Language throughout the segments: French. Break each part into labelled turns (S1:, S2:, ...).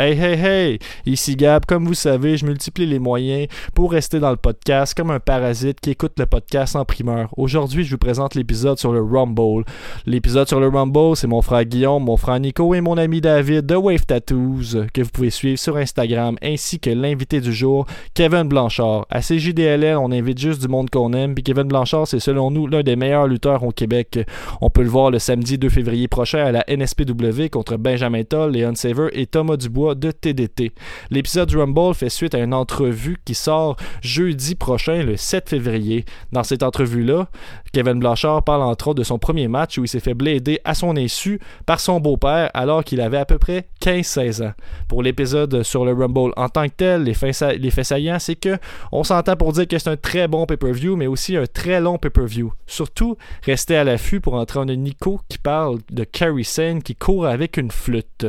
S1: Hey, hey, hey! Ici Gab, comme vous savez, je multiplie les moyens pour rester dans le podcast comme un parasite qui écoute le podcast en primeur. Aujourd'hui, je vous présente l'épisode sur le Rumble. L'épisode sur le Rumble, c'est mon frère Guillaume, mon frère Nico et mon ami David de Wave Tattoos que vous pouvez suivre sur Instagram ainsi que l'invité du jour, Kevin Blanchard. À CJDLL, on invite juste du monde qu'on aime, puis Kevin Blanchard, c'est selon nous l'un des meilleurs lutteurs au Québec. On peut le voir le samedi 2 février prochain à la NSPW contre Benjamin Toll, Leon Saver et Thomas Dubois de TDT. L'épisode du Rumble fait suite à une entrevue qui sort jeudi prochain, le 7 février. Dans cette entrevue-là, Kevin Blanchard parle entre autres de son premier match où il s'est fait blaider à son insu par son beau-père alors qu'il avait à peu près 15-16 ans. Pour l'épisode sur le Rumble en tant que tel, les faits, sa les faits saillants, c'est que on s'entend pour dire que c'est un très bon pay-per-view, mais aussi un très long pay-per-view. Surtout, restez à l'affût pour entrer en Nico qui parle de Carrie Sane qui court avec une flûte.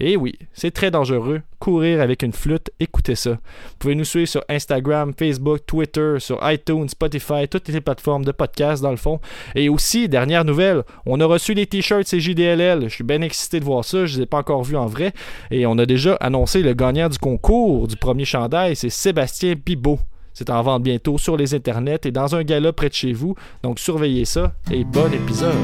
S1: Et oui, c'est très dangereux. Courir avec une flûte, écoutez ça. Vous pouvez nous suivre sur Instagram, Facebook, Twitter, sur iTunes, Spotify, toutes les plateformes de podcast dans le fond. Et aussi, dernière nouvelle, on a reçu les t-shirts CJDLL. Je suis bien excité de voir ça, je ne les ai pas encore vus en vrai. Et on a déjà annoncé le gagnant du concours du premier chandail, c'est Sébastien Bibot. C'est en vente bientôt sur les internets et dans un gala près de chez vous. Donc surveillez ça et bon épisode.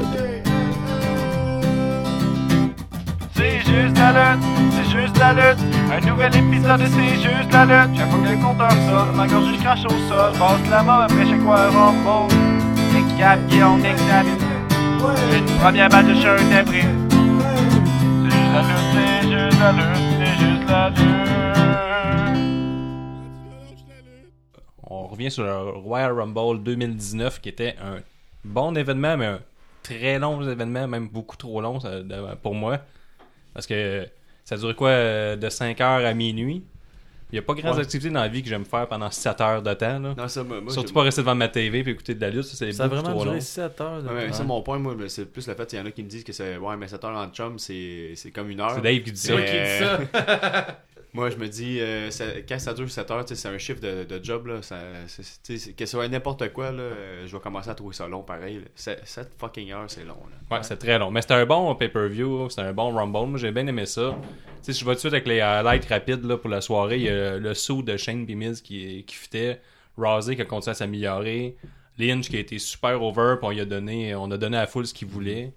S2: C'est juste la lutte, c'est juste la lutte. Un nouvel épisode de C'est juste la lutte. Chaque fois que le compteur sonne, ma gorge je crache au sol. Passe la mort après chaque fois un rembourse. C'est Gab qui on examine. Une première balle de shirt après. C'est juste la lutte, c'est juste la lutte, c'est juste la lutte.
S3: On revient sur le Royal Rumble 2019 qui était un bon événement, mais un très long événement, même beaucoup trop long ça, de- pour moi. Parce que ça dure quoi euh, de 5 heures à minuit. Il n'y a pas grandes
S4: Ouais.
S3: activités dans la vie que j'aime faire pendant 7 heures de temps. là.
S4: Non, ça, moi, moi,
S3: Surtout
S4: j'ai-
S3: pas rester devant ma TV et écouter de la lutte, ça, c'est
S5: Ça a
S3: beaucoup
S5: vraiment
S3: trop long.
S5: duré 7 heures. de
S4: Ouais, mais
S5: temps.
S4: c'est mon point, moi, mais c'est plus le fait qu'il y en a qui me disent que c'est. Ouais, mais 7 heures en chum, c'est c'est comme une heure.
S3: C'est Dave qui dit ça.
S5: C'est moi qui ai dit ça.
S4: Moi, je me dis, euh, ça- quand ça dure 7 heures, tu sais, c'est un chiffre de, de job, là. Ça, c'est- c'est- tu sais, c'est- que ce soit n'importe quoi, là, euh, je vais commencer à trouver ça long pareil. 7 fucking heures, c'est long, là.
S3: Ouais, c'est très long. Mais c'était un bon pay-per-view, c'était un bon Rumble. Moi, j'ai bien aimé ça. Tu sais, je vais tout de suite avec les highlights rapides là, pour la soirée. Il y a le saut de Shane Bimiz qui, qui fitait. Razé qui a continué à s'améliorer. Lynch qui a été super over, puis on, lui a donné, on a donné à la foule ce qu'il voulait.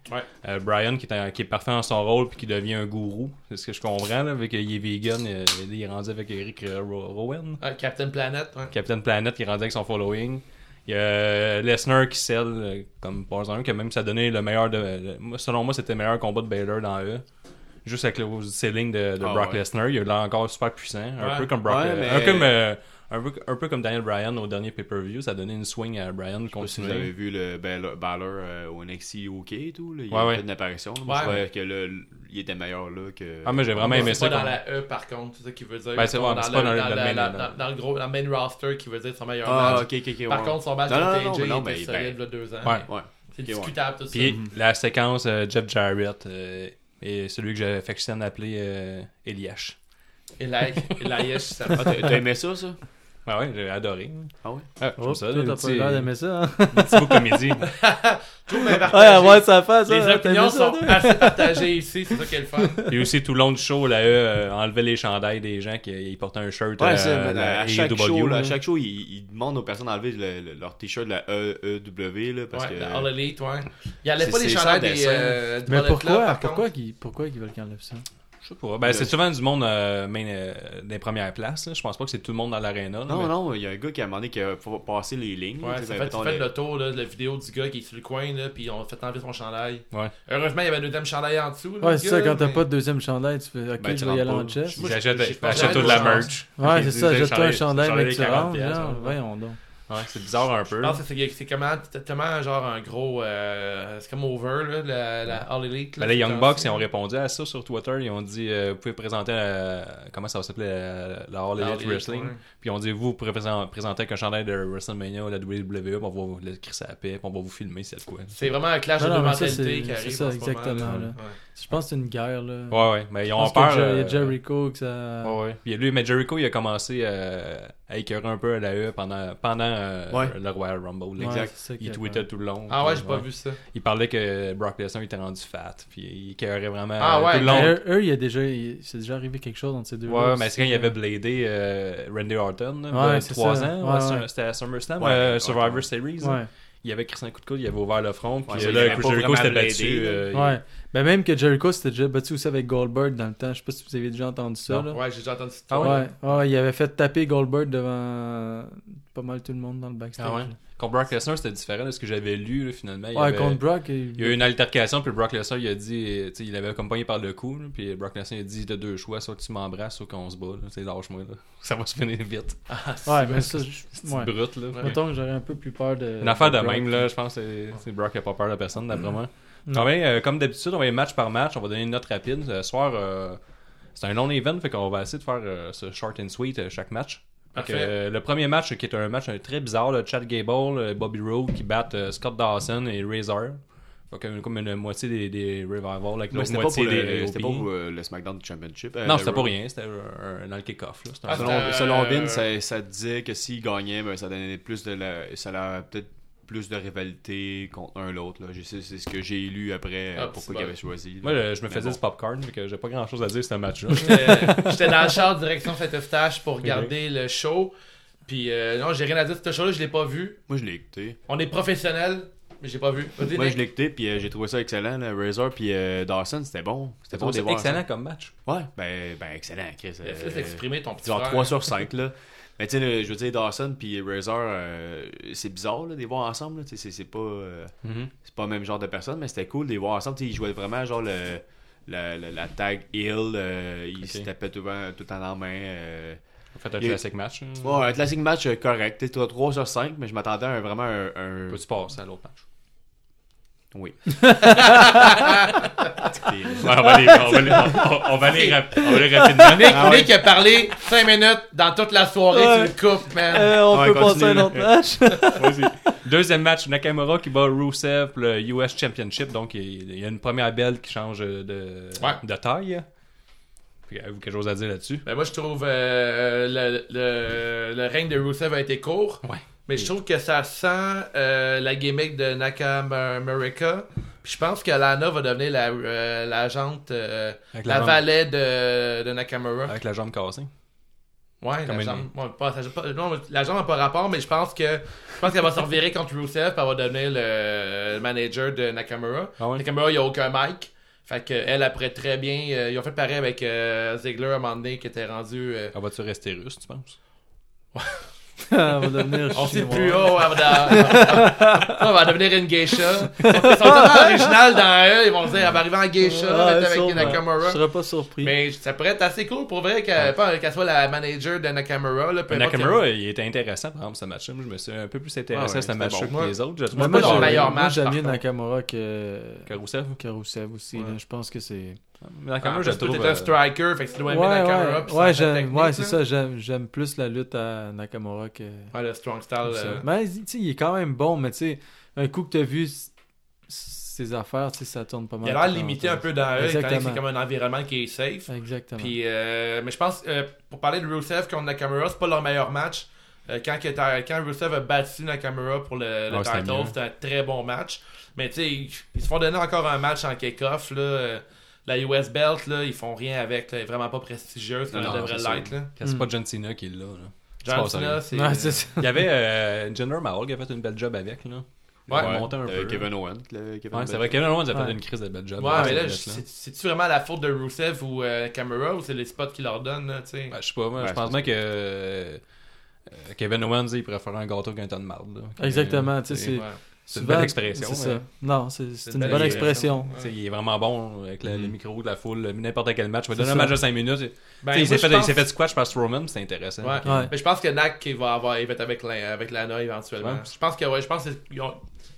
S3: Euh, Brian qui est, un- qui est parfait dans son rôle, puis qui devient un gourou. C'est ce que je comprends, là, vu qu'il est vegan. euh, il est rendu avec Eric euh, Ro- Rowan.
S6: Ah, Captain Planet, ouais.
S3: Captain Planet qui est rendu avec son following. Il y a Lesnar qui scelle euh, comme pas un, que même ça donnait le meilleur de. le- moi, selon moi, c'était le meilleur combat de Baylor dans E. Juste avec le selling de, de
S4: Ah,
S3: Brock
S4: ouais.
S3: Lesnar, il est là encore super puissant. Un
S6: Ouais.
S3: peu comme Brock.
S4: Ouais,
S3: euh,
S4: mais-
S3: un, peu comme, euh, un, peu, un peu comme Daniel Bryan au dernier pay-per-view, ça donnait une swing à Bryan de
S4: Je sais pas si vous avez
S3: continuer.
S4: vu le Balor, Balor, euh, au NXT UK et tout, là. Il
S3: Ouais,
S4: a
S3: ouais.
S4: fait une apparition. là. Moi, je
S6: Ouais.
S4: croyais que là, il était meilleur, là, que.
S3: Ah, mais j'ai vraiment
S6: Mais
S3: aimé
S6: c'est
S3: ça.
S6: pas dans
S3: comme-
S6: la E par contre, c'est ça qui veut dire.
S3: Ben, c'est
S6: Mettons,
S3: ouais, mais c'est pas dans le- dans le main
S6: la-
S3: event.
S6: dans- dans le gros, dans le main roster qui veut dire son meilleur
S4: Ah,
S6: match.
S4: ok, ok, ok.
S6: Par
S4: ouais.
S6: contre, son match
S4: Non, non,
S6: contre
S4: non,
S6: AJ
S4: mais non,
S6: était
S4: mais il-
S6: solide là, deux ans.
S3: Ouais.
S4: Ouais.
S6: C'est
S4: Ok, ouais.
S6: discutable tout ça.
S3: Puis la séquence euh, Jeff Jarrett euh, et celui que j'affectionne appelé euh, Eliash.
S6: Et like, et Laïesh, ça
S4: Ah, t'as t'as aimé ça, ça?
S3: Ah ouais, j'ai adoré.
S4: Ah ouais?
S3: Ah,
S5: Oh,
S3: j'aime ça,
S5: toi,
S3: les
S5: t'as pas
S3: petits-
S5: l'air d'aimer ça. Hein?
S3: les petits bouts comédie.
S5: Ouais, ouais, ça fait ça.
S6: Les
S5: hein, t'aimes
S6: opinions
S5: ça,
S6: sont
S5: toi?
S6: assez partagées ici, c'est ça qui est le fun.
S3: Et aussi, tout le long du show, la E euh, enlevait les chandails des gens qui ils portaient un shirt
S4: Ouais,
S3: euh,
S4: c'est- mais
S3: la
S4: à, à chaque
S3: AEW,
S4: show, là, à
S3: là.
S4: chaque show, ils, ils demandent aux personnes d'enlever le- le- leur t-shirt de la EEW là, parce
S6: ouais,
S4: que
S6: la All Elite, ouais. Il y allait
S4: C'est-
S6: pas les
S4: c'est
S6: chandails
S4: sans
S6: des.
S4: dessin.
S6: euh, du
S5: Mais
S6: Bullet Club,
S5: pourquoi
S6: par contre.
S5: Pourquoi qu'ils pourquoi qu'ils veulent qu'ils enlèvent ça
S3: Je sais pas. Ben, c'est souvent du monde euh, main, euh, des premières places. là. Je pense pas que c'est tout le monde dans l'aréna.
S4: non non, il y a un gars qui a demandé qu'il faut passer les lignes.
S6: Ouais,
S4: tu sais,
S6: ça
S4: ben,
S6: fait,
S4: mettons,
S6: tu fais
S4: le-
S6: le tour là, de la vidéo du gars qui est sur le coin, là, puis on fait enlever son chandail.
S3: Ouais.
S6: Heureusement, il y avait le deuxième chandail en dessous. là,
S5: Ouais,
S6: le
S5: c'est
S6: gars,
S5: ça, quand t'as
S6: mais-
S5: pas de deuxième chandail, tu fais OK,
S4: Ben, tu
S5: je vais y
S4: rentres
S5: aller
S4: pas.
S5: en chest.
S3: Ils achètent
S6: je- je pense
S3: achètent
S6: que
S3: tout de la
S6: j'aurais
S3: merch.
S5: Ouais,
S3: Ils
S5: c'est
S3: disent
S5: ça,
S3: des
S5: jette-toi un
S3: chandails-
S5: chandail, mais
S3: des
S5: tu
S3: chandails 40
S5: rentres.
S3: piastres,
S5: genre,
S3: ouais.
S5: Voyons donc.
S3: Ouais, c'est bizarre un peu.
S6: Je pense que c'est- c'est comment t'es tellement genre un gros euh, c'est comme over là, la, la All Elite.
S3: Ben,
S6: là,
S3: les
S6: c'est
S3: Young
S6: comme
S3: Bucks,
S6: ça.
S3: ils ont répondu à ça sur Twitter. Ils ont dit euh, Vous pouvez présenter euh, comment ça s'appelait euh, la All
S6: La All
S3: Elite
S6: Elite,
S3: Wrestling.
S6: ouais.
S3: Puis ils ont dit Vous, vous pouvez présenter présenter avec un chandail de WrestleMania ou la WWE, puis on va vous le crisser à la paix, puis on va vous filmer, c'est de quoi.
S6: C'est vraiment un clash
S5: Non,
S6: de
S5: non,
S6: deux
S5: mais ça,
S6: mentalités
S5: c'est-
S6: qui
S5: c'est
S6: arrive.
S5: ça,
S6: en ce moment,
S5: exactement, là. Je pense que c'est une guerre, là.
S3: Ouais, ouais, mais ils
S5: Je
S3: ont
S5: pense que
S3: peur.
S5: Jer-
S3: euh,
S5: Jericho, que ça.
S3: Ouais, ouais. Puis lui, mais Jericho, il a commencé euh, à écœurer un peu à la E pendant, pendant euh,
S4: Ouais.
S3: le Royal Rumble. là.
S4: Exact.
S5: c'est ça
S3: Il
S5: que-
S3: tweetait tout le long.
S6: Ah ouais, j'ai pas
S3: Ouais.
S6: vu ça.
S3: Il parlait que Brock Lesnar était rendu fat. Puis il carrait vraiment
S6: Ah
S3: euh,
S6: ouais,
S3: tout le
S5: Mais
S3: long.
S6: mais
S5: Eux, Ben, eux, il y a déjà, il- c'est déjà arrivé quelque chose entre ces deux.
S3: Ouais, mais c'est quand il avait bladé euh, Randy Orton,
S5: Ouais,
S3: là, il y a
S5: c'est
S3: 3
S5: ça.
S3: ans,
S5: Ouais,
S3: ouais, sur-
S5: ouais.
S3: c'était à SummerSlam,
S4: Ouais,
S3: euh,
S4: Orton.
S3: Survivor Series. là.
S5: Ouais.
S3: Il avait crissé un coup de coude, il avait ouvert le front, puis
S4: Ouais, ça,
S3: euh,
S4: il
S3: là,
S4: avait
S3: Chris
S4: pas
S3: Jericho
S4: vraiment
S3: s'était
S4: bladé,
S3: battu.
S4: là.
S3: euh, il-
S5: Ouais. Ben même que Jericho s'était déjà battu aussi avec Goldberg dans le temps. Je sais pas si vous avez déjà entendu ça.
S3: Non.
S5: là.
S6: Ouais, j'ai déjà entendu ça.
S3: Ah ouais?
S5: ouais. ouais, il avait fait taper Goldberg devant pas mal tout le monde dans le backstage.
S3: Ah ouais? Contre Brock Lesnar, c'était différent de ce que j'avais lu, là, finalement. Il,
S5: Ouais,
S3: avait-
S5: contre Brock.
S3: il y a eu une altercation, puis Brock Lesnar, il a dit, euh, tu sais, il avait accompagné par le cou, là, puis Brock Lesnar, il a dit, t'as deux choix, soit tu m'embrasses, soit qu'on se bat, là, tu sais, lâche-moi, là. Ça va se finir vite.
S5: Ouais, mais ça, je-
S3: C'est
S5: ouais.
S3: brut, là.
S6: Ouais.
S5: Mettons que j'aurais un peu plus peur de.
S3: Une affaire de
S5: Brock. Mm.
S3: même, là, je pense que c'est- c'est Brock qui a pas peur de personne, d'après moi.
S5: Non.
S3: Quand même, euh, comme d'habitude, on va aller match par match, on va donner une note rapide. Ce soir, euh, c'est un non-event, fait qu'on va essayer de faire euh, ce short and sweet euh, chaque match. Fait que,
S6: Parfait.
S3: euh, le premier match, euh, qui est un match euh, très bizarre, là, Chad Gable, euh, Bobby Roode qui battent euh, Scott Dawson et Razor. Fait que, euh, comme une moitié des, des Revival, avec
S4: Mais
S3: l'autre
S4: c'était pas pour
S3: moitié des
S4: le- c'était pas
S3: OP.
S4: pour euh, le SmackDown Championship. euh,
S3: E. Non,
S4: le
S3: c'était
S4: Raw.
S3: pas rien, c'était euh, un- dans le kick-off. là. C'était un-
S6: Ah,
S4: Selon,
S6: c'était,
S4: selon
S6: euh,
S4: Vin, ça, ça disait que s'ils gagnaient, ben, ça donnait plus de la, ça leur- peut-être plus de rivalité contre un l'autre. là. Je sais- C'est ce que j'ai lu après euh,
S6: Ah, c'est
S4: pourquoi
S6: bon.
S4: ils avaient choisi. là.
S3: Moi, euh, je me
S4: Mais
S3: faisais
S4: bon.
S3: du popcorn, fait que j'ai pas grand chose à dire sur ce match-là.
S6: J'étais euh, j'étais dans le char direction Fête of Tash pour regarder le show. Puis euh, non, j'ai rien à dire de ce show-là, je l'ai pas vu.
S4: Moi, je l'ai écouté.
S6: On est professionnels, mais j'ai pas vu. Vas-y,
S4: Moi,
S6: Nick.
S4: je l'ai écouté, puis euh, j'ai trouvé ça excellent. là. Razor, puis euh, Dawson, c'était bon. C'était bon de les
S3: C'était
S4: voir,
S3: excellent comme match.
S4: ça. Ouais, ben, ben excellent, Chris.
S6: Euh,
S4: euh,
S6: Laisse exprimer ton petit
S4: genre
S6: frère.
S4: 3 sur 5, là. Mais tu sais, le- je veux dire, Dawson puis Razor, euh, c'est bizarre là, de les voir ensemble. là. Tu sais, C'est c'est pas... euh,
S3: Mm-hmm.
S4: c'est pas le même genre de personne, mais c'était cool de les voir ensemble. Tu sais, ils jouaient vraiment genre le, la- la- la tag Hill, euh, ils
S3: Ok.
S4: se tapaient tout, le temps- tout le temps en main. euh.
S3: On fait un
S4: Il-
S3: classique match. hein.
S4: Ouais, un classique match euh, correct. Tu sais, 3 sur 5, mais je m'attendais à un- vraiment un. un-
S3: Peux-tu passer à l'autre match?
S4: Oui.
S3: on, va aller, on, va aller, Ah, rapidement.
S4: Ah,
S6: Nick, Nick a parlé 5 minutes dans toute la soirée,
S5: Ouais.
S6: tu le coupes, man.
S5: Euh, on
S4: Ouais,
S5: peut
S4: continue,
S5: passer à un
S4: là.
S5: autre match.
S3: Deuxième match, Nakamura qui bat Rusev pour le US Championship. Donc, il il y a une première belle qui change de,
S6: Ouais.
S3: de taille. Puis, Avez-vous quelque chose à dire là-dessus?
S6: Ben, moi, je trouve euh, le, le- le règne de Rusev a été court.
S3: Ouais.
S6: Mais je trouve que ça sent euh, la gimmick de Nakamura. Puis je pense que Lana va devenir la, euh, l'agente, euh,
S3: Avec
S6: la,
S3: jambe-
S6: valet de, de Nakamura.
S3: Avec la jambe cassée.
S6: Ouais,
S3: Comme
S6: la
S3: une-
S6: jambe, ouais, pas- ça- pas- non, la jambe n'a pas rapport, mais je pense que je pense qu'elle va se revirer contre Rusev puis elle va devenir le, le manager de Nakamura.
S3: Ah ouais?
S6: Nakamura, il n'y a aucun mic. Fait que elle après très bien. euh, ils ont fait pareil avec euh, Ziggler à un moment donné qui était rendu. euh,
S3: Elle va-tu rester russe, tu penses?
S5: Ah, on va devenir
S6: on sait
S5: chinois. Ah,
S6: plus oh. haut, elle va, elle va devenir une geisha. Ils sont tellement original dans eux, ils vont dire elle va arriver en geisha
S5: hein? Ouais,
S6: elle est avec
S5: sûrement. Je
S6: Nakamura.
S5: serais pas surpris.
S6: Mais ça pourrait être assez cool pour vrai qu'elle pas- qu'elle soit la manager de Nakamura. Là, peu importe
S3: Nakamura, il était intéressant, par exemple, ce match-là. Moi, je me suis un peu plus
S4: Ah
S3: intéressé
S4: ouais,
S3: à ce
S4: c'était
S3: match-là
S6: bon.
S3: que les autres. Je
S5: Mais
S3: trouve
S5: moi,
S3: pas
S6: le
S5: j'aime-
S3: leur-
S6: meilleur
S5: moi,
S6: match,
S5: j'aime
S6: par
S5: mieux
S6: contre.
S5: Nakamura que
S3: que Rusev.
S5: que Rusev aussi. là. Je pense que c'est.
S3: Nakamura, je
S6: je
S3: le trouve.
S6: Ah, un
S3: euh,
S6: striker, fait que tu dois
S5: Ouais,
S6: aimer Nakamura.
S5: ouais,
S6: puis sa
S5: ouais, j'aime-
S6: technique,
S5: ouais,
S6: là.
S5: c'est ça. J'aime j'aime plus la lutte à Nakamura que.
S6: Ouais, le strong style.
S5: ça.
S6: euh,
S5: Mais tu sais, il est quand même bon, mais tu sais, un coup que t'as vu c- ses affaires, tu sais, ça tourne pas mal.
S6: Il a l'air limité un peu dans eux, étant donné que c'est
S5: Exactement.
S6: comme un environnement qui est safe.
S5: Exactement.
S6: Puis, euh, mais je pense, euh, pour parler de Rusev contre Nakamura, c'est pas leur meilleur match. Euh, quand, que t'as- quand Rusev a battu Nakamura pour le, le
S3: Ouais, Ah, c'était
S6: title,
S3: mieux.
S6: c'était un très bon match. Mais tu sais, ils, ils se font donner encore un match en kick-off. là. Euh, La US Belt, là, ils font rien avec. là. Elle est vraiment pas prestigieuse. comme
S4: Non,
S6: elle
S4: non,
S6: devrait
S4: c'est ça.
S6: l'être. là.
S3: C'est pas John Cena qui est là. là. C'est
S6: John
S3: pas ça,
S6: Cena,
S3: là.
S6: c'est.
S5: Ouais, c'est ça.
S3: Il y avait euh, Jinder Mahal qui a fait une belle job avec. là. Il a
S6: Ouais.
S3: monté un
S4: Euh,
S3: peu.
S4: Kevin Owens. le- Kevin
S3: Ouais,
S4: Owens.
S3: c'est vrai. Kevin Owens a fait
S5: Ouais.
S3: une crise de bad job.
S6: Ouais, mais là,
S3: cette
S6: je-
S3: fête-là.
S6: c'est- c'est-tu vraiment la faute de Rusev ou euh, Camera ou c'est les spots qu'ils leur donnent, là, tu sais?
S3: Ben, je sais pas, moi,
S4: Ouais,
S3: je
S4: c'est
S3: pense bien que euh, Kevin Owens, il préfère un gâteau qu'un tas de marde. là.
S6: euh,
S3: Que-
S5: Exactement, tu sais,
S3: c'est-
S5: c'est.
S3: c'est une
S5: souvent-
S3: belle expression,
S5: C'est
S3: mais-
S5: ça. Non, c'est c'est
S6: C'est
S5: une bonne expression.
S3: tu sais, Il est vraiment bon euh, avec
S4: Mm.
S3: le, le micro de la foule, n'importe quel match. Je vais
S5: C'est
S3: donner un
S5: ça.
S3: match de 5 minutes. Tu sais,
S6: Ben,
S3: il
S6: moi,
S3: s'est
S6: je
S3: fait, il
S6: pense-
S3: s'est fait squash par Strowman, c'est intéressant.
S6: Ouais.
S5: Ouais.
S6: Mais je pense que Nak qui va avoir il va être avec, la- avec Lana éventuellement.
S3: Ouais.
S6: Je pense que ouais, je pense qu'il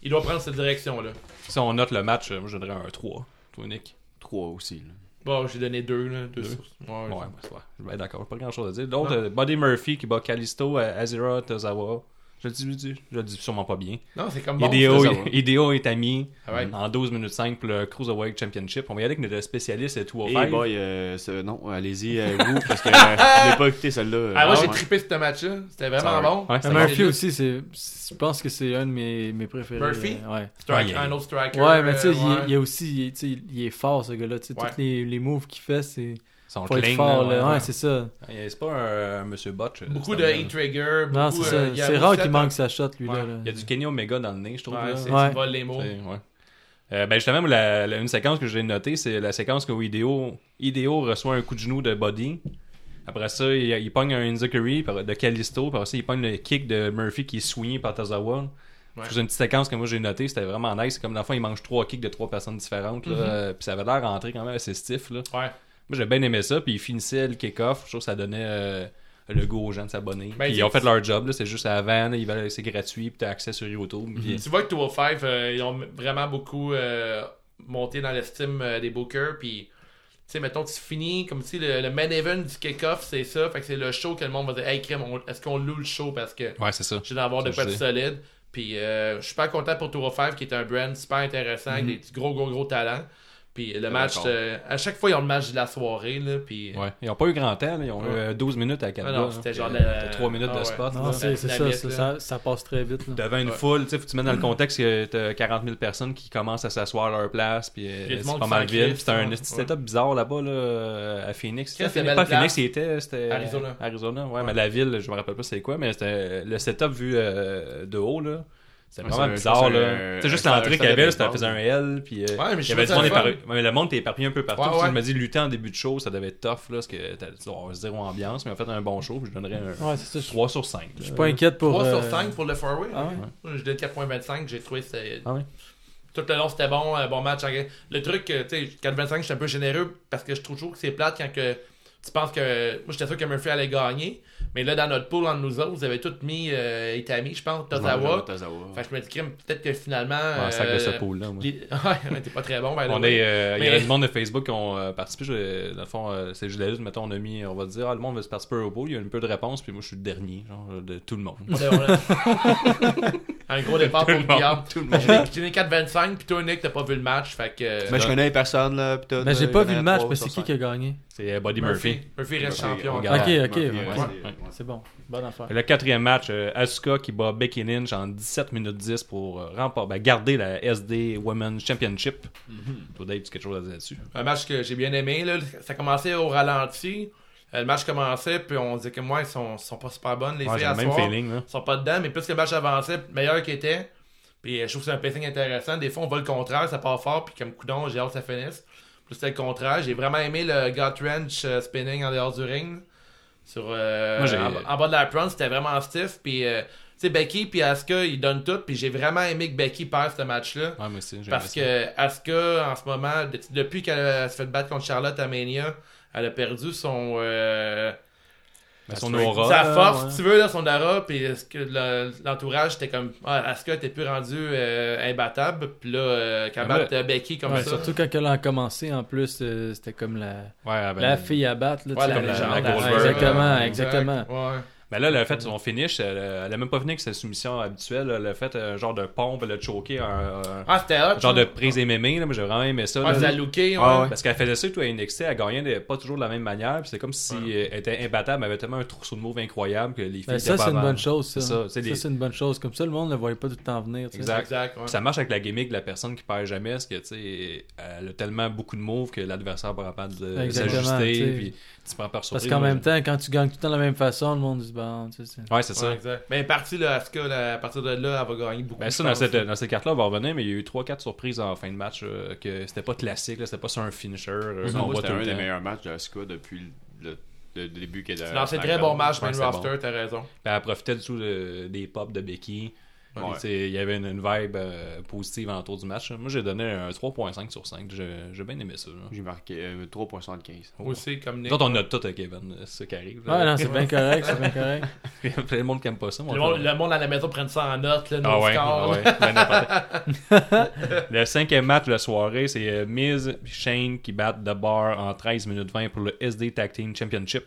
S6: il doit prendre cette direction là.
S3: Si on note le match, euh, moi, je donnerais un 3. Toi, Nick.
S4: Trois aussi. là.
S6: Bon, j'ai donné deux là, deux. sur-
S3: Ouais,
S6: Ouais, ouais.
S3: ouais, ouais. Je vais être d'accord, pas grand chose à dire. L'autre, euh, Buddy Murphy qui bat Kalisto, Azira, euh, Tozawa. Je le dis, je le dis, je le dis sûrement pas bien.
S6: Non, c'est comme bon.
S3: IDEO,
S6: c'est ça, ouais.
S3: IDEO est ami
S6: Ah ouais.
S3: en 12 minutes 5 pour le Cruiserweight Championship. On va y aller avec notre spécialiste
S4: Hey
S3: 205.
S4: boy, euh, c'est- non, allez-y, euh, vous, parce que euh, je l'ai pas écouté celle-là.
S6: Ah, moi,
S4: ouais.
S6: j'ai trippé sur ce match-là. C'était vraiment
S3: Sorry.
S6: bon.
S3: Ouais, c'est
S6: Ça
S3: vrai.
S5: Mais
S6: marche
S5: Euh, Murphy
S6: vite.
S5: aussi, c'est, c'est- je pense que c'est un de mes, mes préférés.
S6: Murphy?
S5: euh, ouais.
S6: Strike-
S3: Ouais, il-
S6: un autre striker.
S5: Ouais, mais tu sais,
S6: euh,
S5: il, est-
S6: ouais.
S5: il est aussi, il est, tu sais, il est fort ce gars-là. Tu sais,
S6: Ouais.
S5: Tous les, les moves qu'il fait, c'est.
S3: Son
S5: Faut être
S3: cling,
S5: fort,
S3: là,
S5: là.
S3: ouais.
S5: Ouais, c'est ça.
S3: Ouais, C'est pas un euh, monsieur Botch. euh,
S6: Beaucoup
S3: c'est
S6: de
S3: un-
S6: heat trigger.
S5: Non,
S6: beaucoup,
S5: c'est ça.
S6: euh, il y a
S5: c'est
S6: beaucoup
S5: rare
S6: de
S5: qu'il
S6: setup.
S5: manque sa shot, lui-là.
S6: Ouais.
S5: là.
S3: Il y a du Kenny Omega dans le nez, je trouve.
S6: Ouais,
S3: là.
S6: c'est
S5: Ouais.
S6: tu voles les mots.
S3: C'est- ouais. Euh, ben justement, la- la- une séquence que j'ai notée, c'est la séquence où Ideo, Ideo reçoit un coup de genou de Body. Après ça, il, il pogne un Inzakuri de Callisto. Après ça, il pogne le kick de Murphy qui est soigné par Tazawa.
S6: Ouais.
S3: C'est une petite séquence que moi j'ai notée, c'était vraiment nice. C'est Comme dans le fond, il mange trois kicks de trois personnes différentes. là.
S6: Mhm.
S3: Euh, Puis ça avait l'air rentré quand même assez stiff. Là.
S6: Ouais.
S3: Moi j'ai bien aimé ça. Puis il finissait le kick-off. Je trouve que ça donnait euh, le goût aux gens de s'abonner.
S6: Ben,
S3: Puis
S6: c'est-
S3: ils ont fait leur job. là. C'est juste avant. là, ils veulent- C'est gratuit. Puis t'as accès sur YouTube. puis-
S6: Tu vois que 205, euh, ils ont vraiment beaucoup euh, monté dans l'estime euh, des bookers. Puis, tu sais, mettons, tu finis comme si le, le main event du kick-off, c'est ça. Fait que c'est le show que le monde va dire, hey, crème, on- est-ce qu'on loue le show parce que
S3: Ouais, c'est ça.
S6: j'ai d'avoir de
S3: Ça,
S6: quoi
S3: je
S6: de
S3: sais.
S6: solide. Puis, euh, je suis pas content pour 205, qui est un brand super intéressant, avec des gros, gros, gros talents. Puis, le match,
S4: d'accord.
S6: euh, à chaque fois, ils ont le match de la soirée. Là, puis,
S3: Ouais. Ils n'ont pas eu grand temps, là. ils ont eu
S6: Ouais.
S3: euh, 12 minutes à 4
S6: Ah non, c'était genre de la-
S3: 3 minutes
S6: Ah
S3: de
S6: ouais.
S3: spot.
S5: Non,
S3: là.
S5: c'est, c'est
S6: la
S5: ça,
S6: bête,
S5: ça,
S6: là.
S5: ça. ça passe très vite. là.
S3: Devant une
S6: Ouais. Mm.
S3: foule, tu sais, faut que tu mets dans le contexte que t'as 40 000 personnes qui commencent à s'asseoir à leur place, puis euh,
S6: Il y a du
S3: c'est
S6: monde
S3: pas
S6: qui
S3: mal
S6: s'en
S3: vide.
S6: crie,
S3: Puis C'était un
S6: ouais.
S3: petit setup bizarre là-bas là, euh, à Phoenix. C'était
S6: Qu'est-ce que
S3: Phoenix-
S6: la
S3: pas
S6: belle
S3: Phoenix,
S6: place?
S3: c'était c'était-
S6: Arizona.
S3: Arizona, ouais, mais
S6: Ouais.
S3: la ville, je me rappelle pas c'est quoi, mais c'était le setup vu euh, de haut là. C'était
S4: Ouais,
S3: vraiment
S4: c'est un-
S3: bizarre
S4: c'est un-
S3: là. C'est juste
S4: un-
S3: l'entrée
S4: un
S3: qu'il y avait,
S4: stade de
S3: c'était
S4: baseball.
S3: faisait un L, puis euh,
S6: Ouais,
S3: il
S6: mais je
S3: y avait
S6: trouvais
S3: du
S6: ça
S3: monde
S6: le fun.
S3: éparpillé- ouais, mais le monde était éparpillé un peu partout.
S6: Ouais,
S3: puis
S6: ouais.
S3: Je me dis lutter en début de show, ça devait être tough là, parce que t'as- tu vas avoir zéro ambiance, mais en fait un bon show, puis je donnerais un
S5: Ouais, c'est ça. Je
S3: 3 sur 5.
S5: je suis pas inquiète pour.
S6: 3 sur
S5: euh,
S6: 5 pour le four-way.
S5: Ah ouais?
S6: Je donne 4.25, j'ai trouvé que c'était-
S3: Ah ouais.
S6: Tout le long, c'était bon, un bon match. Le truc, euh, tu sais, 4.25, je suis un peu généreux parce que je trouve toujours que c'est plate quand que tu penses que. Moi, j'étais sûr que Murphy allait gagner, mais là, dans notre pool, entre nous autres, vous avez tout mis euh, Itami, je pense, Tozawa.
S4: Tozawa.
S6: Fait que je me dis, crime, peut-être que finalement.
S3: Un sac de
S6: euh,
S3: ce pot-là. moi.
S6: les- Ouais, ouais, t'es pas très bon, by the
S3: On
S6: way.
S3: est, euh, Il y a
S6: Mais-
S3: du monde de Facebook qui ont euh, participé. je- dans le fond, euh, c'est juste la lutte. Mettons, on a mis, on va dire, ah, le monde veut se participer au bowl. Il y a eu un peu de réponses, puis moi, je suis le dernier, genre, de tout le monde.
S6: C'est vrai. un gros départ
S3: Tout
S6: pour
S3: le
S6: le
S3: monde,
S6: diable. J'ai mis 4.25, puis toi, Nick, t'as pas vu le match, fait que. euh,
S4: Mais je connais personne là. putain,
S5: Mais j'ai
S4: là,
S5: pas
S4: il y en
S5: vu
S4: a
S5: le match,
S4: trois
S5: mais
S4: sur
S5: c'est qui
S4: cinq.
S5: qui a gagné
S3: C'est euh, Buddy Murphy.
S6: Murphy reste
S4: Murphy,
S6: champion.
S4: on
S3: regarde.
S5: Ok, ok,
S4: Murphy,
S5: ouais.
S4: ouais,
S3: Ouais.
S4: c'est-
S5: C'est bon. Bonne affaire.
S3: Le quatrième match, euh, Asuka qui bat Becky Lynch en 17 minutes 10 pour euh, remporter, ben, garder la SD Women's Championship.
S6: Mm-hmm.
S3: Toi, Dave, tu as quelque chose à dire là-dessus?
S6: Un match que j'ai bien aimé. Là. Ça commençait au ralenti. Euh, Le match commençait, puis on disait que moi, ils sont, sont pas super bonnes, les
S3: Ouais,
S6: filles,
S3: J'ai
S6: à
S3: le même
S6: soir.
S3: feeling. Là.
S6: Ils sont pas dedans, mais plus que le match avançait, meilleur qu'il était. Puis euh, je trouve que c'est un pacing intéressant. Des fois, on voit le contraire, ça part fort, puis comme coudon, j'ai hâte que ça finisse. Plus c'était le contraire. J'ai vraiment aimé le gut wrench euh, spinning en dehors du ring. Sur, euh,
S3: Moi, j'ai-
S6: en, en bas de la prune, c'était vraiment stiff. Puis, euh, tu sais, Becky puis Asuka, ils donnent tout. Puis j'ai vraiment aimé que Becky perde ce match-là.
S3: Ouais, moi aussi, j'ai
S6: Parce
S3: aimé
S6: que Asuka, en ce moment, de- depuis qu'elle euh, se fait battre contre Charlotte à Mania, elle a perdu son. euh,
S3: ça. Ben, son aura.
S6: sa
S5: Euh,
S3: là,
S6: force,
S3: ouais.
S6: si tu veux, là, son aura. Puis est-ce que le- l'entourage était comme. Ah, Asuka était plus rendue euh, imbattable. Puis là, euh, qu'elle
S3: Ouais.
S6: batte euh, Becky comme
S5: Ouais,
S6: ça.
S5: surtout quand elle a commencé, en plus, euh, c'était comme la,
S3: Ouais, ben,
S5: la fille à battre. Là,
S6: Ouais,
S5: tu sais,
S6: la
S5: comme
S3: légende,
S5: ouais,
S3: la Goldberg.
S5: Exactement,
S6: Ouais,
S5: exactement.
S6: euh, exact. Ouais.
S3: Mais ben là, le fait, son finish, elle, euh, elle a même pas fini avec sa soumission habituelle. là. Le fait, euh, genre de pompe, le choquer, un, un-
S6: Ah, c'était hot.
S3: genre de
S6: là.
S3: prise MMA, là, moi j'ai vraiment aimé ça.
S6: Ouais,
S3: là.
S6: c'est la looké, ouais.
S4: Ah, ouais.
S3: Parce qu'elle faisait ça, tout à NXT, elle gagnait de- pas toujours de la même manière. puis C'est comme si euh, elle était imbattable, elle avait tellement un trousseau de moves incroyable que les filles
S5: Ben,
S3: étaient
S5: ça,
S3: pas
S5: c'est une
S3: avant.
S5: bonne chose. Ça,
S3: C'est ça,
S5: ça,
S3: tu sais, les-
S5: c'est une bonne chose. Comme ça, le monde ne voyait pas tout le temps venir. tu sais.
S3: Exact.
S6: Exact, ouais.
S3: Puis Ça marche avec la gimmick de la personne qui perd jamais, parce que tu sais, elle a tellement beaucoup de moves que l'adversaire ne capable de
S5: Exactement, tu
S3: s'ajuster.
S5: sais.
S3: Puis tu prends par surprise.
S5: Parce qu'en
S3: moi,
S5: même temps, quand tu gagnes tout le temps de la même façon, le monde dit bon, tu sais. c'est-
S3: Ouais, c'est
S6: Ouais,
S3: ça.
S6: exact. Mais parti, là, Asuka, là, à partir de là, elle va gagner beaucoup.
S3: Ben
S6: je
S3: ça, dans
S6: pense.
S3: cette, dans cette carte-là, on va revenir, mais il y a eu 3-4 surprises en fin de match euh, que c'était pas classique, là, c'était pas sur un finisher. euh,
S4: Moi,
S3: qu'on voit
S4: c'était
S3: tout
S4: un
S3: le
S4: des
S3: temps.
S4: meilleurs matchs de Asuka depuis le, le- le début qu'elle a.
S6: Non, c'est un très bon match,
S3: euh, Ouais,
S6: main
S3: c'est
S6: roster,
S3: bon.
S6: t'as raison.
S3: Ben, elle profitait du tout de- des pops de Becky. Puis,
S4: Ouais.
S3: tu sais, Il y avait une, une vibe euh, positive autour du match. Moi, j'ai donné un 3.5 sur 5. J'ai j'ai bien aimé ça. là.
S4: J'ai marqué euh, 3.75.
S3: Oh.
S6: Aussi, comme Nick.
S3: Nous autres, on a tout à Kevin, c'est ça qui arrive.
S5: Ouais,
S3: là.
S5: non, c'est bien correct, c'est bien correct.
S3: Il y a plein de monde qui aime pas ça. mais on
S6: Le
S3: fait-
S6: monde, le monde à la maison prenne ça en note, là, nos
S3: Ah ouais,
S6: scores.
S3: ah ouais, ben n'importe. le cinquième match de la soirée, c'est euh, Miz et Shane qui battent The Bar en 13 minutes 20 pour le SD Tag Team Championship.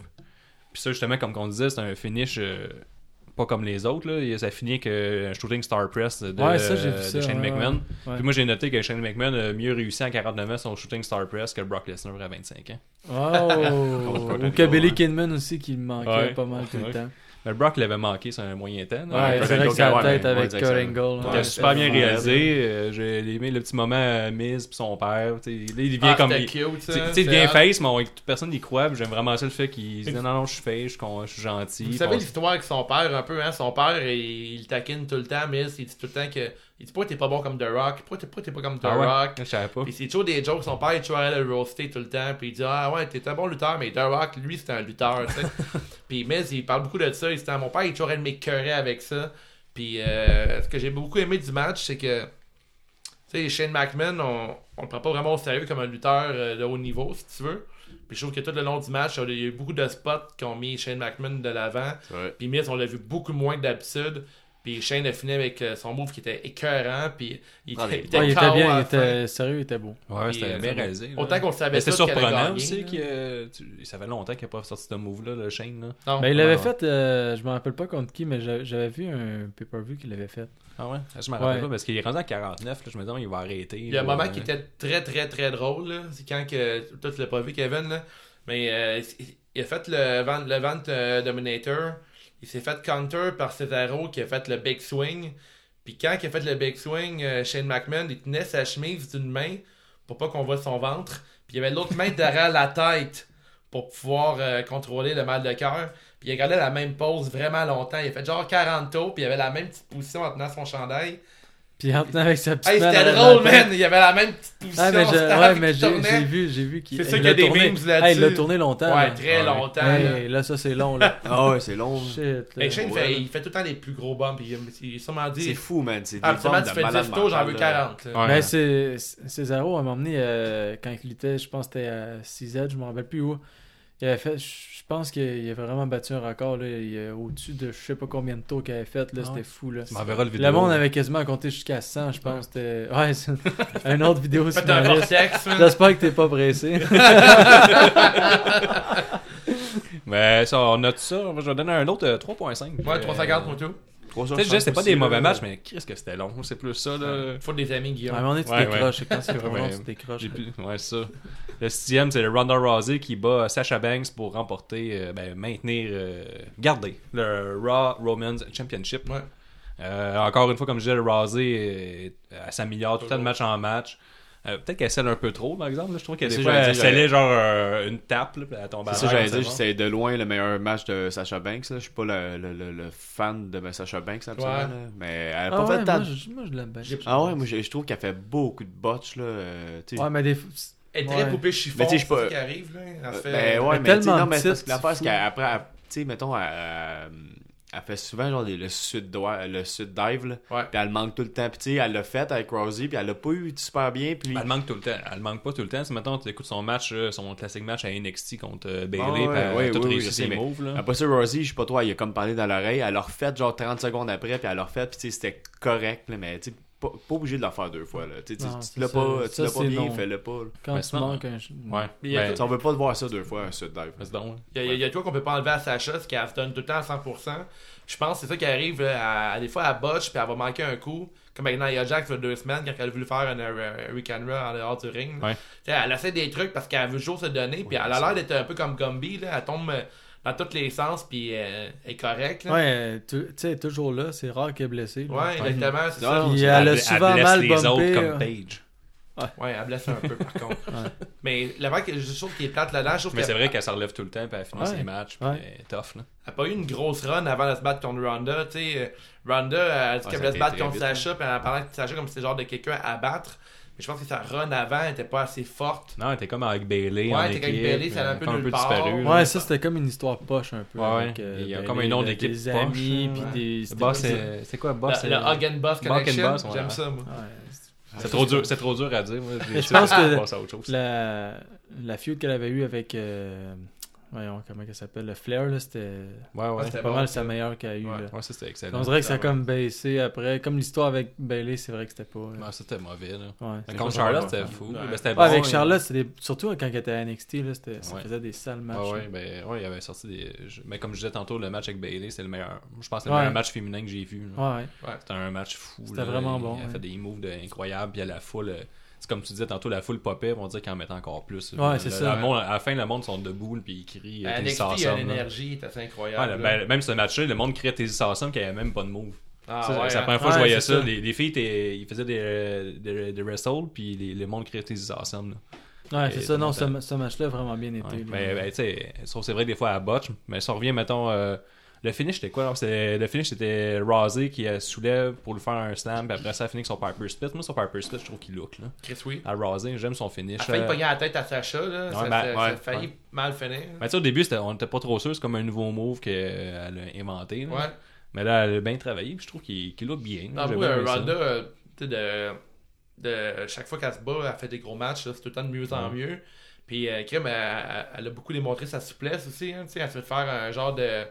S3: Puis ça, justement, comme on disait, c'est un finish euh, pas comme les autres. Là. Et Ça finit avec euh, un Shooting Star Press de,
S5: Ouais, ça, j'ai vu
S3: de
S5: ça,
S3: Shane
S5: ouais,
S3: McMahon.
S5: ouais.
S3: Puis moi, j'ai noté que Shane McMahon a mieux réussi en 49 ans son Shooting Star Press que Brock Lesnar à 25 ans.
S5: Oh!
S4: Contre
S5: Ou Kabeli
S4: Cody,
S5: Kidman aussi qui le manquait
S3: Ouais.
S5: pas mal tout
S3: Ouais.
S5: le temps.
S3: Mais Brock l'avait manqué sur un moyen temps. là.
S5: Ouais,
S4: Ouais,
S5: c'est vrai que
S4: Kurt
S5: sa
S4: Angle,
S5: tête
S4: ouais,
S5: avec
S4: ouais,
S5: Kurt Angle.
S3: C'était
S5: ouais.
S3: super bien
S4: Ouais.
S3: réalisé. Euh, J'ai aimé le petit moment euh, Miz puis son père. tu sais, il vient
S6: Ah,
S3: comme.
S6: c'était
S3: il-
S6: cute,
S3: Tu sais,
S6: ça.
S3: tu sais, il
S6: C'était
S3: devient
S6: hot.
S3: face, mais on- personne n'y croit. puis J'aime vraiment ça le fait qu'il se dit non, non, je suis face, je suis con- je suis gentil.
S6: Vous
S3: Puis
S6: savez
S3: on-
S6: l'histoire avec son père un peu, hein? Son père, il, il le taquine tout le temps, mais il dit tout le temps que. Il dit pourquoi t'es pas bon comme The Rock? Pourquoi t'es, pourquoi t'es pas comme The
S3: Ah ouais,
S6: Rock?
S3: Je savais pas.
S6: Puis c'est toujours des jokes, son père est toujours allé le roaster tout le temps, puis il dit Ah ouais, t'es un bon lutteur, mais The Rock, lui, c'est un lutteur, tu sais. puis Miz, il parle beaucoup de ça, il dit ah, Mon père, il est toujours allé m'écœurer avec ça. Puis euh, ce que j'ai beaucoup aimé du match, c'est que. Tu sais, Shane McMahon, on, on le prend pas vraiment au sérieux comme un lutteur euh, de haut niveau, si tu veux. Puis je trouve que tout le long du match, il y a eu beaucoup de spots qui ont mis Shane McMahon de l'avant.
S4: Ouais.
S6: Puis Miz, on l'a vu beaucoup moins que d'habitude. Puis Shane a fini avec euh, son move qui était écœurant. Puis il
S4: Ah,
S6: était,
S4: il-
S5: Ouais, il était
S6: KO à
S5: bien, il
S6: la fin.
S5: était sérieux, il était beau.
S3: Ouais,
S6: Puis,
S3: c'était
S6: euh,
S3: bien
S6: ça-
S3: réalisé. là.
S6: Autant qu'on le savait
S3: Mais c'était
S6: tout qu'elle a
S3: surprenant
S6: gagné,
S3: aussi
S6: là.
S3: qu'il euh, tu- ça fait longtemps qu'il n'a pas sorti ce move-là, le Shane. Là.
S6: Non.
S5: Ben, il l'avait
S3: ouais.
S5: fait, euh, je me rappelle pas contre qui, mais j'a- j'avais vu un pay-per-view qu'il l'avait fait.
S3: Ah ouais? Ah, Je m'en
S5: Ouais.
S3: rappelle pas parce qu'il est rendu à 49, là, je me disais, il va arrêter.
S6: Il y a un
S3: là,
S6: moment
S3: euh,
S6: qui était très, très, très drôle. là. C'est quand que. Toi, tu l'as pas vu, Kevin. Là. Mais euh, il- il a fait le vent, le vent euh, Dominator. Il s'est fait counter par Cesaro qui a fait le big swing. Puis quand il a fait le big swing, euh, Shane McMahon, il tenait sa chemise d'une main pour pas qu'on voit son ventre. Puis il y avait l'autre main derrière la tête pour pouvoir euh, contrôler le mal de cœur. Puis il regardait la même pose vraiment longtemps. Il a fait genre 40 tours, puis il avait la même petite position en tenant son chandail.
S5: Puis en tenant avec sa petite
S6: Hey,
S5: main
S6: c'était
S5: dans la
S6: drôle,
S5: tête.
S6: man! Il y avait la même petite position.
S5: Ah, mais je-
S6: stable
S5: ouais,
S6: qui
S5: mais j'ai
S6: tournait.
S5: j'ai vu, j'ai vu qu'il
S6: C'est sûr
S5: il
S6: qu'il y a
S5: l'a
S6: des
S5: tourné.
S6: memes
S5: Ah, il l'a
S6: là-dessus.
S5: tourné longtemps.
S6: Ouais,
S5: là.
S6: très longtemps. là.
S5: Hey, là, ça c'est long là.
S4: Ah ouais, c'est long. là.
S5: Shit. là.
S6: Hey, Shane, il
S4: Ouais.
S6: fait, il fait tout le temps les plus gros bumps. Il, il a sûrement
S4: C'est
S6: dit.
S4: fou, man. C'est des
S6: Ah, absolument,
S4: bombes
S6: tu
S4: de
S6: fais
S4: malade
S6: 10 tours, j'en
S4: mental,
S6: veux
S4: là.
S6: 40. là.
S3: Ouais.
S5: Ben, c'est Césaro à m'emmener euh, quand il était, je pense que c'était à 6 je me rappelle plus où. Il avait fait, je pense qu'il avait vraiment battu un record là, il, euh, au-dessus de je sais pas combien de tours qu'il avait fait là,
S3: Ah ouais.
S5: c'était fou là.
S3: Tu m'enverras le vidéo.
S5: Le monde avait quasiment compté jusqu'à 100, je pense. C'était... Ouais, c'est une autre vidéo sur
S6: Faites un
S5: ma liste.
S6: vortex, man.
S5: J'espère que t'es pas pressé.
S3: Mais ça, on note ça. Moi, je vais donner un autre euh, 3.5.
S6: Ouais,
S3: Euh,
S6: 350 mon tout.
S4: 360
S3: Tu sais, déjà, c'était pas
S4: aussi,
S3: des
S4: là.
S3: mauvais matchs, mais qu'est-ce que c'était long. C'est plus ça, là.
S6: Faut des amis,
S5: À
S6: Guillaume.
S5: un moment donné, tu
S3: Ouais,
S5: décroches. Quand c'est vraiment
S3: Ouais.
S5: long, tu décroches.
S3: J'ai plus- Ouais, c'est ça. Le sixième, c'est le Ronda Rousey qui bat Sasha Banks pour remporter, euh, ben, maintenir, euh, garder le Raw Romans Championship.
S6: Ouais.
S3: Euh, encore une fois, comme je disais, le Rousey, euh, elle s'améliore tout le temps de match en match. Euh, Peut-être qu'elle scelle un peu trop, par exemple. là. Je trouve qu'elle
S4: C'est
S3: des
S4: ça,
S3: fois,
S4: j'allais
S3: elle scellait
S4: dire,
S3: genre euh, une tape, là, puis elle tombait
S6: Ben,
S4: C'est ça, j'allais dire, c'est de loin le meilleur match de Sasha Banks. là. Je suis pas le, le- le- le fan de ma Sasha Banks, absolument.
S6: Ouais.
S4: là. Mais elle a
S5: Ah
S4: pas
S5: ouais,
S4: fait tant
S5: moi,
S4: de-
S5: je, moi, je l'aime bien.
S6: J'ai-
S4: Ah ouais, moi je, je trouve qu'elle fait beaucoup de botches. Là, euh, tu sais.
S5: Ouais, mais des fois...
S6: Elle est très
S5: Ouais.
S6: poupée chiffon.
S4: Mais tu sais, je
S6: c'est
S4: pas-
S6: ça qui arrive, là. Elle se
S4: Euh,
S6: fait-
S4: ben ouais,
S5: mais
S4: mais, tu sais,
S5: tellement
S4: non, mais c'est
S5: petite,
S4: parce que l'affaire, c'est
S5: c'est
S4: qu'après, elle- tu sais, mettons, elle, elle- elle fait souvent genre des- le sud le sud dive, là,
S6: Ouais.
S4: puis elle manque tout le temps. Puis tu sais, elle l'a fait avec Rosie, puis elle l'a pas eu super bien. Puis
S6: Ben,
S3: Elle manque tout le temps. Elle manque pas tout le temps. Si maintenant tu écoutes son match, euh, son classique match à NXT contre euh, Bayley,
S4: Ah ouais,
S3: puis elle a
S4: ouais,
S3: tout
S4: oui, oui,
S3: réussi
S4: je sais,
S3: ses
S4: mais-
S3: moves. Là.
S4: Après ça, Rosie, je sais pas toi, il a comme parlé dans l'oreille. Elle l'a refait genre 30 secondes après, puis elle l'a refait, puis tu sais, c'était correct, là, mais tu sais, pas, pas obligé de la faire deux fois. Là. Tu sais, tu-
S5: Non,
S4: tu
S5: c'est
S4: l'as
S5: ça.
S4: pas, tu
S5: Ça,
S4: l'as pas
S5: c'est
S4: bien,
S5: non.
S4: fais-le pas. là.
S5: Quand
S3: Mais
S5: tu
S3: sinon,
S5: manques un...
S3: Ouais.
S6: Il y a
S3: Ben,
S4: Tu sais, on veut pas te voir ça deux fois, un sud dive.
S3: c'est donc, hein. ouais.
S6: Il y, a- il y a toi qu'on peut pas enlever à Sacha, c'est qu'elle se donne tout le temps à 100%. Je pense que c'est ça qui arrive. là, à, à des fois, elle botche puis elle va manquer un coup. Comme avec Nia Jax, il y a deux semaines, quand elle a voulu faire un euh, Hurricane Raw en dehors du ring.
S3: Ouais.
S6: Tu sais, Elle essaie des trucs parce qu'elle veut toujours se donner. Puis
S3: Ouais,
S6: elle a
S3: c'est
S6: l'air d'être un peu comme Gumby. Là. Elle tombe euh, dans tous les sens puis euh, elle est correcte. là.
S5: Ouais, tu tu sais, toujours là, c'est rare qu'elle est blessée. là.
S6: Ouais, exactement. Ah C'est ça.
S4: Non,
S5: Puis
S4: c'est-
S5: elle a souvent
S3: blesse
S5: mal
S3: les
S5: bumpé,
S3: autres
S5: euh.
S3: comme Paige.
S6: Ouais, elle blesse un peu par contre. Mais l'avant que je trouve qui est plate là-dedans, je trouve
S3: Mais c'est
S6: qu'elle
S3: vrai qu'elle se relève tout le temps, puis elle finit
S5: Ouais.
S3: ses matchs, puis
S5: Ouais.
S3: elle est tough. Là.
S6: n'a pas eu une grosse run avant de se battre contre Ronda. Tu sais, euh, Ronda, elle a dit
S4: Ouais,
S6: qu'elle
S4: ça
S6: voulait
S4: a
S6: se
S4: été
S6: battre
S4: très
S6: contre
S4: vite, hein.
S6: Sacha, puis elle en parlait de Sacha comme si c'était le genre de quelqu'un à battre. Mais je pense que sa run avant n'était pas assez forte.
S3: Non, elle était comme avec Bailey.
S6: Ouais,
S3: en
S6: elle était
S3: équipe,
S6: avec Bailey, ça allait un
S3: euh,
S6: peu
S3: comme
S6: nulle part.
S3: là.
S5: Ouais, ça c'était comme une histoire poche un peu.
S3: Ouais,
S5: avec,
S3: ouais.
S5: euh,
S3: Il y a
S5: ben,
S3: comme
S5: les-
S3: un nom
S5: des-
S3: d'équipe
S5: Des
S3: poche,
S5: amis,
S3: là,
S5: puis
S3: ouais.
S5: des. c'était
S3: Boss,
S5: pas-
S3: c'est c'est quoi Boss?
S6: Le, le
S3: c'est-
S6: Hug and Boss
S3: Hug and
S6: Connection,
S3: Boss, ouais.
S6: j'aime ça, moi.
S5: Ouais,
S3: C'est trop dur, c'est trop dur à dire. Moi,
S5: Mais je pense que
S3: à autre chose.
S5: La, la feud qu'elle avait eue avec euh, voyons, comment elle s'appelle, le Flair, là, c'était
S3: Ouais, ouais.
S6: c'était
S5: pas
S6: bon,
S5: mal
S6: ça.
S5: sa meilleure qu'elle a eu.
S6: Ouais.
S5: là.
S3: Ouais, ça c'était excellent.
S5: On dirait que ça a
S6: ouais.
S5: comme baissé après. Comme l'histoire avec Bailey, c'est vrai que c'était pas.
S3: Ouais, ça, c'était mauvais, là.
S5: Ouais,
S3: Mais
S5: c'est
S3: Contre
S5: pas-
S3: Charlotte,
S5: ouais.
S3: c'était fou.
S6: Ouais.
S3: mais c'était
S5: Ouais,
S3: bon,
S5: avec
S3: hein.
S5: Charlotte, c'était des- surtout quand elle était à NXT, là, c'était- ça
S3: Ouais.
S5: faisait des sales matchs.
S3: Ouais,
S5: là.
S3: ouais, ben, ouais, il avait sorti des. je- Mais comme je disais tantôt, le match avec Bailey, c'est le meilleur. Je pense que c'est le
S5: Ouais.
S3: meilleur match féminin que j'ai vu. là.
S5: Ouais, ouais.
S3: C'était un match fou.
S5: C'était
S3: là.
S5: vraiment bon,
S3: Il a
S5: ouais.
S3: fait des moves de- incroyables. Puis à la foule, euh, c'est comme tu disais tantôt, la foule popait. On dirait qu'ils en mettent encore plus.
S5: Ouais,
S3: Le-
S5: c'est
S3: le-
S5: ça.
S3: le monde- à la fin, le monde sont debout. Puis ils crient. euh, Tennessee
S6: NXT a
S3: Awesome,
S6: une
S3: là.
S6: énergie, c'est
S3: Ouais, le-
S6: incroyable. là.
S3: ben, même ce match-là, le monde criait Tennessee Awesome qu'il n'y avait même pas de move.
S6: Ah,
S3: Ça,
S6: ouais,
S3: c'est la
S6: hein.
S3: première fois que je
S5: Ouais,
S3: voyais
S5: c'est
S3: ça.
S5: ça.
S3: Les, les filles, étaient- ils faisaient des, euh, des, des wrestle, puis les, le monde criait Tennessee Awesome. là.
S5: Ouais,
S3: Et
S5: c'est
S3: tout
S5: ça.
S3: le
S5: Non,
S3: monde
S5: ce,
S3: a-
S5: ma- ce match-là a vraiment bien été.
S3: Ouais.
S5: là.
S3: Mais ben, tu sais, sauf c'est vrai que des fois, elle botche. Mais ça revient, mettons, euh, le finish, c'était quoi alors C'était- Le finish, c'était Razé qui euh, soulève pour lui faire un slam, puis après ça, elle finit avec son Piper Split. Moi, son Piper Split, je trouve qu'il look. Là.
S6: Chris, oui.
S3: À Razé, j'aime son finish.
S6: Elle a failli
S3: euh.
S6: pogner la tête à Sacha, là. ça,
S3: ben,
S6: ça- ça a
S3: ouais,
S6: failli
S3: ouais.
S6: mal finir.
S3: Mais tu sais, au début, c'était- on n'était pas trop sûr. C'est comme un nouveau move qu'elle a inventé. là.
S6: Ouais.
S3: Mais là, elle a bien travaillé, puis je trouve qu'il qu'il look bien. là.
S6: Non,
S3: J'ai
S6: moi,
S3: bien
S6: euh,
S3: aimé ça.
S6: Ronda, euh, tu sais, de, de, euh, chaque fois qu'elle se bat, elle fait des gros matchs, là, c'est tout le temps de mieux
S3: Mm-hmm.
S6: en mieux. Puis, euh, Kim, elle, elle- elle a beaucoup démontré sa souplesse aussi. Hein, tu sais, elle se fait faire un genre de.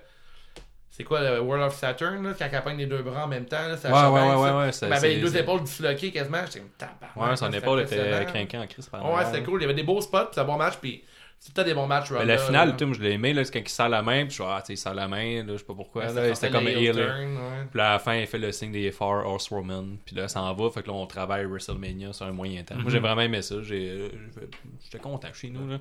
S6: C'est quoi le World of Saturn, là, quand elle pogne les deux bras en même temps? Là, ça
S3: Ouais,
S6: chevauche,
S3: ouais, ouais,
S6: ça.
S3: ouais, ouais, ça-
S6: Mais elle avait les
S3: c'est-
S6: deux
S3: c'est-
S6: épaules disloquées quasiment. J'étais comme tabarnak,
S3: Ouais, son
S6: c'était
S3: épaule était
S6: impressionnant.
S3: crinquant en crise. par
S6: Ouais,
S3: exemple.
S6: c'était cool. Il y avait des beaux spots, puis c'est un bon match. Puis, c'est peut-être des bons matchs, Ronda.
S3: Mais la finale,
S6: là.
S3: tu sais, moi, je l'ai aimé, là, c'est quand il serre la main, puis je suis, ah, tu sais, il serre la main, là, je sais pas pourquoi,
S6: Ouais, ça
S3: là,
S6: sortait
S3: c'était comme
S6: le
S3: un
S6: heel
S3: healer.
S6: turn, ouais.
S3: Puis là, à la fin, il fait le signe des Far Horsewoman. Puis là, ça en va. Fait que là, on travaille WrestleMania sur un moyen temps.
S5: Mhm.
S3: Moi, j'ai vraiment aimé ça. J'ai, euh, j'étais content chez nous. Là.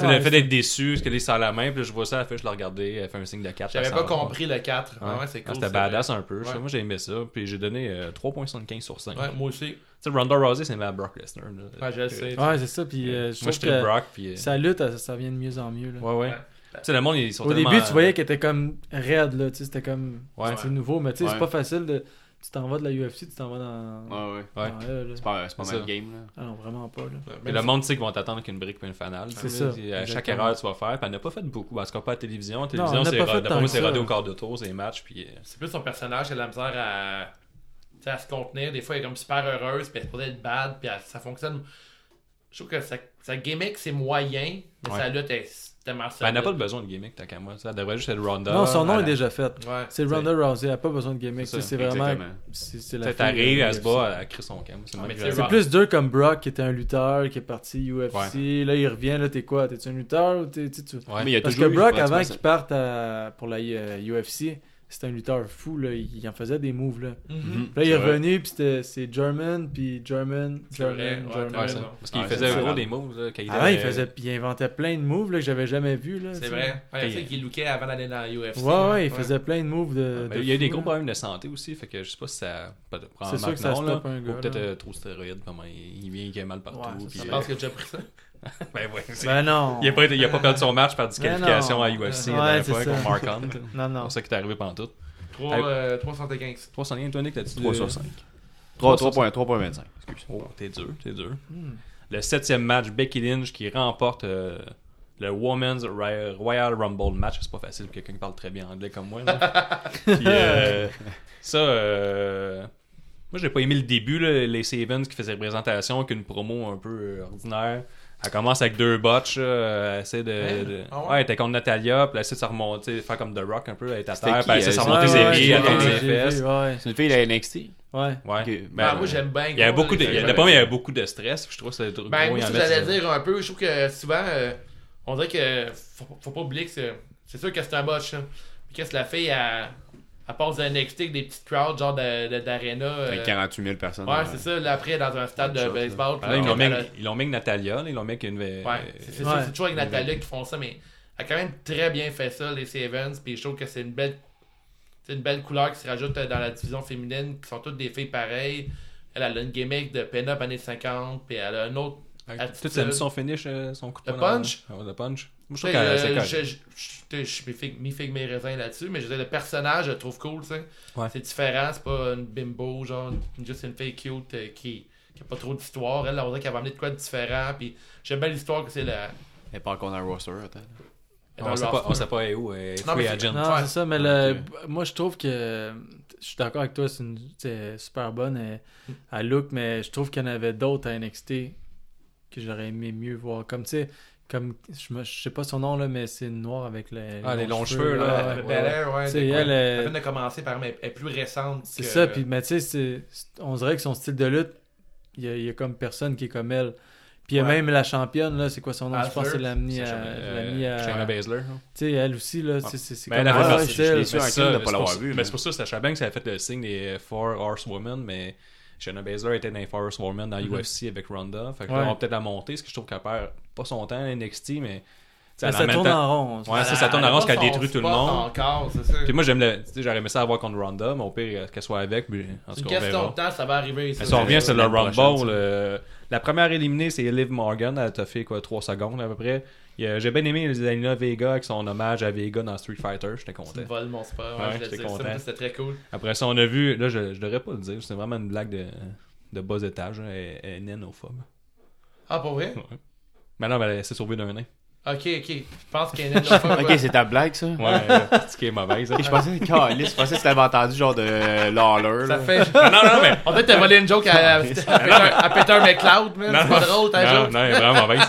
S3: Tu sais,
S5: Ouais,
S3: le fait d'être déçu, parce qu'elle est sur la main. Puis là, je vois ça, elle fait, je la regardais. Elle fait un signe de 4.
S6: J'avais pas compris le 4. Ouais, c'est cool.
S3: Ah, c'était
S6: ça.
S3: badass un peu. Je
S6: Ouais.
S3: sais, Moi, j'ai aimé ça. Puis j'ai donné euh, 3.75 sur 5.
S6: Ouais,
S3: Tu
S6: moi aussi.
S3: sais, Ronda Rousey, c'est ma Brock Lesnar. là. Euh,
S6: Ouais, je le sais.
S5: Ouais, c'est ça. Puis euh, je
S3: Moi,
S5: trouve
S3: je très
S5: que
S3: Brock. Puis, euh,
S5: sa lutte, elle- ça vient de mieux en mieux. là.
S3: Ouais, ouais. Tu sais, le monde, ils sont
S5: Au
S3: tellement,
S5: début, tu voyais
S3: euh,
S5: qu'elle était comme raide. là, tu sais, C'était comme.
S3: Ouais.
S5: C'est nouveau, mais tu sais, c'est
S4: Ouais.
S5: pas facile de. Tu t'en vas de la UFC, tu t'en vas dans.
S4: Ah Ouais, ouais.
S3: Ouais.
S5: dans elle, là.
S4: C'est pas, c'est pas
S3: C'est
S4: mal
S3: ça.
S4: game, là.
S5: Ah non, vraiment pas. là.
S3: Mais le monde sait qu'ils vont t'attendre qu'une brique puis une fanale.
S5: C'est
S3: tu sais,
S5: ça.
S3: puis À chaque
S5: Exactement.
S3: erreur que tu vas faire. Puis elle n'a pas fait beaucoup. En tout cas, pas à la télévision. La
S5: on
S3: télévision,
S5: n'a
S3: c'est
S5: pas fait
S3: ra-
S5: tant
S3: d'après moi,
S5: que
S3: c'est
S5: ça.
S3: radé au quart de tour, c'est les matchs. Puis euh,
S6: C'est plus son personnage qui a de la misère à, tu sais, à se contenir. Des fois, elle est comme super heureuse, puis elle pourrait être bad, puis elle- ça fonctionne. Je trouve que sa, sa gimmick, c'est moyen, mais
S3: Ouais.
S6: sa lutte est tellement
S3: ben, elle
S6: solide.
S3: n'a pas besoin de gimmick, tant qu'à moi. Ça devrait juste être Ronda.
S5: Non, son nom
S3: Elle-
S5: est déjà fait.
S6: Ouais.
S5: C'est Ronda Rousey, elle a pas besoin de gimmick.
S3: C'est
S5: tu
S3: ça,
S5: sais, C'est vraiment.
S4: exactement.
S5: C'est c'est
S3: Tu
S5: la
S3: sais,
S5: fille de
S3: T'arrives, elle se
S5: UFC.
S3: bat, elle crie son camp. C'est le
S6: Ah,
S3: même
S6: mais
S3: que-
S6: c'est
S5: C'est plus dur comme Brock qui était un lutteur, qui est parti UFC. Là, il revient, là, t'es quoi T'es-tu un lutteur ou t'es. t'es- tu-
S3: Ouais.
S4: Mais il y a
S5: Parce que
S4: toujours eu,
S5: Brock,
S4: pratiquement,
S5: avant
S4: ça.
S5: qu'il parte à- pour la euh, UFC, c'était un lutteur fou, là. Il en faisait des moves, là.
S6: Mhm.
S5: Puis là, il est
S4: C'est vrai.
S5: revenu, puis c'était c'est German, puis German,
S6: C'est vrai,
S5: German,
S6: ouais,
S5: German.
S6: t'as
S3: Ouais,
S6: raison.
S3: ça. Parce qu'il
S4: Ouais,
S3: faisait
S4: c'est
S3: gros
S4: ça.
S3: des moves. là, quand il
S5: Avant, il
S3: avait-
S5: faisait, puis il inventait plein de moves là, que j'avais jamais vu là. tu
S6: C'est
S5: sais.
S6: vrai. Ouais,
S3: Puis-
S6: c'est qu'il lookait avant d'aller dans la UFC.
S5: Ouais, ouais, il faisait plein de moves de.
S3: euh, Mais
S5: de
S3: Ah, ben, il y a eu des
S5: fou,
S3: gros
S5: là.
S3: problèmes de santé aussi, fait que je sais pas si ça. pas de- probablement
S5: sûr que ça
S3: non,
S5: se
S3: là.
S5: tape un
S3: Ou
S5: gars,
S3: Peut-être
S5: là.
S3: euh, trop stéroïde, comment il il vient, il a mal
S5: Ouais, ça,
S3: partout. puis,
S5: ça
S6: Je
S3: euh,
S6: pense que j'ai déjà pris ça.
S3: ben ouais, c'est-
S5: Ben non.
S3: Il n'a pas, été- il a pas perdu son match par disqualification
S5: non.
S3: à UFC
S5: Ouais,
S3: la dernière
S5: c'est
S3: fois
S5: ça.
S3: contre Mark Hunt.
S5: Non,
S3: C'est
S5: non.
S3: pour ça qui est arrivé pendant tout.
S6: Trois,
S3: Ah,
S6: euh, 375.
S3: 301, toi, Nick, t'as-tu
S4: 3
S3: de-
S4: sur 5.
S3: 3
S4: 3,
S3: sur
S4: 3.25. Excuse.
S3: Oh, t'es dur, t'es dur.
S5: Hmm.
S3: Le septième match, Becky Lynch qui remporte euh, le Women's Ri- Royal Rumble match. C'est pas facile pour quelqu'un qui parle très bien anglais comme moi. là. Puis, euh, ça, euh, moi, j'ai pas aimé le début, là, les Savens qui faisaient présentation avec une promo un peu euh, ordinaire. Elle commence avec deux botches, euh, elle essaie de.
S6: Hein?
S3: de-
S6: Ah ouais?
S3: ouais, elle était contre Natalia, puis elle essaie de se remonter, de faire comme The Rock un peu, elle est à
S4: C'était
S3: terre,
S4: qui,
S3: puis elle essaie de se
S4: euh,
S3: remonter
S4: ça?
S3: ses
S4: Ouais,
S3: pieds,
S5: j'ai
S3: elle tombe
S5: vu,
S3: ses
S5: j'ai vu,
S3: fesses.
S5: Ouais,
S4: C'est une fille de la NXT?
S5: ouais.
S3: Ouais.
S4: Ok,
S3: Ben,
S6: Ben, moi, j'aime bien.
S3: il y avait beaucoup de, il y
S6: a
S3: a- d'après moi, il y avait beaucoup de stress. puis Je trouve que c'est trop-
S6: Ben,
S3: gros,
S6: moi,
S3: il
S6: ça,
S3: en euh, met,
S6: j'allais
S3: c'est-
S6: dire un peu. Je trouve que souvent, euh, on dirait que faut, faut pas oublier que c'est, c'est sûr que c'est un botch. hein. Puis qu'est-ce que la fille, elle, elle passe d'un NXT avec des petites crowds, genre de, de- d'arena. euh,
S4: Avec 48 000 personnes.
S6: ouais,
S4: euh,
S6: c'est ça. Là, après, dans un stade de
S4: Shot, là.
S6: baseball. puis
S3: Là, Ah, ils
S6: qu'elle
S3: l'ont mis,
S6: a-
S3: ils l'ont mis avec Natalia, là, ils l'ont mis avec une.
S6: Ouais, c'est, c'est sûr
S5: Ouais.
S6: que c'est toujours avec Natalia qui font ça, mais elle a quand même très bien fait ça, les Sevens. Puis je trouve que c'est une belle, c'est une belle couleur qui se rajoute euh, dans la division féminine, qui sont toutes des filles pareilles. Elle, elle a une gimmick de pin-up années 50, puis elle a un autre.
S3: Tout ça mis son finish, euh, son coup de
S6: Le
S3: poing dans-
S6: punch?
S3: Ouais, le punch. Moi, je
S6: Tu sais,
S3: trouve que c'est
S6: euh,
S3: correct.
S6: Je je- je- je suis mi figue- mi figue mes raisins là-dessus, mais je veux dire, le personnage, je le trouve cool, tu sais.
S3: Ouais.
S6: C'est différent, c'est pas une bimbo, genre, juste une fille cute euh, qui, qui a pas trop d'histoire. Elle, on dirait qu'elle va amener de quoi de différent, puis j'aime bien l'histoire que c'est la.
S4: Elle est pas encore dans le roster, attends.
S3: On sait pas, on sait pas elle est où. elle est
S6: Non,
S3: free
S6: mais
S3: agent.
S5: Non,
S6: Ouais.
S5: c'est ça, mais
S4: Ouais,
S5: le- moi je trouve que. Je suis d'accord avec toi, c'est une c'est super bonne euh, elle- à look, mais je trouve qu'il y en avait d'autres à NXT que j'aurais aimé mieux voir. Comme tu sais, Comme, je, me- je sais pas son nom, là, mais c'est une noire avec les,
S3: Ah, les longs cheveux, là.
S5: ouais,
S6: Le
S5: ouais,
S6: Bel
S5: ouais.
S6: Air, ouais.
S5: Tu sais,
S6: de quoi.
S5: elle, euh,
S6: Elle vient de commencer par mais elle est plus récente.
S5: C'est
S6: que-
S5: ça, puis mais tu sais, c'est- c'est- on dirait que son style de lutte, il y, a- il y a comme personne qui est comme elle. Puis il y a
S6: Ouais.
S5: même la championne, là, c'est quoi son nom? je pense que c'est
S6: Alfred,
S5: l'ami
S3: Sacha-
S5: à.
S3: euh,
S5: l'ami à-
S3: Shayna Baszler.
S5: Tu sais, elle aussi, là, tu sais, c'est c'est
S3: Mais
S5: comme
S3: Ben, elle avait
S5: un
S3: pas-
S5: style.
S3: je l'ai
S4: Et
S3: su
S4: tu
S3: en
S4: un
S3: Ah, ça,
S4: crime
S3: mais
S4: de pas
S3: c'est
S4: l'avoir
S3: pour-
S4: vu,
S3: mais
S4: mais-
S3: c'est pour ça que Sacha Banks avait fait le signe des Four Horsewomen, mais Shayna Baszler était dans les Four Horsewomen dans
S5: Mhm.
S3: UFC avec Ronda. Fait que
S5: Ouais.
S3: là, on va peut-être la monter, parce que je trouve qu'elle perd pas son temps à NXT, mais. tu sais, elle
S5: Mais ça
S3: Ben, en même
S5: tourne
S3: temps-
S5: en rond.
S3: Ouais, Ah, ça, ça tourne en rond,
S6: Elle a
S3: qu'elle
S6: pas
S3: détruit
S6: son
S3: tout le
S6: spot
S3: monde.
S6: encore, c'est ça.
S3: Puis moi, j'aime le. Tu sais, j'aurais aimé ça avoir contre Ronda, mais au pire, euh, qu'elle soit avec, mais en
S6: C'est
S3: tout
S6: une
S3: cas, on
S6: question
S3: verra.
S6: de temps, ça va arriver. ça.
S3: Mais si on revient sur le
S4: la prochaine,
S3: Rumble,
S4: ça.
S3: euh, la première éliminée, c'est Liv Morgan. Elle t'a fait quoi, 3 secondes à peu près. Il y a- J'ai bien aimé Zelina Vega avec son hommage à Vega dans Street Fighter. J'étais
S6: Tu
S3: content.
S6: me voles mon sport, ouais,
S3: Ouais,
S6: je l'ai
S3: j'étais
S6: dit,
S3: content.
S6: ça, C'était très cool.
S3: Après ça, on a vu. Là, je, je devrais pas le dire. C'est vraiment une blague de, de bas étage. hein, Elle elle est nénophobe.
S6: Ah, pour vrai?
S3: Mais non, mais elle s'est sauvée d'un nain.
S6: Ok, Ah, ok. Je pense qu'il y a une autre
S4: Ok, c'est ta blague, ça?
S3: Ouais, euh, c'est ce qui est mauvaise. hein.
S4: Ok, Je pensais, Caliste, je pensais que tu l'avais entendu genre de euh, Lawler.
S6: Ça
S4: là.
S6: fait.
S3: Non, non, mais.
S6: En fait, t'as volé une joke à, à, Peter, à Peter McLeod, man. C'est pas drôle, ta
S3: non,
S6: joke.
S3: non, elle est vraiment mauvaise.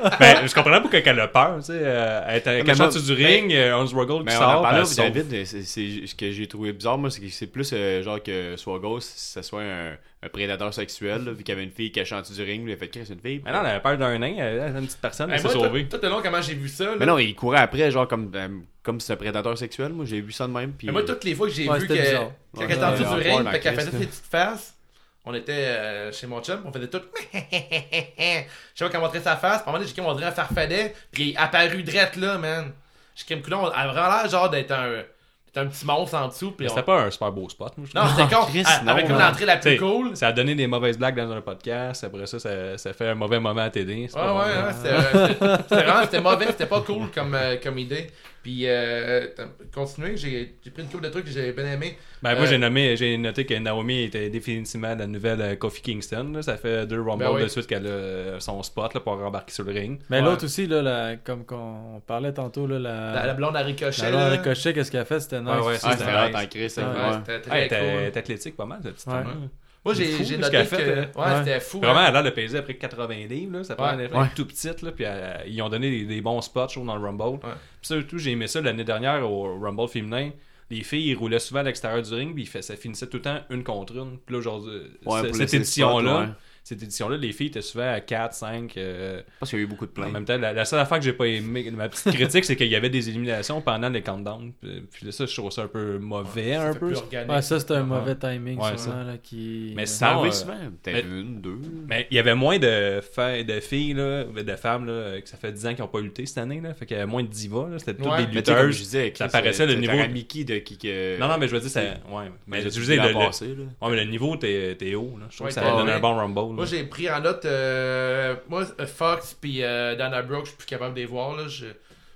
S3: Mais je comprenais pourquoi qu'elle a peur, tu sais. euh, Elle est à- cachée
S4: Mais moi- ben,
S3: en dessous du ring, euh, Hornswoggle qui
S4: Mais on en
S3: sort. ben,
S4: parlait,
S3: elle
S4: puis
S3: sauve.
S4: David, c'est- c'est- ce que j'ai trouvé bizarre, moi, c'est que c'est plus euh, genre que Swagos, ça soit un, un prédateur sexuel, là, vu qu'il y avait une fille cachée en dessous du ring, lui, il a fait que c'est une fille.
S3: Mais non, elle avait peur d'un nain. Elle elle est une petite personne,
S6: Hey,
S3: elle s'est
S6: moi, tout-
S3: sauvée.
S6: Tout le long, comment j'ai vu ça, là.
S4: Mais non, il courait après, genre comme, euh, comme c'est un prédateur sexuel, moi, j'ai vu ça de même. Puis, euh,
S6: Mais moi, toutes les fois que j'ai
S5: Ouais,
S6: vu que.
S5: c'était bizarre.
S6: Quand
S4: Ouais,
S6: elle était en dessous
S4: ouais,
S6: du
S4: ouais,
S6: ring,
S4: la
S6: fait qu'elle
S4: crise,
S6: faisait
S4: là.
S6: ses petites faces. On était euh, chez mon chum, on faisait tout. Je sais pas qu'elle montrait sa face. Puis à un moment donné, j'ai comme on dirait un farfadet. Puis il est apparu drette là, man. J'ai comme coudon, elle a vraiment l'air genre d'être un, d'être un petit monstre en dessous. Puis
S3: Mais
S6: on-
S3: C'était pas un super beau spot, moi, je
S6: Non, c'était con.
S4: Oh,
S6: Ah,
S4: Chris,
S6: Elle- elle avait
S4: non,
S6: comme
S4: man.
S6: l'entrée la
S3: T'sais,
S6: plus cool.
S3: Ça a donné des mauvaises blagues dans un podcast. Après ça, ça, ça fait un mauvais moment à t'aider.
S6: Ouais, ouais,
S3: hein.
S6: ouais, c'était euh, c'était- c'était vraiment c'était mauvais, c'était pas cool comme, euh, comme idée. Puis, euh, euh, continuez, j'ai j'ai pris une couple de trucs que j'ai bien aimé.
S3: Ben, moi,
S6: Euh,
S3: j'ai nommé, j'ai noté que Naomi était définitivement la nouvelle euh, Kofi Kingston. là. Ça fait deux Rumble
S6: Ben oui.
S3: de suite qu'elle a euh, son spot là, pour rembarquer sur le ring.
S5: Mais
S6: Ouais.
S5: l'autre aussi, là, la- comme qu'on on parlait tantôt, là,
S3: Ah.
S5: la.
S6: La, la blonde à ricochet.
S5: la blonde
S6: là.
S5: ricochet, qu'est-ce qu'elle a fait? C'était nice.
S3: Ouais, ouais,
S5: aussi.
S4: Ah, c'était
S3: Ouais.
S4: hot en Chris,
S5: Ouais.
S6: Ouais,
S4: ouais.
S6: c'était
S3: Ah, Elle
S6: très
S3: était hein.
S6: cool.
S3: était athlétique pas mal, cette petite
S5: Ouais.
S3: femme-là.
S6: Moi,
S3: c'est
S6: j'ai
S3: fou,
S6: j'ai
S3: ce
S6: noté
S3: qu'elle
S6: que.
S3: a fait, euh,
S6: ouais,
S5: ouais.
S6: c'était fou.
S3: Vraiment,
S6: hein.
S3: elle a l'air de peser après 80 livres. Là. Ça prend
S6: Ouais.
S3: un
S4: Ouais.
S3: tout petite. Là, puis euh, ils ont donné des, des bons spots je trouve, dans le Rumble. Puis surtout, j'ai aimé ça l'année dernière au Rumble féminin. Les filles, ils roulaient souvent à l'extérieur du ring. Puis ils fait- ça finissait tout le temps une contre une. Puis là, aujourd'hui,
S4: Ouais,
S3: ce-
S4: pour
S3: cette
S4: laisser le spot,
S3: édition-là,
S4: ouais.
S3: cette édition-là, les filles étaient souvent à 4, 5. euh,
S4: Parce qu'il y a eu beaucoup de
S3: En
S4: plaintes.
S3: même temps, la, la seule affaire que j'ai pas aimé, ma petite critique, c'est qu'il y avait des éliminations pendant les countdowns. Puis, puis là, ça, je trouve ça un peu mauvais, un
S6: C'était
S3: peu.
S6: plus organique.
S5: Ouais, ça, c'était un mauvais timing,
S3: Ouais,
S5: sûrement,
S3: ça.
S5: là, qui.
S3: Mais
S4: Ça
S3: sans,
S4: arrive
S3: euh,
S4: souvent,
S3: mais-
S4: peut-être une, deux.
S3: Mais il y avait moins de, fa- de filles, là, de femmes, là, que ça fait 10 ans qu'ils n'ont pas lutté cette année. Là, fait qu'il y avait moins de divas. là, C'était toutes
S6: Ouais.
S3: des
S4: Mais tu sais, comme
S3: lutteuses.
S4: je disais,
S3: ça
S4: Chris,
S3: paraissait le
S4: c'est- c'est
S3: niveau-
S4: la Mickey de qui que.
S3: non, non, mais je veux dire, ça... ouais. mais je
S4: tu
S3: veux dire, le, le-
S4: passé, là.
S3: ouais, mais le niveau, t'es t'es haut. Là. Je trouve
S6: Ouais,
S3: que ça
S6: t'es-
S3: donne
S6: ouais.
S3: un bon Rumble.
S6: Moi,
S3: là.
S6: j'ai pris en note. euh, moi, euh, Fox puis euh, Dana Brooke, je suis plus capable de les voir. Là. Je,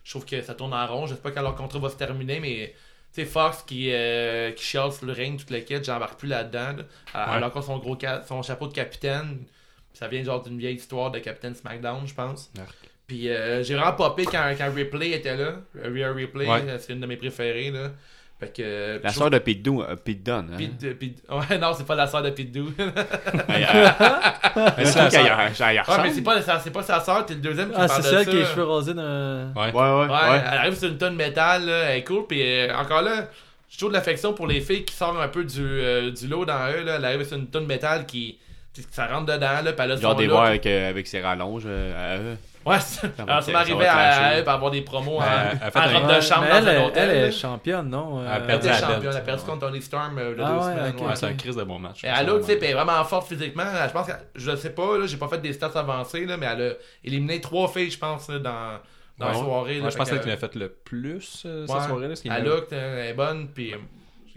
S6: je trouve que ça tourne en rond. J'espère que leur contrat va se terminer, mais. Tu sais, Fox qui, euh, qui chiale sur le ring, toute la quête, j'embarque plus là-dedans. Là.
S3: Ouais.
S6: Alors qu'on son, gros ca- son chapeau de capitaine, ça vient genre d'une vieille histoire de Capitaine SmackDown, je pense.
S3: Arc.
S6: Puis euh, j'ai vraiment popé quand, quand Ripley était là. Rhea Ripley,
S3: Ouais.
S6: euh, c'est une de mes préférées. Là. Fait que.
S4: La
S6: je
S4: soeur de Pete Dou- euh, Pete Dunne. hein.
S6: Pete- euh, Pete- ouais, non, c'est pas la soeur de Pete Doo.
S4: Ouais, euh, Mais
S3: ça,
S4: c'est
S3: ça-
S4: qu'elle y a- elle y
S6: Ouais,
S4: ressemble.
S6: mais c'est pas, sa- c'est pas sa sœur, t'es le deuxième qui
S5: Ah,
S6: parle
S5: c'est
S6: de
S5: celle
S6: ça.
S5: qui a les cheveux rasés d'un.
S3: Ouais.
S4: Ouais, ouais,
S6: Ouais,
S4: ouais.
S6: elle arrive sur une tonne de métal, là, elle est cool, puis euh, encore là, j'ai toujours de l'affection pour les filles qui sortent un peu du, euh, du lot dans eux, là, elle arrive sur une tonne de métal qui, qui- ça rentre dedans, là, puis elle a
S4: Genre
S6: son
S4: des
S6: look.
S4: voix avec, euh, avec ses rallonges euh, à eux.
S6: Ouais, ça,
S4: Ça va-
S6: alors ça m'est
S4: ça
S6: arrivé
S4: va
S6: à,
S4: clasher.
S6: à eux, puis avoir des promos
S3: Ouais,
S6: à,
S3: elle fait
S6: à
S3: un-
S6: robe de chambre
S5: mais
S6: dans
S5: elle,
S6: un
S5: est-
S6: hôtel.
S5: elle
S6: là.
S5: est championne, non?
S3: Elle a
S5: euh,
S6: Elle
S3: perdu
S6: était
S3: la
S6: championne,
S3: belt.
S6: elle a perdu contre Tony Storm euh, de
S5: Ah
S6: deux
S5: ouais,
S6: semaines.
S5: ok.
S6: ouais.
S3: Ouais, c'est un crise de bon match.
S6: Mais elle a, tu sais, puis elle est vraiment fort physiquement. Elle, Je pense que, je sais pas, là, j'ai pas fait des stats avancées, là, mais elle a éliminé trois filles, je pense, là, dans, dans la
S3: Ouais.
S6: soirée. là,
S3: Ouais, je
S6: fait
S3: pense
S6: que-
S3: que tu l'as fait le plus euh, cette
S6: Ouais.
S3: soirée-là. ce qui est-
S6: La look euh, est bonne, puis. euh,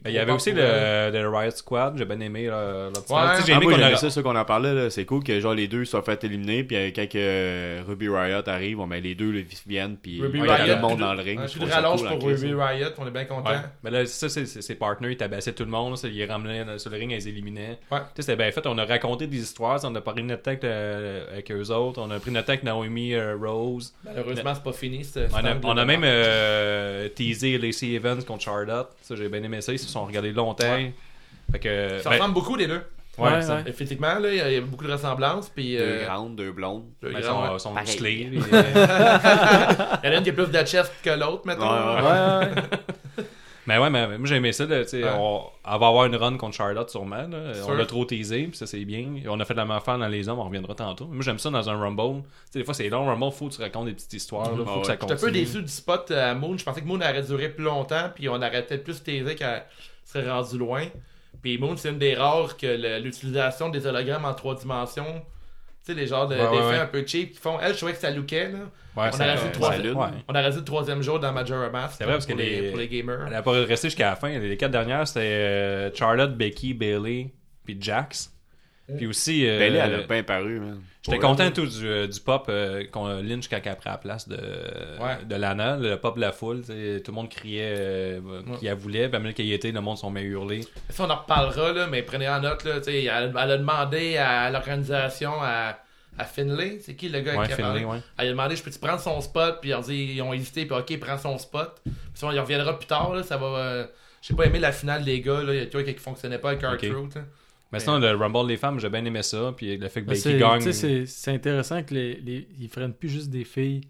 S3: Il y avait aussi le, le Riot Squad, j'ai bien aimé là, leur petit
S6: Ouais.
S3: match. Tu sais, J'ai
S4: Ah,
S3: aimé
S4: moi,
S3: qu'on
S4: j'aimais
S3: a-
S4: ça, ça qu'on en parlait. là. C'est cool que genre les deux soient fait éliminer. Puis euh, quand que, euh, Ruby Riot arrive, on met les deux, là, ils viennent. Puis
S6: Ruby
S4: il y a
S6: Riott.
S4: le monde dans le ring.
S6: Un
S4: Je
S6: coup
S4: trouve
S6: de
S4: ça
S6: rallonge
S4: cool en
S6: pour
S4: crise,
S6: Ruby
S4: hein.
S6: Riot, on est bien content.
S3: Ouais. Mais là, c'est ça, c'est- c'est- ses partners, ils tabassaient tout le monde, ça, ils les ramenaient là, sur le ring, ils les éliminaient. Tu
S6: Ouais.
S3: sais, C'était bien fait, on a raconté des histoires, on a parlé de notre temps avec, euh, avec eux autres, on a pris notre temps avec Naomi euh, Rose,
S6: Malheureusement, c'est pas fini. ce-
S3: on a,
S6: ce
S3: on a
S6: angle-là.
S3: même euh, teasé Lacey Evans contre Charlotte, ça j'ai bien aimé ça, ils se sont regardés longtemps. Fait que,
S6: Ça
S3: ben,
S6: ressemble beaucoup les deux.
S3: Ouais,
S5: Ouais,
S3: ça-
S5: ouais.
S6: Euh, Physiquement, là, il y, a- il y a beaucoup de ressemblances. Puis,
S4: Deux
S6: euh,
S4: grandes, deux blondes.
S6: deux
S3: Ben,
S6: grands,
S3: sont,
S6: ouais.
S3: sont musclés.
S4: Pareil.
S3: les-
S6: Il y en a une qui a plus de chest que l'autre, mettons.
S4: Ouais, ouais.
S5: Ouais, ouais.
S3: mais ouais, mais moi j'ai aimé ça. Là, tu sais,
S6: Ouais.
S3: on, elle va avoir une run contre Charlotte sûrement. là.
S6: Sûr.
S3: On l'a trop teasé, puis ça c'est bien. Et on a fait de la même affaire dans les hommes, on reviendra tantôt. Moi j'aime ça dans un Rumble. Tu sais, des fois c'est long, Rumble, faut que tu racontes des petites histoires. là, faut
S4: Ah
S3: que
S4: ouais.
S3: ça
S6: J'étais un
S3: continue.
S6: peu déçu du spot euh, à Moon. Je pensais que Moon aurait duré plus longtemps, puis on aurait peut-être plus taisé qu'elle serait rendue loin. Puis Moon, c'est une des rares que le- l'utilisation des hologrammes en trois dimensions, tu sais, les genres de
S3: Ouais, ouais,
S6: d'effets
S3: ouais.
S6: un peu cheap qui font. Elle, je trouvais que ça lookait, là.
S3: Ouais,
S6: On
S3: ça-
S6: a rajouté
S3: ouais,
S6: trois-
S3: ça- ouais.
S6: On a rasé le troisième jour dans Majora Mask.
S3: C'est vrai, parce
S6: pour
S3: que
S6: les,
S3: les-
S6: pour les gamers.
S3: Elle n'a pas resté jusqu'à la fin. Les quatre dernières, c'était euh, Charlotte, Becky, Bailey, puis Jax.
S6: Mm.
S3: Puis aussi. euh,
S4: Ben là, elle a bien paru, man.
S3: J'étais
S4: Pour
S3: content tout du, euh, du pop euh, qu'on a lynch caca après la place de,
S6: Ouais.
S3: de Lana, le pop de la foule, tu sais, tout le monde criait euh,
S6: Ouais.
S3: qu'il la voulait, puis à qu'elle y était, le monde s'en met à hurler.
S6: Ça, on en reparlera, là, mais prenez en note, là, tu sais, elle, elle a demandé à l'organisation, à, à Finlay, c'est qui le gars
S3: Ouais,
S6: qui a
S3: Finlay,
S6: parlé?
S3: ouais.
S6: Elle a demandé, je peux-tu prendre son spot? Puis ils ont dit, ils ont hésité, puis ok, prends son spot. Puis sinon, il reviendra plus tard, là, ça va... euh, J'ai pas aimé la finale des gars, là, il y a toi qui fonctionnait pas avec hein. un
S3: Ok.
S6: Truth, là.
S3: Mais sinon, le Rumble des femmes, j'ai bien aimé ça, puis le fait que
S5: Mais
S3: Becky
S5: c'est-
S3: gagne.
S5: tu sais, c'est- C'est intéressant que les, les, ils prennent plus juste des filles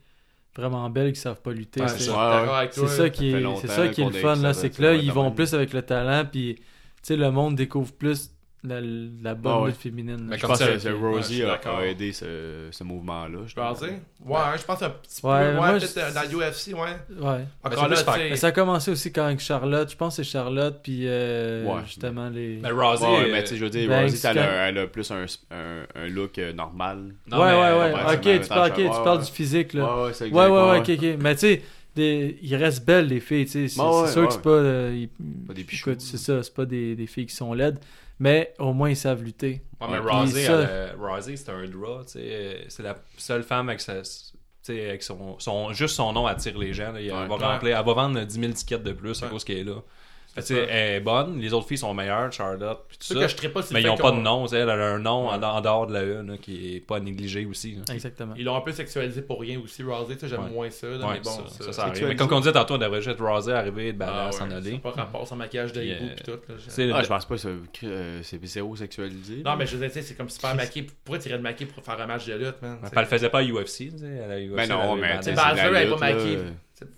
S5: vraiment belles qui savent pas lutter.
S6: Ouais,
S5: c'est-
S6: je suis
S4: ouais,
S6: d'accord avec
S5: c'est
S6: toi, là.
S5: ça qui
S4: fait
S5: est,
S4: longtemps
S5: c'est ça qui est
S4: qu'on
S5: le
S4: est-
S5: fun
S4: ça
S5: là,
S4: va-
S5: c'est
S4: ça
S5: que là
S4: va
S5: ils
S4: de
S5: vont
S4: même.
S5: plus avec le talent puis tu sais le monde découvre plus la, la bonne
S4: Ah ouais.
S5: lutte féminine. là.
S3: Mais
S5: Je
S3: comme
S5: pense
S3: ça,
S5: que-
S4: C'est Rosie
S6: suis
S4: a-
S6: d'accord.
S4: a aidé ce, ce mouvement-là.
S6: Je peux en dire? Ouais, hein, je pense un petit
S5: Ouais,
S6: peu, ouais,
S5: moi,
S6: peut-être
S5: je-
S6: euh, dans l'UFC, ouais.
S5: ouais.
S6: Encore
S3: c'est
S6: là,
S3: plus
S6: tu
S5: Mais
S6: sais,
S5: ça a commencé aussi quand avec Charlotte, je pense que c'est Charlotte puis euh,
S4: Ouais.
S5: justement les
S3: Mais Rousey,
S4: Ouais,
S3: euh,
S4: mais tu sais, je veux dire,
S5: Ben,
S4: Rosie,
S5: c'est
S4: elle
S5: quand-
S4: a, elle a plus un, un, un look euh, normal.
S3: non,
S5: ouais,
S3: mais-
S5: ouais,
S4: ouais,
S5: ouais,
S4: c'est
S5: Ok,
S4: même
S5: tu
S4: temps,
S5: parles, ok,
S4: je-
S5: tu
S4: ouais,
S5: parles
S4: ouais.
S5: du physique, là.
S4: Ouais, ouais, c'est
S5: Ouais, ouais,
S4: exact,
S5: ouais, ok, ok. Mais tu sais, des- ils restent belles, les filles, tu sais. C'est
S4: Ouais,
S5: c'est
S4: ouais,
S5: sûr
S4: ouais.
S5: que c'est pas. euh, ils-
S4: Pas des
S5: écoute,
S4: pichous.
S5: C'est ça, c'est pas des, des filles qui sont laides. Mais au moins, ils savent lutter.
S3: Ouais, mais
S4: Puis
S3: Rousey,
S5: ça-
S3: elle, euh, Rousey, c'est un draw, tu sais, euh, c'est la seule femme avec sa- tu sais, avec son, son- juste son nom attire les gens. là. Elle,
S4: Ouais.
S3: va remplir- elle va vendre 10 000 tickets de plus à
S6: Ouais.
S3: cause qu'elle est là. Fait que,
S6: C'est
S3: tu sais,
S6: ça.
S3: elle est bonne, les autres filles sont meilleures, Charlotte, puis tout
S6: c'est
S3: ça.
S6: sûr que je trippe pas sur le
S3: Mais ils
S6: fait
S3: n'ont pas
S6: qu'on-
S3: de nom, tu sais, elle a un nom
S6: Ouais.
S3: en, en dehors de la E là, qui est pas négligé aussi. là.
S5: Exactement.
S6: Ils l'ont un peu sexualisé pour rien aussi, Rosie, tu sais, j'aime
S3: Ouais.
S6: moins ça, là,
S3: Ouais,
S6: mais bon,
S3: ça, ça, ça arrive.
S4: sexualisé.
S3: Mais comme on disait tantôt, on devrait juste raser, arriver, de
S6: Ah
S3: balance,
S6: ouais,
S3: s'en aller.
S6: ça a Pas rapport, son maquillage de
S3: Puis,
S6: hibou
S3: euh,
S6: pis tout. là, je-
S3: Tu sais,
S4: Ah,
S3: le-
S4: je pense pas que c'est- euh, c'est zéro sexualisé.
S6: Non, mais je veux dire, tu sais, c'est comme super maquillé. Pourquoi tirer le maquillé pour faire un match de lutte, man?
S3: elle le faisait pas à UFC, tu sais, à la UFC.
S4: Ben non,
S3: elle avait
S4: mais
S3: balance.
S4: tu sais,
S6: Basler,
S4: c'est de la
S6: elle est pas
S4: lutte, là.
S6: maquillée.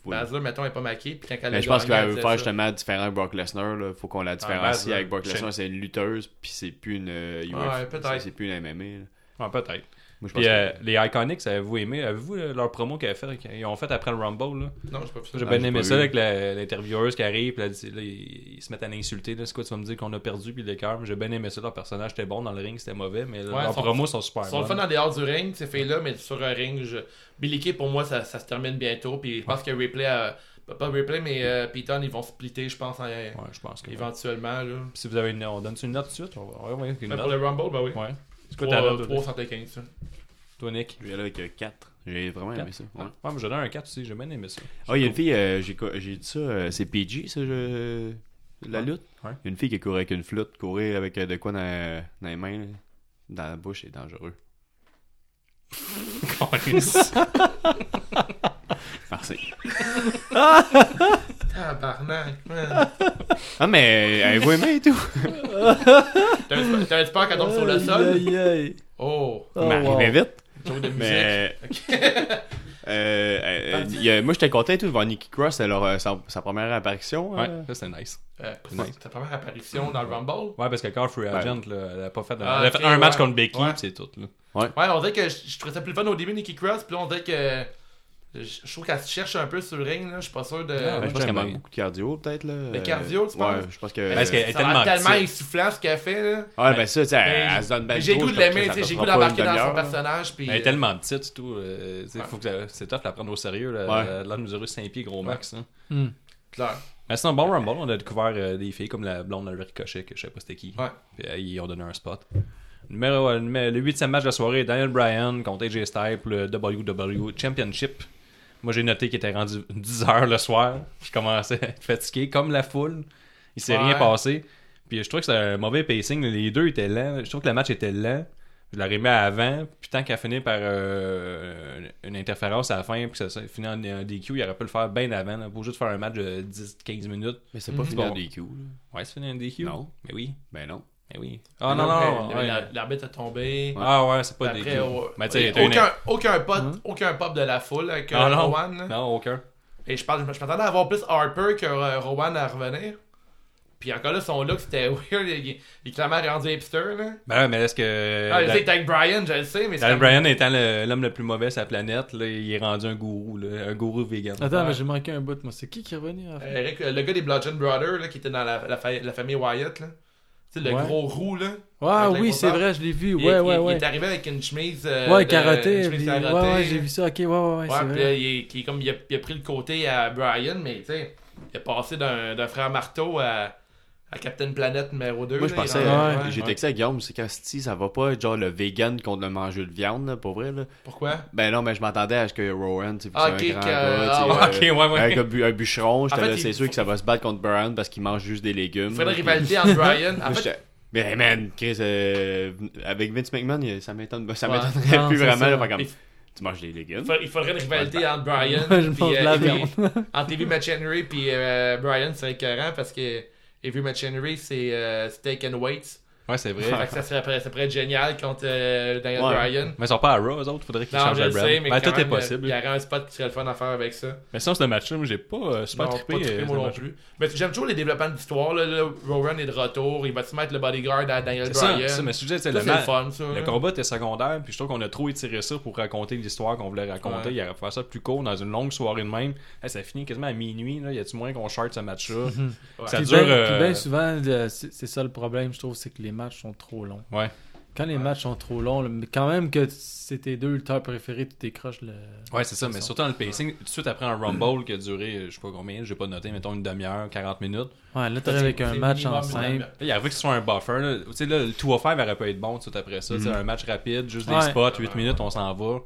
S4: Oui.
S6: Basler, mettons, est pas maquillé. Puis quand elle a
S4: Mais je pense
S6: gagné,
S4: qu'elle
S6: elle
S4: veut
S6: disait
S4: faire
S6: ça.
S4: justement différent avec Brock Lesnar. là. Faut qu'on la différencie
S3: ben,
S4: avec Brock
S3: je-
S4: Lesnar. C'est une lutteuse, puis c'est plus une euh, UFC,
S6: Ouais, peut-être.
S4: c'est- C'est plus une MMA. là.
S3: Ouais, peut-être.
S4: Moi, je pense
S3: Puis euh,
S4: que...
S3: les Iconics, avez-vous aimé Avez-vous euh, leur promo qu'ils avaient fait- qu'ils ont fait après le Rumble là?
S6: Non, j'ai pas vu ça.
S3: J'ai
S4: Ah,
S3: bien
S4: j'ai
S3: aimé
S4: pas
S3: ça
S4: vu.
S3: avec la- l'intervieweuse qui arrive, puis là, elle dit- là, ils, ils se mettent à l'insulter. là. C'est quoi, tu vas me dire qu'on a perdu, puis le cœur. J'ai bien aimé ça. Leur personnage était bon dans le ring, c'était mauvais, mais
S6: Ouais,
S3: leurs
S6: sont-
S3: promos sont super
S6: Ils sont le fun
S3: bonnes.
S6: en dehors du ring, ces filles-là, mais sur un ring, je... Billy Kay, pour moi, ça, ça se termine bientôt. Puis je pense que Ripley, euh, pas- pas Ripley, mais euh, Peyton, ils vont splitter, je pense, en-
S3: Ouais, je pense que.
S6: éventuellement. Là.
S3: Si vous avez une on donne une note tout de suite, on va ouais, ouais, une
S6: Mais
S3: note.
S6: pour le Rumble, ben oui.
S3: Ouais. C'est quoi ta note, toi,
S6: 375, ça.
S3: toi, Nick?
S4: Je vais là avec 4. J'ai vraiment aimé ça. ouais.
S3: Ouais, mais j'ai donné un 4 aussi, j'ai bien aimé ça.
S4: Ah, il y a une fille, euh, j'ai co- j'ai dit ça, euh, c'est PG, ça, je- la
S3: Ouais.
S4: lutte. Il
S3: Ouais.
S4: y a une fille qui courait avec une flûte, courait avec euh, de quoi dans, dans les mains, là. dans la bouche, c'est dangereux. Merci.
S6: Tabarnak, man.
S4: Ah, mais euh, avez-vous aimé et tout?
S6: T'as un- T'as un sport qui tombe sur le sol?
S5: Aïe, aïe, aïe.
S6: Oh,
S5: Oh,
S4: mais
S5: wow.
S4: arrivez vite.
S6: jour de musique.
S4: Mais. Euh, euh, il y a- moi, j'étais content et tout devant Nikki Cross, c'est leur, euh, sa, sa première apparition.
S3: Ouais,
S4: euh.
S3: ça c'était nice.
S6: Euh, c'est ta première apparition dans le Rumble.
S3: Ouais, parce que Carl Free Agent, là, elle a pas fait, de-
S6: Ah,
S3: elle a fait
S6: ok,
S3: un match
S6: ouais.
S3: contre Becky,
S6: Ouais.
S3: pis c'est tout. Là.
S6: Ouais, on dirait que je, je trouvais ça plus le fun au début, Nikki Cross, puis là, on dirait que. Je, je trouve qu'elle se cherche un peu sur le ring, là. Je suis pas sûr de.
S3: Ah,
S4: Ouais,
S3: moi,
S4: je pense
S3: j'aime
S4: qu'elle manque
S3: bien.
S4: beaucoup de cardio, peut-être. là.
S6: De cardio, tu
S4: ouais,
S6: penses?
S4: je pense que.
S3: Parce qu'elle est
S6: ça a l'air
S3: tellement
S6: tellement
S3: active.
S6: essoufflant ce qu'elle fait, là.
S4: Ouais, ben ça, tu sais, elle,
S6: Mais-
S4: elle se donne bien
S6: Mais j'ai le
S4: gros,
S6: goût de
S4: je pense
S6: l'aimer,
S4: que
S6: tu sais,
S4: ça
S6: j'ai le
S4: prend
S6: goût
S4: pas une
S6: d'embarquer dans son
S4: demi-heure, là.
S6: personnage, puis.
S3: Elle est
S6: euh,
S3: tellement petite, c'est tout. euh, tu sais,
S6: Ouais.
S3: faut que ça- c'est tough de la prendre au sérieux. Là,
S4: Ouais.
S3: Elle a l'air de mesurer 5 pieds gros max. hein.
S5: Hmm.
S6: clair.
S3: Mais c'est un bon Rumble, on a découvert euh, des filles comme la blonde Alvary Cochet, que je sais pas c'était qui.
S6: Ouais.
S3: Puis euh, ils ont donné un spot. Numéro, euh, numé- le huitième match de la soirée, Daniel Bryan contre AJ Styles pour le WW Championship. Moi j'ai noté qu'il était rendu 10h le soir. Je commençais à être fatigué, comme la foule. Il s'est
S6: Ouais.
S3: rien passé. Puis je trouve que c'est un mauvais pacing. Les deux étaient lents. Je trouve que le match était lent. Je l'aurais mis à avant. Puis tant qu'à finir par euh, une interférence à la fin, puis que ça, ça finit en, en DQ, il aurait pu le faire bien avant. Là, pour juste faire un match de 10-15 minutes.
S4: Mais c'est pas fini
S3: Bon.
S4: en DQ. là.
S3: Ouais, c'est fini en DQ.
S4: Non.
S3: Mais oui.
S4: Ben non.
S3: Mais oui. Ah non, non,
S6: Mais
S3: ouais.
S6: la- L'arbitre a tombé.
S3: Ah ouais, c'est pas des.
S6: Après, oh,
S3: Mais tu sais, il y a
S6: aucun,
S3: eu une-
S6: aucun, pop, aucun pop de la foule avec
S3: Ah
S6: euh,
S3: non.
S6: Rowan. là.
S3: Non, aucun.
S6: Et je pense- je m'attendais à avoir plus Harper que euh, Rowan à revenir. Puis encore là, son look, c'était weird. Il, il, il est clairement rendu hipster, là.
S3: Ben ouais, mais est-ce que.
S6: ah, je
S3: Dan-
S6: sais que t'es avec Brian, je le sais, mais
S3: Dan
S6: c'est-
S3: Bryan étant le- l'homme le plus mauvais sur la planète, là, il est rendu un gourou, là, un gourou vegan.
S5: Attends, mais j'ai manqué un bout, moi. C'est qui qui est revenu à la fin?
S6: Euh, Eric, euh, le gars des Bludgeon Brothers, là, qui était dans la, la, fa- la famille Wyatt, là. Tu sais, le
S5: Ouais.
S6: gros roux, là.
S5: Ah
S6: avec la
S5: oui,
S6: grosse
S5: c'est
S6: barbe.
S5: vrai, je l'ai vu.
S6: Il-
S5: Ouais,
S6: il,
S5: ouais,
S6: il
S5: ouais.
S6: est arrivé avec une chemise. euh,
S5: ouais,
S6: de-
S5: carotté.
S6: une
S5: puis-
S6: chemise
S5: Ouais,
S6: carottée.
S5: ouais, j'ai vu ça. Ok, ouais, ouais, ouais, c'est
S6: Ouais, puis
S5: vrai.
S6: là, il, est- qui est comme, il, a, il a pris le côté à Brian, mais tu sais, il a passé d'un d'un frère marteau à, à Captain Planet numéro 2.
S4: Moi, je pensais.
S5: Ouais.
S4: J'ai texté à Guillaume, c'est quand si ça va pas être genre le vegan contre le mangeur de viande, là, pour vrai. Là.
S6: Pourquoi
S4: Ben non, mais je m'attendais à ce que Rowan, tu sais,
S6: Ah,
S4: c'est
S6: ok,
S4: un grand
S6: que-
S4: gars, tu sais,
S6: ah,
S4: euh,
S3: ok, ouais, ouais.
S4: Avec un, bu- un bûcheron, j'étais
S6: En fait,
S4: là,
S6: il-
S4: c'est sûr que ça va se battre contre Brian parce qu'il mange juste des légumes.
S6: Il faudrait une
S4: Puis-
S6: rivalité entre Brian. En
S4: Moi,
S6: fait,
S4: j'étais- Mais man, Chris, euh, avec Vince McMahon, il- ça m'étonne, ça
S6: Ouais.
S4: m'étonnerait
S5: Non,
S4: plus
S5: c'est
S4: vraiment.
S5: ça.
S4: là, faire comme,
S6: Mais-
S4: tu manges des légumes.
S6: il fa- il faudrait une rivalité entre Brian.
S5: Ouais, je
S6: puis, euh,
S5: mange de la
S6: Avery-
S5: viande.
S6: Entre Evie McHenry puis euh, Brian, c'est écœurant parce que Evie McHenry, c'est euh, Steak and Weights.
S3: Ouais, c'est vrai.
S6: Fait que ça, serait, ça pourrait être génial contre euh, Daniel
S4: Ouais.
S6: Bryan.
S3: Mais ils sont pas à Raw, eux autres, faudrait qu'ils
S6: Non,
S3: changent
S6: je
S3: la
S6: le
S3: brand.
S6: sais, mais
S3: Ben,
S6: quand
S3: tout est
S6: même,
S3: possible.
S6: Il y aurait un spot qui serait le fun à faire avec ça.
S3: Mais sans ce match-là, moi, j'ai pas euh, super
S6: Non,
S3: trippé.
S6: pas trippé,
S3: euh,
S6: moi
S3: ce
S6: non
S3: match-là.
S6: plus. Mais j'aime toujours les développements de l'histoire. Là, là, Rowan est de retour. Il va se mettre le bodyguard à Daniel
S3: C'est ça,
S6: Bryan.
S3: c'est ça, mais je disais, c'est
S6: Ça,
S3: le
S6: c'est le
S3: match.
S6: fun, ça.
S3: Le
S6: là.
S3: combat était secondaire, puis je trouve qu'on a trop étiré ça pour raconter l'histoire qu'on voulait raconter.
S6: Ouais.
S3: Il aurait pu faire ça plus court dans une longue soirée de même. Hey, ça finit quasiment à minuit. Là. Y a-tu moyen qu'on charte ce match-là Ça
S5: Puis
S3: dure.
S5: ben- puis
S3: euh,
S5: ben souvent, le- c'est c'est ça le problème, je trouve, c'est que les matchs sont trop longs.
S3: Ouais.
S5: Quand les matchs sont trop longs, là, mais quand même que c'est tes deux lutteurs préférés, tu décroches le.
S3: Ouais, c'est ça, mais surtout dans le pacing, tout de suite après un Rumble qui a duré, euh, je sais pas combien, j'ai pas noté, mettons une demi-heure, 40 minutes.
S5: Ouais, là, t'arrives avec
S6: C'est
S5: un match
S6: minimum
S5: en
S6: une
S5: simple.
S6: demi-heure.
S3: Là, il arrivait que ce soit un buffer. Là. Tu sais, là, le 2 5 aurait pu être bon tout de suite après ça. Tu sais, Un match rapide, juste des
S5: Ouais.
S3: spots, 8 minutes, on s'en va.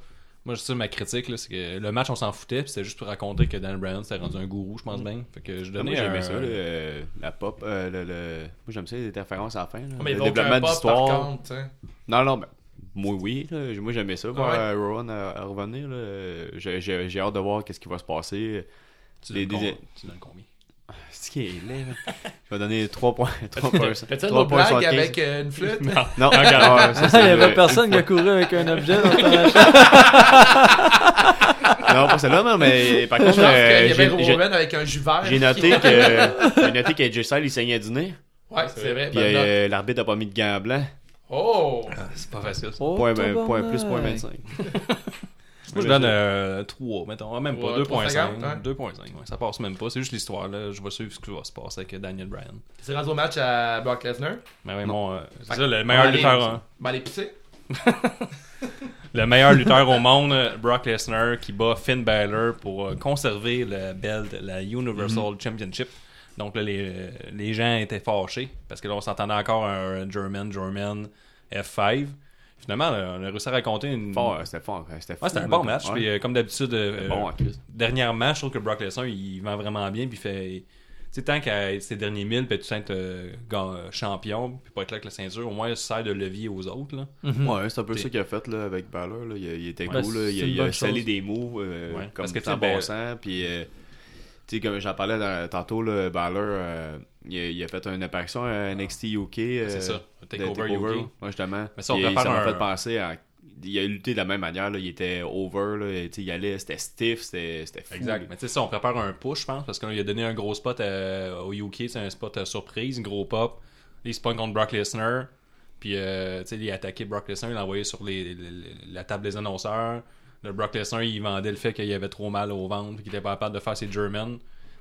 S3: Moi, c'est ça ma critique, là, c'est que le match, on s'en foutait, puis c'était juste pour raconter que Dan Brown s'était rendu un gourou, je pense bien. Fait que je
S4: Ah,
S3: donnais
S4: Moi, j'aimais
S3: un-
S4: ça, là, euh, la pop. euh, le, le- Moi, j'aime ça, les interférences à la fin. là.
S6: Ah, Mais
S4: le
S6: donc,
S4: développement
S6: un pop, par
S4: d'histoire.
S6: contre, hein. tu sais.
S4: Non, non, mais moi, oui. là, moi, j'aimais ça, voir
S6: Ah ouais?
S4: euh, Rowan à, à revenir. là. Euh, J'ai j'ai- j'ai hâte de voir qu'est-ce qui va se passer.
S3: Tu
S4: Les-
S3: donnes
S4: des-
S3: com- tu donnes combien?
S4: C'est qui est laid, là. Je vais donner 3 points. 3 points.
S6: Fais-tu une
S4: 3
S6: autre
S4: points
S6: blague
S4: 75.
S6: avec euh, une flûte?
S4: Non, regarde.
S5: Ah, il y avait personne qui a couru avec un objet dans ton achat.
S4: Non, pas celle-là, non, mais par contre,
S6: Je pense qu'il y
S4: euh,
S6: avait
S4: j'ai- j'ai-
S6: Rowan avec un jus vert.
S4: j'ai noté que euh, j'ai noté qu'AJ Styles, il saignait du nez.
S6: Ouais, c'est vrai.
S4: Puis
S6: bonne note.
S4: euh, l'arbitre a pas mis de gants blancs.
S6: Oh!
S3: Ah, C'est pas facile. ça.
S5: Oh,
S4: Point, euh,
S5: tabarnak.
S4: point plus, point 25.
S3: Moi, je donne euh, 3, mettons. Ah, même pas,
S6: Ouais,
S3: 2.5.
S6: 3,50, hein.
S3: 2.5, ouais, ça passe même pas. C'est juste l'histoire, là. Je vais suivre ce qui va se passer avec euh, Daniel Bryan.
S6: C'est rendu au match à Brock Lesnar.
S3: Mais ouais,
S4: Non.
S3: mon, euh, c'est ça, le
S6: On
S3: meilleur
S6: va
S3: lutteur.
S6: aller-
S3: hein.
S6: Ben, aller pisser.
S3: Le meilleur lutteur au monde, euh, Brock Lesnar, qui bat Finn Balor pour euh, conserver le belt, la Universal Championship. Donc là, les, euh, les gens étaient fâchés parce que là, on s'entendait encore à un German, German F5. Finalement, là, on a réussi à raconter une.
S4: Fort, euh, c'était fort.
S6: hein,
S4: euh, C'était
S3: Ouais,
S4: fou,
S3: c'était un
S4: là,
S3: bon
S4: comme-
S3: match.
S4: ouais.
S3: Puis, euh, comme d'habitude, euh,
S4: Bon,
S3: euh,
S4: en Christ.
S3: dernièrement, je trouve que Brock Lesnar, il vend vraiment bien. Puis, il fait. Tu sais, tant qu'à ses derniers mille, puis tout être euh, gan- euh, champion, puis pas être là avec la ceinture, au moins, il sert de levier aux autres. Là.
S4: Ouais, c'est un peu
S3: Mhm. T'es-
S4: ça qu'il a fait là, avec Balor. Là. Il, a- il était
S5: Ouais,
S4: cool.
S5: c'est
S4: là. Il, a-
S5: une
S4: il a
S5: bonne
S4: salé
S5: chose.
S4: des moves euh,
S3: Ouais,
S4: comme
S3: parce
S4: parce
S3: que,
S4: que
S3: tu sais,
S4: sans
S3: ben-
S4: bon sens. Puis, euh, tu sais, comme j'en parlais dans- tantôt, là, Balor, euh, il, a, il a fait une apparition à NXT UK. euh,
S3: Ah. C'est ça.
S4: de
S3: Takeover UK.
S4: Ouais, justement.
S3: Mais ça, on
S4: Puis,
S3: prépare
S4: ça m'a
S3: un-
S4: fait penser à. Il a lutté de la même manière. Là. Il était over. Là. Et, tu sais, Il allait, c'était stiff, c'était c'était fou.
S5: Hmm.
S3: Exact. Mais tu sais, ça, on prépare un push, je pense, parce qu'on lui a donné un gros spot euh, au UK, c'est un spot euh, surprise, gros pop. Les spun contre Brock Lesnar. Puis, euh, tu sais, il a attaqué Brock Lesnar, il l'a envoyé sur les, les- les- la table des annonceurs. Le Brock Lesnar, il vendait le fait qu'il avait trop mal au ventre, puis qu'il était pas capable de faire ses German.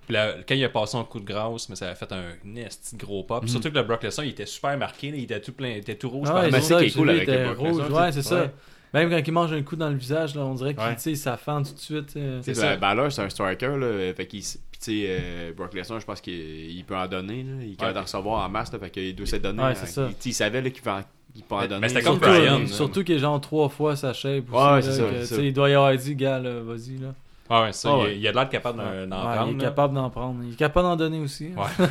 S3: Puis là, quand il a passé un coup de grâce, mais ça a fait un nasty gros pop. Surtout que le Brock Lesnar, il était super marqué, là, il était tout plein, il était tout rouge. par
S5: Ah Ouais,
S4: mais
S5: c'est
S3: exemple.
S4: c'est qui est
S5: ça, j'ai
S4: cool
S5: vu,
S4: avec
S5: il était
S4: les Brock
S5: rouge.
S4: Lesnar, tu sais.
S5: Ouais, c'est ça.
S4: Ouais.
S5: Même quand il mange un coup dans le visage, là, on dirait qu'il
S3: Ouais.
S5: tu sais, il s'affante tout de suite. euh.
S4: Tu sais,
S3: C'est ça.
S4: ben, Balor, c'est un striker. Là, fait qu'il, s- puis, tu sais, euh, Brock Lesnar, je pense qu'il il peut en donner. Là, il peut
S3: Ouais.
S4: en recevoir en masse. Là, fait qu'il doit se donner. hein.
S5: Ouais, c'est ça.
S4: Il, tu sais, il savait là, qu'il peut, en- qu'il peut en
S3: Mais-
S4: donner.
S3: mais c'était comme
S5: Surtout,
S3: Brian, hein.
S5: euh,
S3: là.
S5: surtout qu'il est genre trois fois sa shape aussi.
S4: Ouais,
S5: là,
S4: c'est ça,
S5: que,
S4: c'est
S5: tu sais, Il doit y avoir dit, gars, là, vas-y. là.
S3: Ah ouais, ça,
S5: Ah
S3: il-
S5: ouais.
S3: il, a de l'air capable d'en d'en
S5: Ouais,
S3: prendre.
S5: il est
S3: là.
S5: capable d'en prendre. Il est capable d'en donner aussi. hein.
S3: Ouais.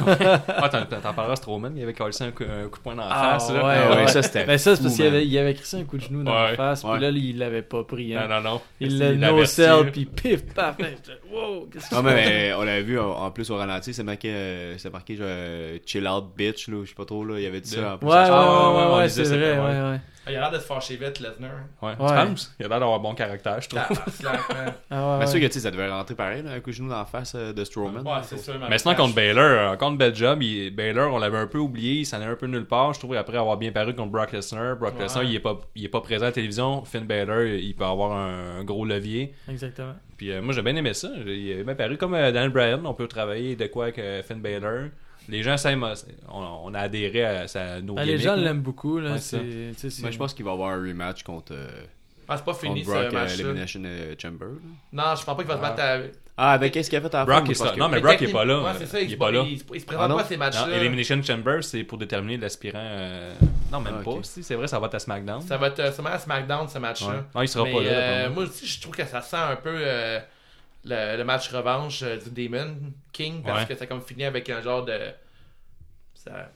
S3: ouais t'en, t'en parleras, Strowman, il avait collé un coup, un coup de poing dans la
S5: Ah,
S3: face. là.
S5: ouais,
S4: Ah
S5: ouais.
S4: ça, c'était
S5: Mais Ben, ça, c'est
S4: fou,
S5: parce qu'il
S4: man.
S5: avait, il avait crissé un coup de genou dans
S3: Ouais,
S5: la face,
S4: ouais.
S5: puis là, il l'avait pas pris. hein.
S3: Non, non, non.
S5: Il l'a
S3: averti, là.
S5: no-sell, puis pif, paf. là, j'étais, wow, qu'est-ce que
S4: Non, mais euh, on l'avait vu en, en plus au ralenti, c'est marqué, euh, c'est marqué genre, euh, chill out bitch, là, ou je sais pas trop, là, il avait dit ça en plus.
S5: Ouais, ouais, ouais,
S3: Ah, ouais,
S5: ouais,
S3: on
S5: ouais,
S3: disait
S5: c'est
S3: ça,
S5: vrai,
S3: ouais.
S5: ouais, ouais.
S6: Ah, il a l'air de se fâcher vite, Lesnar.
S3: Ouais. Tu
S5: Ouais.
S3: penses? Il a l'air d'avoir bon caractère, je trouve.
S6: Tabarnak.
S5: Ah, ouais,
S4: Mais
S5: ouais.
S4: sûr que tu sais, ça devait rentrer pareil, là, un coup de genou dans la face euh, de Strowman.
S6: Ouais, c'est sûr. ma
S3: Mais sinon,
S6: moustache.
S3: contre Baylor, euh, contre Belgium, il, Baylor, on l'avait un peu oublié, il s'en est un peu nulle part. Je trouve après avoir bien paru contre Brock Lesnar, Brock
S6: Ouais.
S3: Lesnar, il est, pas, il est pas présent à la télévision. Finn Baylor, il peut avoir un, un gros levier.
S5: Exactement.
S3: Puis euh, moi, j'ai bien aimé ça. Il est bien paru comme euh, Daniel Bryan, on peut travailler de quoi avec euh, Finn Baylor. Les gens s'aiment, euh, on, on a adhéré à sa nos
S5: Ah, les
S3: gimmicks,
S5: gens
S3: là.
S5: l'aiment beaucoup, là.
S3: Ouais, ça.
S5: c'est-
S3: Ben,
S5: tu sais, c'est-
S4: Moi, je pense qu'il va avoir un rematch contre, euh,
S6: Ah, c'est pas fini
S4: contre
S6: ce
S4: Brock euh,
S6: match
S4: Elimination euh, Chamber. là.
S6: Non, je pense pas qu'il va se battre à.
S4: Ah, avec qu'est-ce qu'il a fait à la
S3: Brock
S4: fin,
S3: est
S4: parce
S3: ça.
S4: que-
S3: Non, mais
S6: Mais
S3: Brock est
S6: technique-
S3: pas là.
S6: Ouais, c'est ça,
S3: il
S6: il
S3: est
S6: se-
S3: pas là.
S6: Il se il se présente
S4: Ah, non?
S6: pas à ces
S3: Non,
S6: matchs-là.
S3: Elimination Chamber, c'est pour déterminer l'aspirant. euh, Non, même
S4: Ah,
S3: pas.
S4: ok.
S3: Si, c'est vrai, ça va être à SmackDown.
S6: Ça va être euh, sûrement à SmackDown ce match-là.
S3: Ouais. Non, il sera
S6: Mais,
S3: pas là.
S6: euh,
S3: d'après moi.
S6: moi aussi, je trouve que ça sent un peu euh, le, le match revanche euh, du Demon King parce
S3: Ouais.
S6: que ça a comme fini avec un genre de. ça-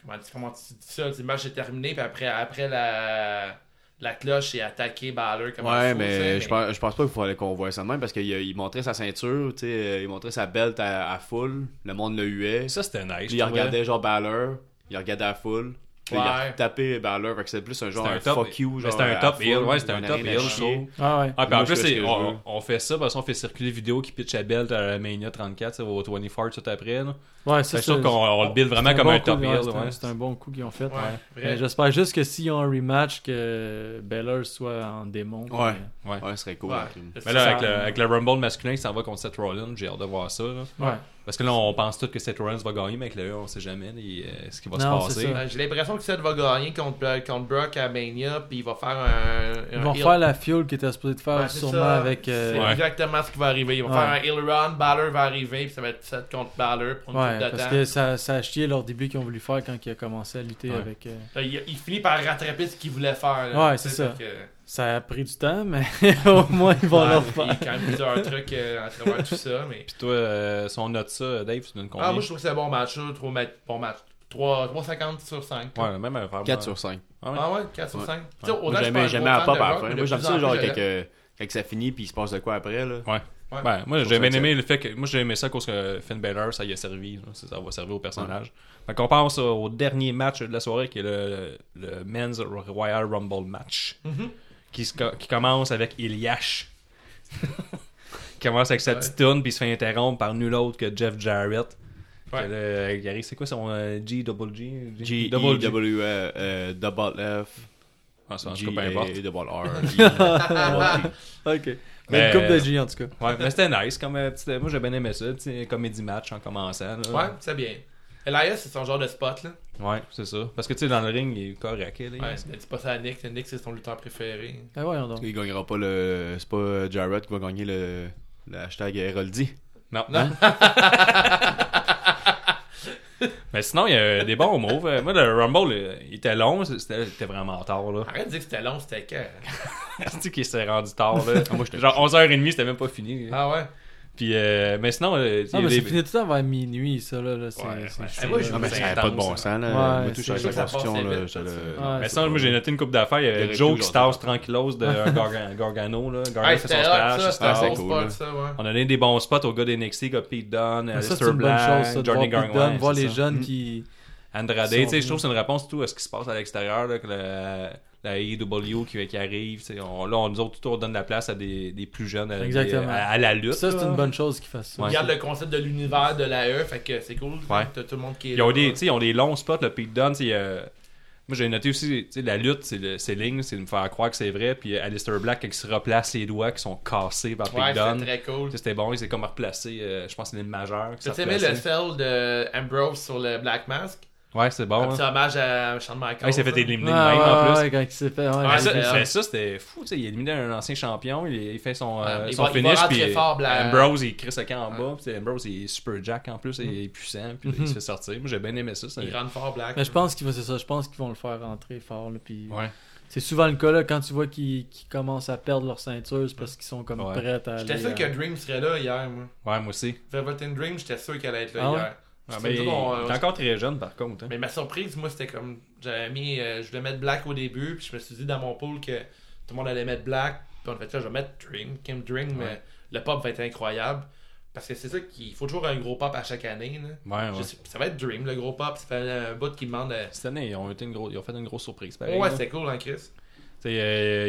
S6: comment, tu- comment tu dis ça Le match est terminé, puis après, après la, la cloche est attaqué Balor comme un
S4: Ouais,
S6: fou, tu sais,
S4: mais je pense, je pense pas qu'il fallait qu'on voie ça de même parce qu'il a- il montrait sa ceinture, tu sais, euh, il montrait sa belt à, à full, le monde le huait.
S3: Ça, c'était nice.
S4: Puis
S3: je
S4: il
S3: trouvais.
S4: regardait genre Balor, il regardait à full. Puis il a
S6: Ouais.
S4: tapé Balor, fait que c'était plus un genre
S3: C'était
S4: un
S3: un top-
S4: fuck you.
S3: mais
S4: genre
S3: c'était un
S4: à
S3: top
S4: full,
S3: heel, ouais, c'était
S4: on
S3: un
S4: a
S3: top
S4: rien à
S3: heel,
S4: chier.
S3: je trouve.
S5: Ah, ouais.
S3: Ah, puis en plus,
S4: Moi, je fais ce
S3: c'est-
S4: que je veux.
S3: on, on fait ça parce qu'on fait circuler des vidéos qui pitchent la belt à la Mania 34 tu sais, au 24 tout après. là.
S5: Ouais,
S3: C'est
S5: ça,
S3: Ben, sûr qu'on on le build vraiment
S5: c'est
S3: comme
S5: bon
S3: un
S5: coup,
S3: top
S5: ouais,
S3: heel.
S5: c'est un-
S3: ouais.
S5: C'est un bon coup qu'ils ont fait.
S6: Ouais, vrai.
S5: Mais J'espère juste que s'ils ont un rematch, que Beller soit en démon.
S4: Ouais.
S5: mais-
S4: Ouais, ce serait cool.
S6: Ouais.
S4: ok.
S3: Mais là, avec le, avec le Rumble masculin qui s'en va contre Seth Rollins, j'ai hâte de voir ça. là.
S5: euh, Ouais.
S3: Parce que là, on pense tous que Seth Rollins va gagner, mais avec le E, on sait jamais là, il- euh, ce qui va
S5: Non,
S3: se
S5: c'est
S3: passer.
S5: ça.
S6: Euh, J'ai l'impression que Seth va gagner contre, euh, contre Brock à Mania, puis il va faire un.
S5: Ils
S6: un
S5: vont
S6: heel-
S5: faire la fuel qui était supposée de faire
S6: Ouais, c'est
S5: sûrement
S6: ça.
S5: avec. euh,
S6: C'est
S3: Ouais.
S6: exactement ce qui va arriver. Ils vont
S5: Ouais.
S6: faire un heel run, Balor va arriver, puis ça va être Seth contre Balor pour une
S5: Ouais,
S6: coupe de
S5: parce
S6: temps.
S5: que ça, ça a chié leur début qu'ils ont voulu faire quand il a commencé à lutter
S3: Ouais.
S5: avec. euh,
S6: Là, Ben, Il, il finit par rattraper ce qu'il voulait faire. là.
S5: Ouais,
S6: Tu sais,
S5: c'est ça.
S6: fait que-
S5: Ça a pris du temps, mais au moins ils vont
S6: Ouais,
S5: leur
S6: Il y a
S5: faire.
S6: quand même plusieurs trucs euh, à travers tout ça. Mais...
S3: Puis toi, euh, si on note ça, Dave, tu donnes combien
S6: Ah, moi, je trouve que c'est un bon match. là, Trois ma- bon match. 3, 3,50 sur 5.
S3: Ouais, même ben. un
S4: 4 sur 5.
S6: Ah ouais, 4 sur
S4: Ouais.
S6: 5. Tu sais, autant
S4: Moi,
S6: je
S4: j'aimais
S6: suis
S4: j'aimais
S6: un
S4: à
S6: gros fan
S4: pop
S6: de
S4: à la
S6: Rock,
S4: fin.
S6: mais
S4: Moi,
S6: de
S4: j'aime
S6: plus
S4: ça,
S6: en
S4: genre,
S6: plus,
S4: quand
S6: j'aime.
S4: que- quand que ça finit, puis il se passe de quoi après, là.
S6: Ouais.
S3: Ben, moi,
S4: Pour
S3: j'ai
S4: ça
S3: bien
S4: que
S3: aimé le fait que. Moi, j'ai aimé ça parce que Finn Balor, ça y a servi. là. Ça, ça va servir au personnage. Fait qu'on passe au dernier match de la soirée qui est le, le Men's Royal Rumble match.
S6: Mm-hmm.
S3: qui, se co- qui commence avec Iliash. qui commence avec sa
S6: Ouais.
S3: petite toune puis il se fait interrompre par nul autre que Jeff Jarrett.
S6: Ouais.
S3: Que là, il arrive, c'est quoi son euh, G double G?
S4: G,
S3: double
S4: E, W, euh, euh, double F,
S3: Ah, ça, E en tout
S4: G, E
S3: cas, peu importe.
S4: A, double R. E.
S5: ok.
S3: Mais- euh,
S5: Mais une coupe de G en tout cas.
S3: Ouais, mais c'était nice. Comme, euh, petit- moi, j'ai bien aimé ça. Petit comédie match en commençant. là.
S6: Ouais, c'est bien. Elias, c'est son genre de spot. là.
S3: Ouais, c'est ça. Parce que tu sais, dans le ring, il est correct. là.
S6: Ouais, c'est- dis pas ça à Nick. Nick, c'est son lutteur préféré.
S3: ben
S5: Ah, voyons donc.
S4: Il gagnera pas le. C'est pas Jarrett qui va gagner le, le hashtag Heroldi.
S3: Non. Mais sinon, il y a des bons moves. Euh, Moi, le Rumble, euh, il était long. C'était c'était vraiment tard. là.
S6: Arrête de dire que c'était long, c'était que.
S3: C'est-tu qu'il s'est rendu tard? Là? Genre 11h30, c'était même pas fini.
S6: Ah ouais.
S3: Puis, euh, mais sinon, euh, il y
S5: Ah,
S3: a
S5: mais
S3: des-
S5: c'est fini tout le temps vers minuit, ça là. là c'est
S3: Ouais,
S5: c'est
S3: ouais.
S5: chaud,
S6: Eh, moi, je-
S5: là.
S4: Non, mais
S3: C'est
S4: ça n'avait
S3: intense,
S4: pas de bon
S3: ça.
S4: sens, là.
S5: Ouais,
S4: Moi, tout,
S5: c'est-
S4: j'avais la
S6: ça passe
S4: construction,
S6: vite,
S4: là.
S6: ça,
S4: j'étais
S6: ça.
S4: là-
S5: Ouais,
S3: mais sinon, moi, j'ai noté une coupe d'affaires. Il y
S4: Il y
S3: avait
S4: a
S3: Joe
S4: tout,
S3: qui se
S4: genre,
S3: tasse tranquillos de Gargan- Gargano. Là. Gargano
S6: Hey,
S3: fait son
S6: c'était hot,
S3: splash.
S6: ça.
S3: il se
S6: C'était
S4: Ah,
S6: un
S3: tasse.
S4: c'était
S6: bon
S4: cool,
S6: spot,
S4: là.
S6: ça, ouais.
S3: On a donné des bons spots aux gars d'NXT, comme Pete Dunne,
S5: Mais Ça,
S3: Alistair
S5: c'est une bonne
S3: Black,
S5: chose, ça, de voir
S3: Johnny
S5: Big
S3: Gargano.
S5: Dom, voir
S3: c'est
S5: les
S3: ça. Mm.
S5: jeunes qui.
S3: Andrade, tu sais,
S5: Ils sont
S3: je
S5: venus.
S3: trouve que c'est une réponse tout à ce qui se passe à l'extérieur, là, que la, la AEW qui, qui arrive. tu sais, On, là, on, nous autres, tout, on donne la place à des, des plus jeunes, à, des-
S5: Exactement.
S3: à, à la lutte.
S5: Ça, c'est
S3: là.
S5: une bonne chose qu'ils fassent ça.
S3: Ouais.
S6: Regarde le concept de l'univers de la E, fait que c'est cool.
S3: Ouais.
S6: T'as tout le monde qui est
S3: Ils ont,
S6: là.
S3: des, tu sais, ils ont des longs spots, le Pete Dunne. tu sais, euh, moi, j'ai noté aussi, tu sais, la lutte, c'est le- c'est ligne, c'est de me faire croire que c'est vrai. Puis euh, Alistair Black, qui se replace les doigts qui sont cassés par
S6: Ouais,
S3: Pete Dunne.
S6: c'était très cool.
S3: Tu sais, C'était bon, il s'est comme replacé, euh, je pense que c'est une majeure. qui s'est
S6: T'as aimé le
S3: replacé.
S6: sell de Ambrose sur le Black Mask?
S3: Ouais, c'est bon.
S6: un petit
S3: hein.
S6: hommage à Shawn Michaels.
S3: Ah, il s'est fait
S6: ça.
S3: éliminer
S5: Ouais,
S3: de même en
S5: ouais,
S3: plus.
S5: ouais, quand il s'est fait. ouais,
S3: Ah,
S6: Ouais,
S5: j'ai
S3: ça,
S5: vu.
S6: c'est-
S3: mais ça, c'était fou, tu sais, il a éliminé un ancien champion, il, il fait son, euh,
S6: Ouais, Ah, il
S3: son
S6: va- il va
S3: finish,
S6: rentrer
S3: puis
S6: fort, Bla-
S3: Ambrose, il crée sa camp en bas, puis Ambrose, il est super jack en plus, il est puissant, puis il se fait sortir. Moi, j'ai bien aimé ça. ça-
S6: Mm-hmm. Il rentre fort Black.
S5: Mais je pense qu'ils vont, c'est ça, je pense qu'ils vont le faire rentrer fort, là, puis
S3: Ouais.
S5: C'est souvent le cas là, quand tu vois qu'ils qu'ils commencent à perdre leur ceinture, c'est parce qu'ils sont comme
S3: Ouais.
S5: prêts à.
S6: J'étais
S5: aller,
S6: sûr que
S5: euh,
S6: Dream serait là hier, moi.
S3: Ouais, moi aussi.
S6: Velvet and Dream, j'étais sûr qu'elle allait être là
S5: Ah ouais?
S6: hier.
S3: Ah,
S6: C'était
S3: mais
S6: nous
S3: il-
S6: autres, on-
S3: il est encore très jeune, par contre. hein.
S6: Mais ma surprise, moi, c'était comme. J'avais mis. euh, je voulais mettre Black au début, puis je me suis dit dans mon pool que tout le monde allait mettre Black. Puis en fait, là, je vais mettre Dream. Kim Dream, mais le pop va être incroyable. Parce que c'est ça qu'il faut toujours un gros pop à chaque année. là.
S3: Ah Ouais,
S6: Je
S3: ouais.
S6: sais- ça va être Dream, le gros pop. Ça fait un bout qui demande. euh,
S3: Cette année, ils ont, été une grosse- ils ont fait une grosse surprise. pareil,
S6: Ouais,
S3: là.
S6: c'était cool, hein, Chris.
S3: Tu sais, euh,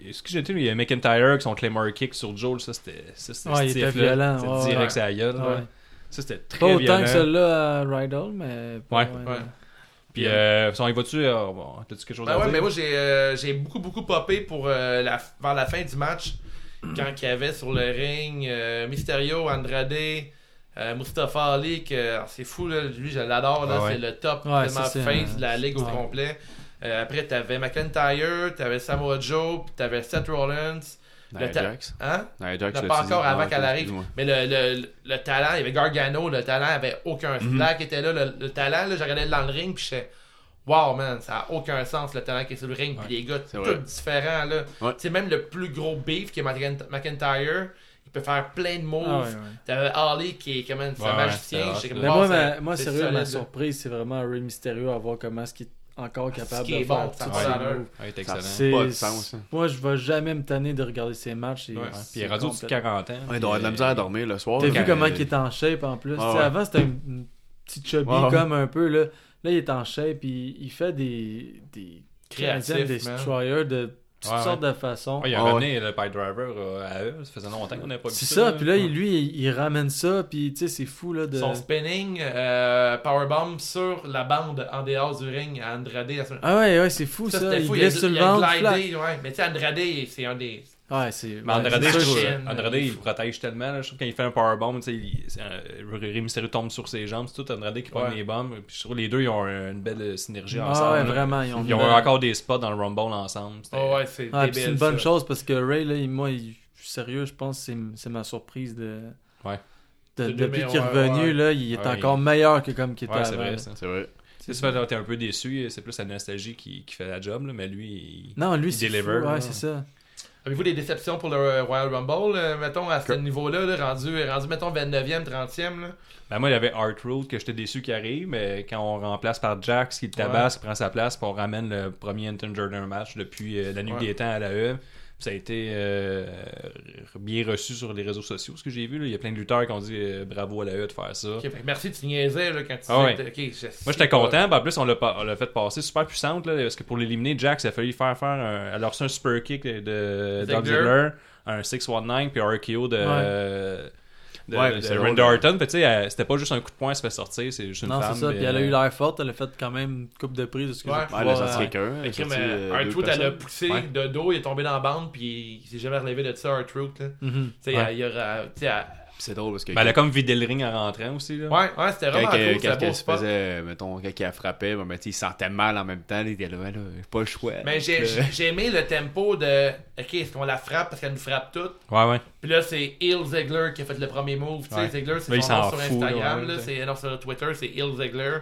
S3: il y a- ce que j'ai dit, il y a McIntyre qui sont Claymore Kick sur Joel, ça c'était ça, c'était
S5: Ouais, il
S3: stiff,
S5: était
S3: là.
S5: violent,
S3: C'était
S5: ouais,
S3: direct
S6: ouais.
S3: sa gueule, là.
S5: ouais.
S3: Ça c'était très
S5: Pas autant
S3: violent.
S5: que celle-là à Rydall, mais. pas
S3: Ouais,
S5: loin,
S6: ouais.
S5: là.
S3: Puis euh, si on y va-tu euh, bon, t'as-tu quelque chose
S6: Ben
S3: à
S6: ouais,
S3: dire
S6: mais moi j'ai euh, j'ai beaucoup beaucoup popé pour euh, la, vers la fin du match quand il y avait sur le ring euh, Mysterio, Andrade, euh, Mustafa Ali que alors, c'est fou là, lui je l'adore là,
S3: Ah ouais.
S6: c'est le top
S5: Ouais,
S6: tellement
S5: ça, c'est
S6: face
S5: un-
S6: de la ligue au
S5: ouais.
S6: complet. Euh, après t'avais McIntyre, t'avais Samoa Joe, puis t'avais Seth Rollins,
S4: Nia
S6: Le ta-
S4: Jax.
S6: hein?
S4: Nia Jax,
S6: Non,
S4: je
S6: pas
S4: l'ai dit.
S6: encore avant
S4: Ah,
S6: qu'elle
S4: ok,
S6: arrive.
S4: excuse-moi.
S6: Mais le, le, le talent, il y avait Gargano, le talent avait aucun slack était là. Le, le talent, là, je regardais dans le ring, puis je disais, wow man, ça a aucun sens le talent qui est sur le ring, puis les gars,
S4: c'est vrai.
S6: tous différents. Là.
S4: Ouais.
S6: Tu sais, même le plus gros beef qui est McIn- McIntyre, il peut faire plein de moves.
S5: Ah ouais, ouais.
S6: T'avais Ali qui est quand même c'est
S3: Ouais,
S6: un
S3: ouais,
S6: magicien.
S3: c'est hot,
S6: je sais comme,
S5: Mais
S6: wow,
S5: moi,
S6: c'est-
S5: ma- moi
S6: c'est
S5: sérieux,
S6: solide,
S5: ma
S6: là.
S5: surprise, c'est vraiment Ray Mysterio à voir comment est-ce qu'il est encore capable
S6: Ah, qui est
S5: de
S6: bon,
S5: faire
S6: ça
S5: tous
S6: va
S5: ses
S6: dans l'heure.
S5: moves.
S3: Ouais, t'es Ah, excellent.
S5: C'est-
S4: pas de sens, hein.
S5: Moi, je vais jamais me tanner de regarder ses matchs. et
S3: Ouais, Puis
S5: c'est
S3: il est rendu au-dessus de
S5: complète.
S3: 40 ans.
S4: Ouais, il doit avoir de la misère à dormir le soir.
S5: T'as
S4: là.
S5: vu comment il est en shape en plus.
S4: Ouais,
S5: Tu sais,
S4: ouais.
S5: Avant, c'était une une petite chubby
S4: Ouais, ouais.
S5: comme un peu. Là. là, il est en shape. Il, il fait des, des
S6: Créatif,
S5: Canadian
S6: man.
S5: Destroyer de toutes
S3: Ouais,
S5: sortes de façons.
S3: Ouais, il a
S4: Ah ouais.
S3: ramené le Pied Driver euh, à eux, ça faisait longtemps qu'on n'avait pas vu
S5: c'est ça. Puis là,
S3: Ouais.
S5: il- lui, il, il ramène ça. Puis tu sais, c'est fou. là de...
S6: hein. Son spinning, euh, powerbomb sur la bande en dehors du ring à Andrade la semaine-
S5: Ah ouais, ouais, c'est fou ça.
S6: Ça, c'était
S5: Il
S6: fou.
S5: glisse sur le
S6: il a
S5: ventre.
S6: glidé, ouais. Mais tu sais, Andrade, c'est un des.
S5: flac. Ouais, c'est.
S3: Mais
S5: ouais,
S3: Andrade,
S5: c'est
S3: je
S5: sûr,
S3: trouve,
S6: chaîne.
S3: Andrade, il le protège tellement. là. je trouve quand il fait un powerbomb, tu sais, il- c'est un- Rey Mysterio tombe sur ses jambes, c'est tout Andrade qui prend
S6: Ouais.
S3: les bombes. Puis je trouve les deux, ils ont une belle euh, synergie
S5: Ah
S3: ensemble.
S5: ouais,
S3: là.
S5: vraiment. Ils ont,
S3: Ils ont eu encore des spots dans le Rumble ensemble. C'était-
S6: Oh, ouais, c'est
S5: Ah, puis
S6: débile,
S5: c'est une bonne
S6: ça.
S5: chose parce que Ray, là, il- moi, il- je suis sérieux, je pense que c'est, c'est ma surprise de.
S3: Ouais.
S5: de-
S6: De
S5: depuis
S6: numéro
S5: qu'il est
S6: un,
S5: revenu,
S6: ouais.
S5: là, il est
S3: Ouais,
S5: encore meilleur que comme qu'il était
S3: Ouais, c'est
S5: avant.
S3: vrai.
S5: là.
S3: Ça.
S4: C'est vrai.
S3: C'est souvent, t'es un peu déçu, c'est plus la nostalgie qui, qui fait la job, là, mais lui, il...
S5: Non, lui,
S3: Il
S5: c'est.
S3: deliver,
S5: fou,
S3: là.
S5: ouais, c'est ça.
S6: Avez-vous des déceptions pour le euh, Royal Rumble, euh, mettons, à ce niveau-là, là, rendu, rendu, mettons, 29e, 30e? Là.
S3: Ben, moi, il y avait Art Road que j'étais déçu qu'il arrive, mais quand on remplace par Jax, qui le tabasse, qui prend sa place, puis on ramène le premier Anton Jordan match depuis euh, la nuit
S6: Ouais.
S3: des temps à la E. Puis Ça a été euh, bien reçu sur les réseaux sociaux, ce que j'ai vu. là. Il y a plein de lutteurs qui ont dit euh, bravo à la E de faire ça.
S6: Ok, fait que merci, tu niaisais là, quand tu
S3: Ah
S6: disais que t'es- ok, je sais
S3: Moi, j'étais
S6: pas.
S3: content. puis en plus, on l'a, pas- on l'a fait passer super puissante. Là, parce que pour l'éliminer, Jax a failli faire faire un. Alors, c'est un super kick de
S6: Ziggler.
S3: Dolph Ziggler, un 619, puis un RKO de.
S5: Ouais.
S3: euh, de,
S4: Ouais,
S3: de-
S4: puis
S3: de
S4: c'est drôle,
S3: Randy
S4: ouais.
S3: Orton. Fait, tu sais, elle- c'était pas juste un coup de poing, elle se fait sortir. C'est juste une
S5: non,
S3: femme.
S5: c'est ça.
S3: puis,
S5: Puis elle a
S3: euh,
S5: eu l'air forte, elle a fait quand même une coupe de prise. de ce que
S6: Ouais.
S5: j'ai pu
S4: Ouais,
S5: voir,
S4: elle a sorti
S5: ouais.
S4: qu'un.
S6: Fait
S4: elle a
S6: que,
S4: sorti,
S6: mais
S4: euh, deux
S6: Art elle a
S4: personnes.
S6: poussé
S3: Ouais.
S6: de dos, il est tombé dans la bande, puis il s'est jamais relevé de ça, Art-Root. là. Tu
S5: Mhm.
S6: sais,
S3: Ouais.
S6: il- il y aura- tu sais, elle-
S4: C'est drôle parce que.
S3: ben, elle a comme vidé le ring en rentrant aussi. Là.
S6: Ouais, ouais, c'était
S4: Quand,
S6: vraiment
S4: quand-
S6: cool,
S4: quand
S6: c'était beau
S4: elle se
S6: spot.
S4: faisait, euh, mettons, quand elle frappait, ben, ben, tu sais, il sentait mal en même temps, il était là, là, j'ai pas le choix.
S6: Mais j'ai
S4: Puis, euh,
S6: j'ai aimé le tempo de, ok, est-ce qu'on la frappe parce qu'elle nous frappe toutes?
S3: ouais. ouais.
S6: Puis là, c'est Il Ziegler qui a fait le premier move. Tu sais,
S3: Ouais.
S6: Ziegler, c'est
S3: Là, il
S6: son nom
S3: s'en
S6: sur
S3: fout,
S6: Instagram.
S3: là,
S6: Là,
S3: ouais.
S6: c'est non, sur Twitter, c'est Il Ziegler.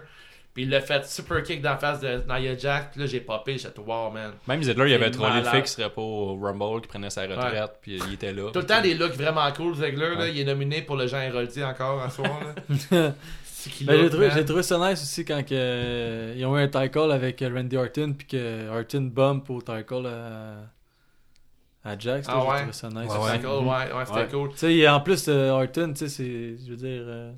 S6: Puis il l'a fait super kick dans la face de Nia Jack. Puis là, j'ai popé. J'ai dit, wow, man.
S3: Même Zedler, il
S6: C'est
S3: avait trollé le
S6: malade.
S3: fait qu'il serait pas au Rumble, qui prenait sa retraite, puis il était là.
S6: Tout le temps, des looks vraiment cool. Ziegler, là, il est nominé pour le Jean Héroldi encore en soir. là. C'est qu'il
S5: Ben, j'ai,
S6: look,
S5: trouvé,
S6: man.
S5: j'ai trouvé ça nice aussi quand que, euh, ils ont eu un tie call avec euh, Randy Orton, puis que Orton bump au tie call à, à Jax. là,
S6: Ah
S5: j'ai
S6: ouais?
S5: trouvé ça nice.
S3: Ouais,
S5: aussi.
S6: C'était cool, ouais, ouais, c'était
S4: Ouais.
S6: cool.
S5: Tu sais, en plus, euh, Orton, tu sais, c'est, je veux dire, euh,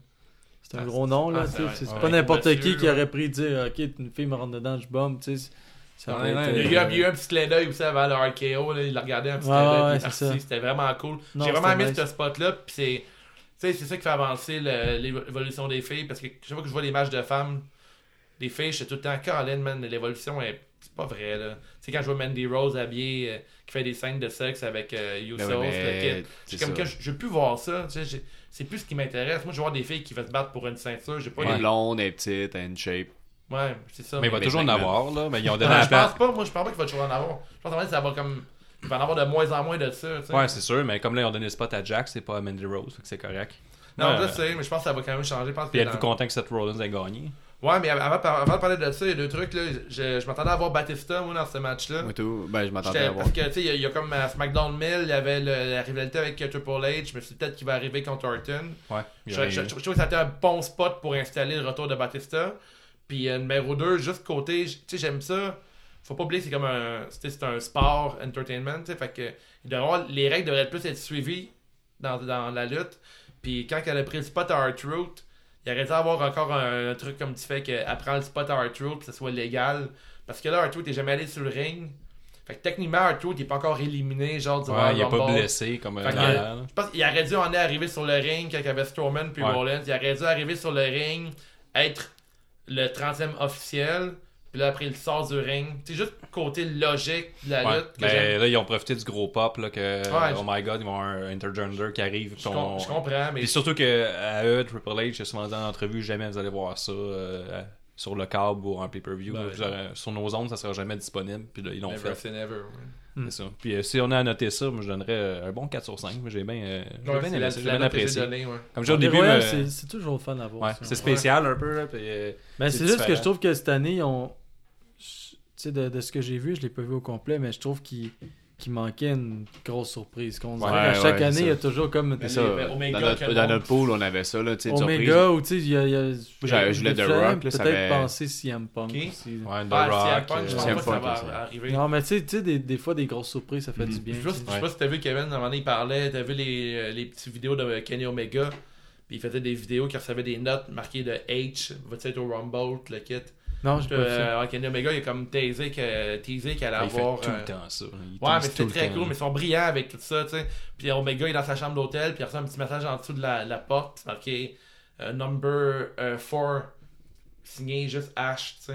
S5: c'est un
S6: Ah,
S5: gros nom, là,
S6: ah,
S5: tu sais,
S6: c'est vrai.
S5: c'est, c'est
S3: Ouais.
S5: pas n'importe
S6: Mathieu,
S5: qui qui
S6: ouais.
S5: aurait pris dire, ok, une fille me rentre dedans, je bombe, tu sais, ça
S3: Ouais,
S5: aurait
S3: ouais,
S5: été,
S6: Il y, a,
S5: euh,
S6: eu- il y a eu un petit clin d'œil aussi avant le RKO, là, il l'a regardé un petit
S5: Ouais,
S6: clin
S5: ouais,
S6: d'œil, puis
S5: c'est
S6: merci,
S5: ça.
S6: c'était vraiment cool.
S5: Non,
S6: J'ai vraiment
S5: c'était
S6: aimé
S5: nice.
S6: ce spot-là, puis c'est tu sais, c'est ça qui fait avancer le- l'évolution des filles, parce que chaque fois que je vois les matchs de femmes, des filles, je suis tout le temps, Colin, man, l'évolution, est- c'est pas vrai, là. Tu sais, quand je vois Mandy Rose habillée, euh, qui fait des scènes de sexe avec euh,
S4: ben,
S6: Usos,
S4: ouais, mais
S6: le kid.
S4: c'est
S6: J'ai comme
S4: ça.
S6: que je je veux plus voir ça, tu sais, j'ai- c'est plus ce qui m'intéresse. Moi, je veux voir des filles qui veulent se battre pour une ceinture, j'ai pas
S4: Elle est
S6: les-
S4: blonde, elle est petite, elle a une shape.
S6: Ouais, c'est ça.
S3: Mais il va
S4: Mais
S3: toujours en
S4: Ziggler.
S3: avoir, là. Mais ils ont donné
S6: Non,
S3: la
S6: je
S3: place.
S6: pense pas, moi je pense pas qu'il va toujours en avoir. Je pense vraiment que ça va comme. Il va en avoir de moins en moins de ça. tu sais.
S3: Ouais, c'est sûr, mais comme là, ils ont donné le spot à Jack, c'est pas à Mandy Rose, fait que c'est correct.
S6: non,
S3: Ouais.
S6: je sais, mais je pense que ça va quand même changer. Je pense que
S3: Puis
S6: dans-
S3: êtes-vous content que Seth Rollins ait gagné
S6: Ouais, mais avant, avant de parler de ça, il y a deux trucs. Là, je je m'attendais à voir Batista, moi, dans ce match-là.
S4: Moi, tout. Ben, je m'attendais
S6: J'étais-
S4: à voir.
S6: Parce que, tu sais, il y a- il y, a comme à SmackDown Mill, il y avait le- la rivalité avec euh, Triple H. Je me suis dit peut-être qu'il va arriver contre Orton.
S3: Ouais.
S6: Je, je- je- je trouve que ça a été un bon spot pour installer le retour de Batista. Puis euh, numéro 2, juste côté, j- tu sais, j'aime ça. Faut pas oublier, c'est comme un, c'est c'est un sport entertainment. tu sais, Fait que il devrait avoir- les règles devraient plus être suivies dans, dans la lutte. Puis quand elle a pris le spot à Art Root, il aurait dû avoir encore un, truc comme tu fais qu'elle prend le spot à Art Root, que ce soit légal. Parce que là, Art Root n'est jamais allé sur le ring. Fait que techniquement, Art Root n'est pas encore éliminé, genre durant
S3: Ouais,
S6: le
S3: il est pas
S6: Rumble.
S3: blessé comme
S6: Fait que,
S3: un
S6: Je pense qu'il aurait dû en arriver sur le ring quand il y avait Strowman puis
S3: Ouais.
S6: Rollins. Il aurait dû arriver sur le ring, être le 30e officiel, puis là après il sort du ring. C'est juste côté logique de la
S3: Ouais. Ben,
S6: lutte que j'aime.
S3: Mais là, ils ont profité du gros pop, là, que
S6: Ouais,
S3: oh my god, ils vont avoir un intergender qui arrive.
S6: Je,
S3: puis
S6: com-
S3: on-
S6: je comprends, mais
S3: Et surtout que à eux, Triple H, j'ai souvent dit en entrevue, jamais vous allez voir ça euh, sur le câble ou en pay-per-view.
S6: Ben,
S3: Vous aurez- sur nos ondes, ça sera jamais disponible. Puis là, ils l'ont
S6: never Hmm.
S3: fait.
S6: say never.
S3: C'est ça. Puis euh, si on a noté ça, moi, je donnerais euh, un bon 4 sur 5. Moi, J'ai bien, euh, j'ai
S6: Ouais,
S3: bien
S6: c'est
S3: aimé
S6: la-
S3: ça,
S6: c'est
S3: j'ai
S6: la
S3: bien
S6: note que j'ai
S3: apprécié.
S6: donnée, ouais.
S3: Comme j'ai au
S5: Battle
S3: début,
S5: Royale,
S3: euh,
S5: c'est- c'est toujours le fun à voir.
S3: ouais,
S5: ça.
S3: c'est spécial un peu. Là, puis, euh,
S5: Mais
S3: C'est
S5: Ben, c'est juste que
S3: différent.
S5: je trouve que cette année, ils ont. je- Tu sais, de, de ce que j'ai vu, je l'ai pas vu au complet, mais je trouve qu'il qu'il manquait une grosse surprise. Qu'on dirait
S3: Ouais,
S5: qu'à chaque
S4: ouais,
S5: année,
S4: c'est
S5: il y a toujours comme
S4: C'est ça.
S6: Mais les- Omega,
S4: Dans notre,
S6: quel
S4: dans
S6: monde.
S4: notre pool, on avait ça, là, tu sais, une surprise.
S5: Omega ou tu sais, il y a. il y a-
S4: j'avais- je voulais The
S5: j'avais
S4: Rock, là, ça
S5: Peut-être
S4: avait-
S5: penser CM Punk
S6: Qui?
S5: aussi.
S3: ouais, The
S6: Bah, CM
S3: Rock. euh,
S6: Punk, je pense
S4: CM
S6: pas que ça
S4: Punk,
S6: va
S4: ça.
S6: arriver.
S5: Non, mais tu sais, tu sais, des, des fois, des grosses surprises, ça fait
S4: Mhm.
S5: du bien.
S6: Je sais pas si- je sais pas si t'as vu Kevin, à un moment donné, il parlait, t'as vu les, euh, les petites vidéos de Kenny Omega, puis il faisait des vidéos qui recevaient des notes marquées de H, va-t-il être au Rumble, le kit.
S5: Non, j'ai pas vu ça.
S6: Euh, Kenny Omega, il a comme teasé que- teasé qu'elle allait
S3: Il fait
S6: avoir.
S3: tout
S6: euh,
S3: le temps ça. Il
S6: Ouais, mais
S3: tease tout
S6: c'était
S3: le
S6: très
S3: temps.
S6: cool, mais ils sont brillants avec tout ça, tu sais. Puis Omega est dans sa chambre d'hôtel, puis il reçoit un petit message en dessous de la, la porte, c'est marqué euh, number 4, signé juste H, tu sais.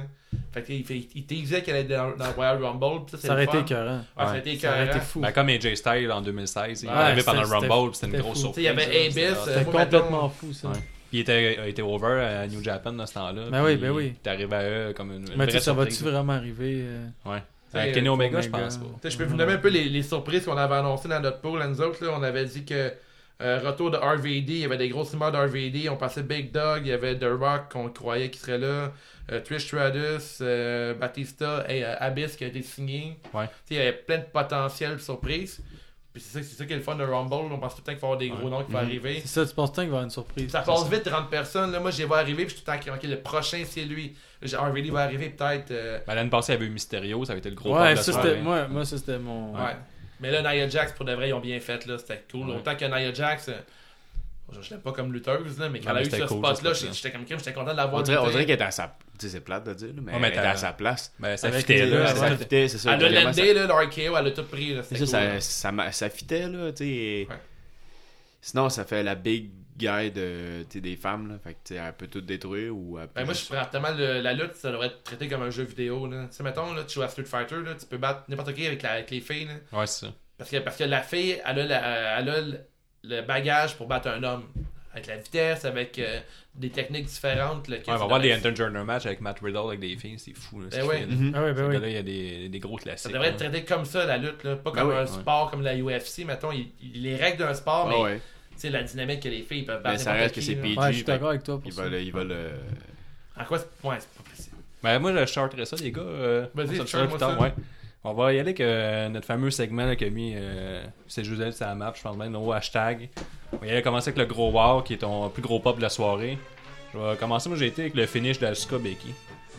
S6: Fait que, il, fait- il teasait qu'elle allait dans, dans le Royal Rumble, puis ça, c'est le
S5: Ça aurait été
S6: fun.
S5: écœurant.
S6: Ouais, ça aurait été
S5: Ça aurait été
S6: écœurant.
S5: fou.
S3: Ben, comme AJ Styles en 2016, il est
S5: Ouais,
S3: arrivé pendant le
S5: c'était-
S3: Rumble, puis c'était une
S5: c'était
S3: grosse
S5: fou.
S6: Tu
S3: surprise.
S6: sais, il y avait
S3: là,
S6: Abyss,
S3: c'était-
S5: C'était
S6: moi,
S5: complètement
S6: mettons-
S5: fou, ça.
S3: Ouais. Puis il était, il était over à New Japan dans ce temps-là.
S5: Ben oui,
S3: puis
S5: ben oui.
S3: T'es arrivé à eux comme une. une
S5: Mais
S3: vraie
S5: tu sais, ça
S3: surprise.
S5: va-tu vraiment arriver euh,
S3: Euh,
S6: Tu sais,
S3: Kenny
S6: euh,
S3: Omega, je
S5: Omega.
S3: pense pas.
S6: Tu sais, Je peux vous nommer un peu les, les surprises qu'on avait annoncées dans notre pool. Nous autres, là, on avait dit que euh, retour de RVD, il y avait des grosses rumeurs de RVD. On passait Big Dog, il y avait The Rock qu'on croyait qu'il serait là. Euh, Trish Stratus, euh, Batista et euh, Abyss qui a été signé.
S3: Ouais.
S6: Tu sais, Il y avait plein de potentielles surprises. Puis c'est ça, c'est ça qui est le fun de Rumble. On pense tout le temps qu'il va y avoir des gros noms qui vont arriver.
S5: Mhm. C'est ça, tu penses tant qu'il va y avoir une surprise.
S6: Ça passe vite 30 personnes. Là, moi, je les vois arriver. Puis je suis tout le temps ok, le prochain, c'est lui. J'ai- RVD va arriver peut-être. euh,
S3: Ben, L'année passée, il y avait eu Mysterio, ça avait été le gros
S5: Ouais,
S3: pop de
S5: ça,
S3: la
S5: c'était.
S3: soirée.
S5: Moi, moi, ça, c'était mon.
S6: Ouais. Mais là, Nia Jax, pour de vrai, ils ont bien fait, là. C'était cool.
S3: Ouais.
S6: Autant que Nia Jax, euh, je, je l'aime pas comme lutteuse, là, mais
S3: Non,
S6: quand elle a
S3: mais
S6: eu
S3: c'était
S6: ce
S3: cool, ce
S6: spot-là,
S3: spot-là.
S6: j'étais comme crime, j'étais content de l'avoir
S4: On dirait, on
S6: lutté.
S4: dirait qu'elle était à sa... Tu sais, c'est plate de dire, là, mais
S3: Ouais, mais
S4: elle était
S3: t'as-
S4: à sa place.
S3: Ben, ça
S5: Avec
S3: fitait,
S5: les-
S3: là.
S5: ouais,
S4: ça
S3: c'était-
S4: fitait, c'est ça.
S6: Elle a
S4: vraiment, ça-
S6: l'endé, là, leur KO, elle a tout pris, là.
S4: C'est
S6: C'était
S4: ça,
S6: cool.
S4: ça,
S6: là.
S4: ça, ma- ça fitait, là, tu sais.
S6: Ouais.
S4: Sinon, ça fait la big guy de, tu sais, des femmes, là. Fait que, tu sais, elle peut tout détruire ou... elle peut
S6: Ben, moi, je
S4: juste-
S6: prends tellement le- la lutte, ça devrait être traité comme un jeu vidéo, là. Tu sais, mettons, là, tu joues à Street Fighter, là, tu peux battre n'importe qui avec, la- avec les filles, là.
S3: Ouais, c'est ça.
S6: Parce que, parce que la fille, elle a, la- elle a le, le bagage pour battre un homme. Avec la vitesse, avec euh, des techniques différentes. Là, que
S3: Ouais, on
S6: ça
S3: va voir
S6: devrait-
S3: les Intergender match avec Matt Riddle avec des filles, c'est fou. Là, ce
S6: Ben
S3: qu'il
S6: ouais.
S3: fait, là.
S4: Mhm.
S5: Ah ouais,
S3: Ce
S5: ben oui.
S3: gars-là, il y a des, des gros
S6: Ça
S3: classiques.
S6: devrait être
S3: là.
S6: traité comme ça, la lutte, là. pas
S4: Ben
S6: comme
S4: oui,
S6: un
S4: ouais.
S6: sport comme la UFC. Mettons, il- il- les règles d'un sport,
S4: Ah
S6: mais
S4: ouais.
S6: c'est la dynamique que les filles peuvent
S4: Mais
S6: battre.
S4: ça reste
S6: n'importe
S4: que
S6: qui,
S4: c'est
S6: là.
S4: PG.
S5: Ouais, je suis
S4: fait
S5: d'accord avec toi pour
S4: Ils
S5: ça.
S4: veulent, ils veulent... euh,
S6: En quoi c'est. Ouais, c'est pas possible.
S3: Ben, moi, je charterais ça, les gars. euh, on
S6: Vas-y,
S3: se le fera
S6: charte-moi
S3: plus tard,
S6: ça.
S3: ouais. On va y aller avec euh, notre fameux segment là, qu'a mis euh, C'est Joseph sur la map, je pense même, nos hashtags. On va y aller commencer avec le gros wow, qui est ton plus gros pop de la soirée. Je vais commencer, moi j'ai été avec le finish de Asuka Becky.